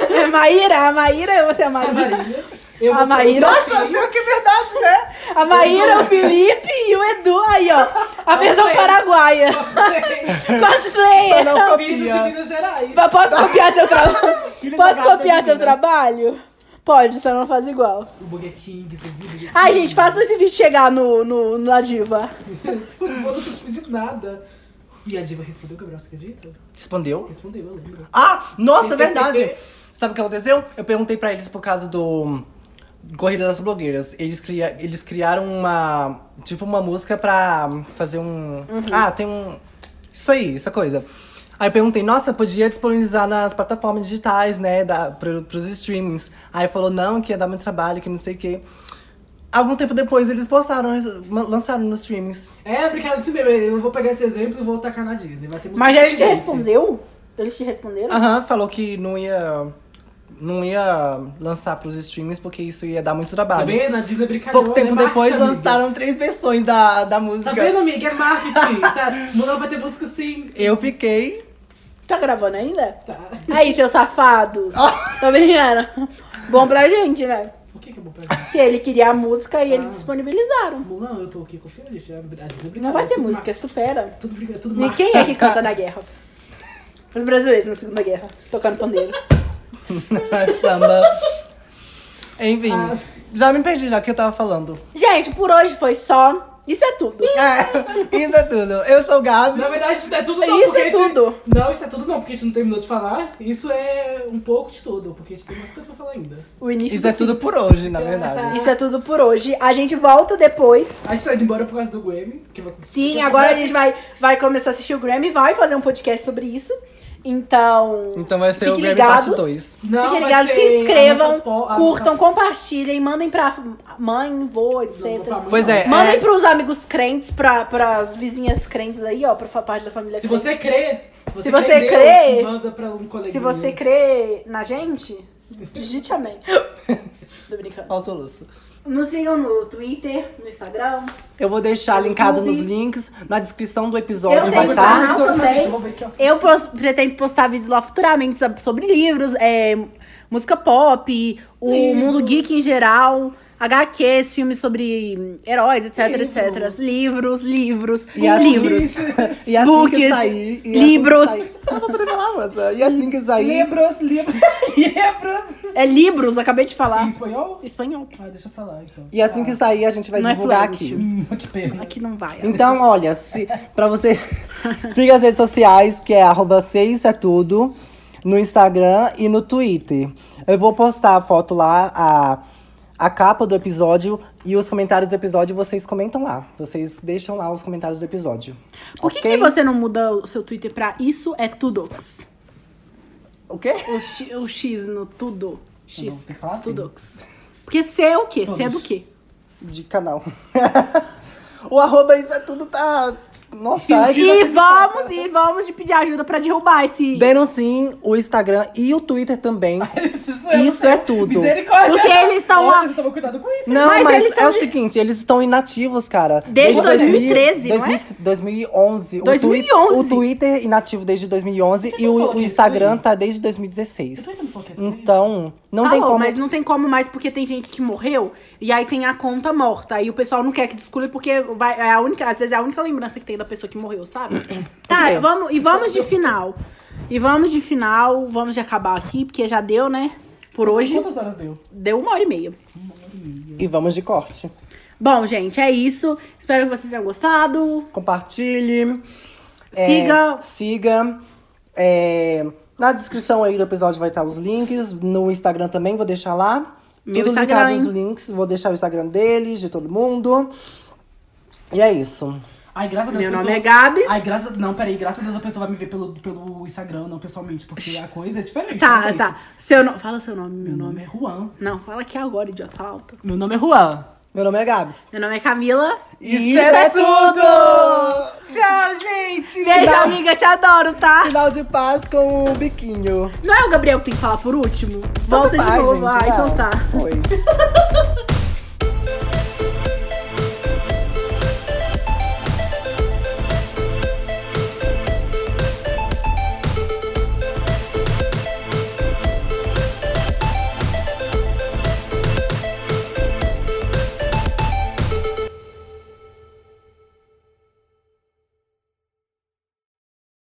Speaker 2: É Maíra, a Maíra, eu vou ser a
Speaker 1: A
Speaker 2: Marília.
Speaker 1: Marília. Eu
Speaker 2: A
Speaker 1: vou ser o
Speaker 2: Maíra.
Speaker 1: Sofia.
Speaker 3: Pior que é verdade, né?
Speaker 2: A Maíra, o Felipe e o Edu aí, ó. A versão paraguaia.
Speaker 3: Só
Speaker 2: Cosplayer.
Speaker 3: não
Speaker 1: Filhos de
Speaker 3: copia.
Speaker 1: Minas Gerais.
Speaker 2: Pa- Posso copiar seu trabalho?
Speaker 3: Filhos da
Speaker 2: Posso
Speaker 3: gata
Speaker 2: copiar
Speaker 3: de
Speaker 2: seu
Speaker 3: Minas.
Speaker 2: trabalho? Pode, só não faz igual.
Speaker 1: O Burger King, o Burger King.
Speaker 2: Ai, gente, façam esse vídeo chegar no, no, na diva.
Speaker 1: Eu não tô pedindo nada. E a diva respondeu, Gabriel, você acredita?
Speaker 3: Respondeu?
Speaker 1: Respondeu, eu lembro.
Speaker 3: Ah, nossa, é verdade. Sabe o que aconteceu? Eu perguntei pra eles por causa do Corrida das Blogueiras. Eles, cria... eles criaram uma. Tipo, uma música pra fazer um. Ah, tem um. Isso aí, essa coisa. Aí eu perguntei, nossa, podia disponibilizar nas plataformas digitais, né? Da, pro, pros streamings. Aí falou, não, que ia dar muito trabalho, que não sei o quê. Algum tempo depois eles postaram, lançaram nos streamings.
Speaker 1: É, obrigado desse meme. Eu vou pegar esse exemplo e vou tacar na Disney. Vai ter música
Speaker 3: é
Speaker 2: Mas ele te
Speaker 1: diferente.
Speaker 2: respondeu? Eles te responderam?
Speaker 3: Aham, falou que não ia. Não ia lançar pros streamings porque isso ia dar muito
Speaker 1: Tá
Speaker 3: trabalho.
Speaker 1: vendo? A Disney brincalhou.
Speaker 3: Pouco tempo
Speaker 1: né? Marketing,
Speaker 3: depois
Speaker 1: amiga.
Speaker 3: lançaram três versões da, da música.
Speaker 1: Tá vendo, amiga? É marketing. sabe? Não vai ter música assim.
Speaker 3: Eu fiquei.
Speaker 2: Tá gravando ainda? Tá. Aí, seu safado. Tô brincando. Bom pra gente, né?
Speaker 1: O que que é bom pra gente?
Speaker 2: Que ele queria a música e eles disponibilizaram.
Speaker 1: Mulan, eu tô aqui com o filho, gente. A Disney brincalhou.
Speaker 2: Não vai ter
Speaker 1: Tudo
Speaker 2: música, é supera.
Speaker 1: mar- Tudo brincalhou, tudo
Speaker 2: E
Speaker 1: marketing.
Speaker 2: quem é que canta na guerra? Os brasileiros na Segunda Guerra, tocando pandeiro.
Speaker 3: Samba. Enfim, já me perdi já o que eu tava falando.
Speaker 2: Gente, por hoje foi só. Isso é tudo.
Speaker 3: É, isso é tudo. Eu sou o Gabs.
Speaker 1: Na verdade, isso não é tudo não.
Speaker 2: Isso
Speaker 1: porque
Speaker 2: é
Speaker 1: a gente-
Speaker 2: tudo.
Speaker 1: Não, isso é tudo não, porque a gente não terminou de falar. Isso é um pouco de tudo, porque a gente tem mais coisa pra falar ainda.
Speaker 2: O início
Speaker 3: Isso é
Speaker 2: do
Speaker 3: tudo por hoje, na verdade.
Speaker 2: Isso é tudo por hoje. A gente volta depois.
Speaker 1: A gente tá indo embora por causa do Grammy. Porque vai...
Speaker 2: Sim, agora a gente vai, vai começar a assistir o Grammy, vai fazer um podcast sobre isso. Então.
Speaker 3: Então vai ser o
Speaker 2: fiquem
Speaker 3: Grammy
Speaker 2: ligados.
Speaker 3: Parte 2.
Speaker 1: Não,
Speaker 2: Fiquem
Speaker 1: vai
Speaker 2: ligados, se
Speaker 1: ser a
Speaker 2: inscrevam,
Speaker 1: nossa po- a
Speaker 2: curtam, compartilhem, mandem pra mãe, vô, etc.
Speaker 1: pra mãe.
Speaker 3: Pois é,
Speaker 2: Mandem
Speaker 3: é,
Speaker 2: pros amigos crentes, pra, pras vizinhas crentes aí, ó, pra fa- parte da família
Speaker 1: Se
Speaker 2: crente.
Speaker 1: você crê.
Speaker 2: Se você crê,
Speaker 1: Deus, manda pra um coleguinha.
Speaker 2: Se você crê na gente, digite amém. Tô brincando.
Speaker 3: ó o soluço.
Speaker 2: Nos sigam no Twitter, no Instagram.
Speaker 3: Eu vou deixar linkado nos links, na descrição do episódio
Speaker 2: Eu
Speaker 3: vai tá.
Speaker 2: tenho
Speaker 3: estar.
Speaker 2: canal tá? também. Eu pos- pretendo postar vídeos lá futuramente sabe, sobre livros, é, música pop, o mundo geek em geral, HQs, filmes sobre heróis, etc, etc. Livros, livros,
Speaker 3: E assim,
Speaker 2: livros.
Speaker 3: e assim que
Speaker 2: Books,
Speaker 3: sair. E
Speaker 2: livros.
Speaker 3: Assim que sair, eu não vou poder falar, moça. E assim que sair.
Speaker 1: Libros, livros, livros.
Speaker 2: É livros, acabei de
Speaker 1: Em
Speaker 2: falar.
Speaker 1: espanhol?
Speaker 2: Espanhol.
Speaker 1: Ah, deixa pra lá então.
Speaker 3: E assim que sair, a gente vai
Speaker 2: Não é
Speaker 3: divulgar
Speaker 2: fluente.
Speaker 3: aqui.
Speaker 1: Hum, que pena.
Speaker 2: Aqui não vai.
Speaker 3: Então, olha, se, pra você. siga as redes sociais, que é arroba seis é tudo, no Instagram e no Twitter. Eu vou postar a foto lá, a, a capa do episódio e os comentários do episódio, vocês comentam lá. Vocês deixam lá os comentários do episódio.
Speaker 2: Por que,
Speaker 3: ok?
Speaker 2: que você não muda o seu Twitter pra Isso é Tudox?
Speaker 3: O quê?
Speaker 2: O, X- o X no Tudo.
Speaker 1: Tudox,
Speaker 2: X.
Speaker 1: tem que falar assim?
Speaker 2: Tudox. Porque C é o quê? C é do
Speaker 1: Todos.
Speaker 2: quê?
Speaker 3: De canal. o arroba isso é tudo tá. Nossa, ai, que
Speaker 2: E
Speaker 3: coisa
Speaker 2: vamos, e vamos de pedir ajuda pra derrubar esse.
Speaker 3: Denunciem o Instagram e o Twitter também.
Speaker 1: eu não
Speaker 3: Isso
Speaker 1: sei.
Speaker 3: é tudo.
Speaker 1: Misericórdia.
Speaker 2: Porque eles estão
Speaker 1: Olha,
Speaker 2: lá-
Speaker 1: Vocês tomam cuidado com isso.
Speaker 3: Não,
Speaker 2: Mas
Speaker 3: mas,
Speaker 2: eles são
Speaker 3: é o
Speaker 2: de-
Speaker 3: seguinte, eles estão inativos, cara.
Speaker 2: Desde 2013,
Speaker 3: 2000,
Speaker 2: não é?
Speaker 3: 2011.
Speaker 2: 2011.
Speaker 3: O, twi o Twitter inativo desde 2011 e
Speaker 1: não falou
Speaker 3: o, o
Speaker 1: que
Speaker 3: Instagram
Speaker 1: excluiu?
Speaker 3: tá desde
Speaker 1: Eu
Speaker 3: 2016.
Speaker 1: tô olhando um pouquinho sobre isso.
Speaker 3: Então, não
Speaker 2: Falou,
Speaker 3: tem como...
Speaker 2: Tá mas não tem como mais porque tem gente que morreu e aí tem a conta morta. Aí o pessoal não quer que descule porque vai, é a única, às vezes é a única lembrança que tem da pessoa que morreu, sabe? tá, e vamos, e vamos de final. E vamos de final, vamos de acabar aqui, porque já deu, né? Por hoje,
Speaker 1: Quantas horas deu?
Speaker 2: deu uma hora e meia.
Speaker 3: E vamos de corte.
Speaker 2: Bom, gente, é isso. Espero que vocês tenham gostado.
Speaker 3: Compartilhe. é,
Speaker 2: Siga.
Speaker 3: siga. é, na descrição aí do episódio vai estar os links. No Instagram também vou deixar lá.
Speaker 2: Meu
Speaker 3: Tudo
Speaker 2: Instagram,
Speaker 3: linkado os
Speaker 2: hein?
Speaker 3: links. Vou deixar o Instagram deles, de todo mundo. E é isso.
Speaker 1: Ai, graças a Deus.
Speaker 2: Meu
Speaker 1: as
Speaker 2: nome
Speaker 1: pessoas-
Speaker 2: é Gabs.
Speaker 1: Ai, graças. Não, peraí, graças a Deus a pessoa vai me ver pelo, pelo Instagram, não pessoalmente, porque a coisa é diferente. né,
Speaker 2: Tá,
Speaker 1: gente?
Speaker 2: tá. Seu no... Fala seu nome, meu
Speaker 1: Meu
Speaker 2: nome.
Speaker 1: nome é Juan.
Speaker 2: Não, fala aqui agora, idiota. Fala alto.
Speaker 1: Meu nome é Juan.
Speaker 3: Meu nome é Gabs.
Speaker 2: Meu nome é Camila.
Speaker 3: Isso, é tudo!
Speaker 2: Tchau, gente. Beijo,
Speaker 3: Sinal-
Speaker 2: amiga. Te adoro, tá?
Speaker 3: Sinal de paz com o biquinho.
Speaker 2: Não é o Gabriel que tem que falar por último? Volta
Speaker 3: Tudo
Speaker 2: de
Speaker 3: vai,
Speaker 2: novo.
Speaker 3: gente,
Speaker 2: ah,
Speaker 3: vai.
Speaker 2: então tá.
Speaker 3: Foi.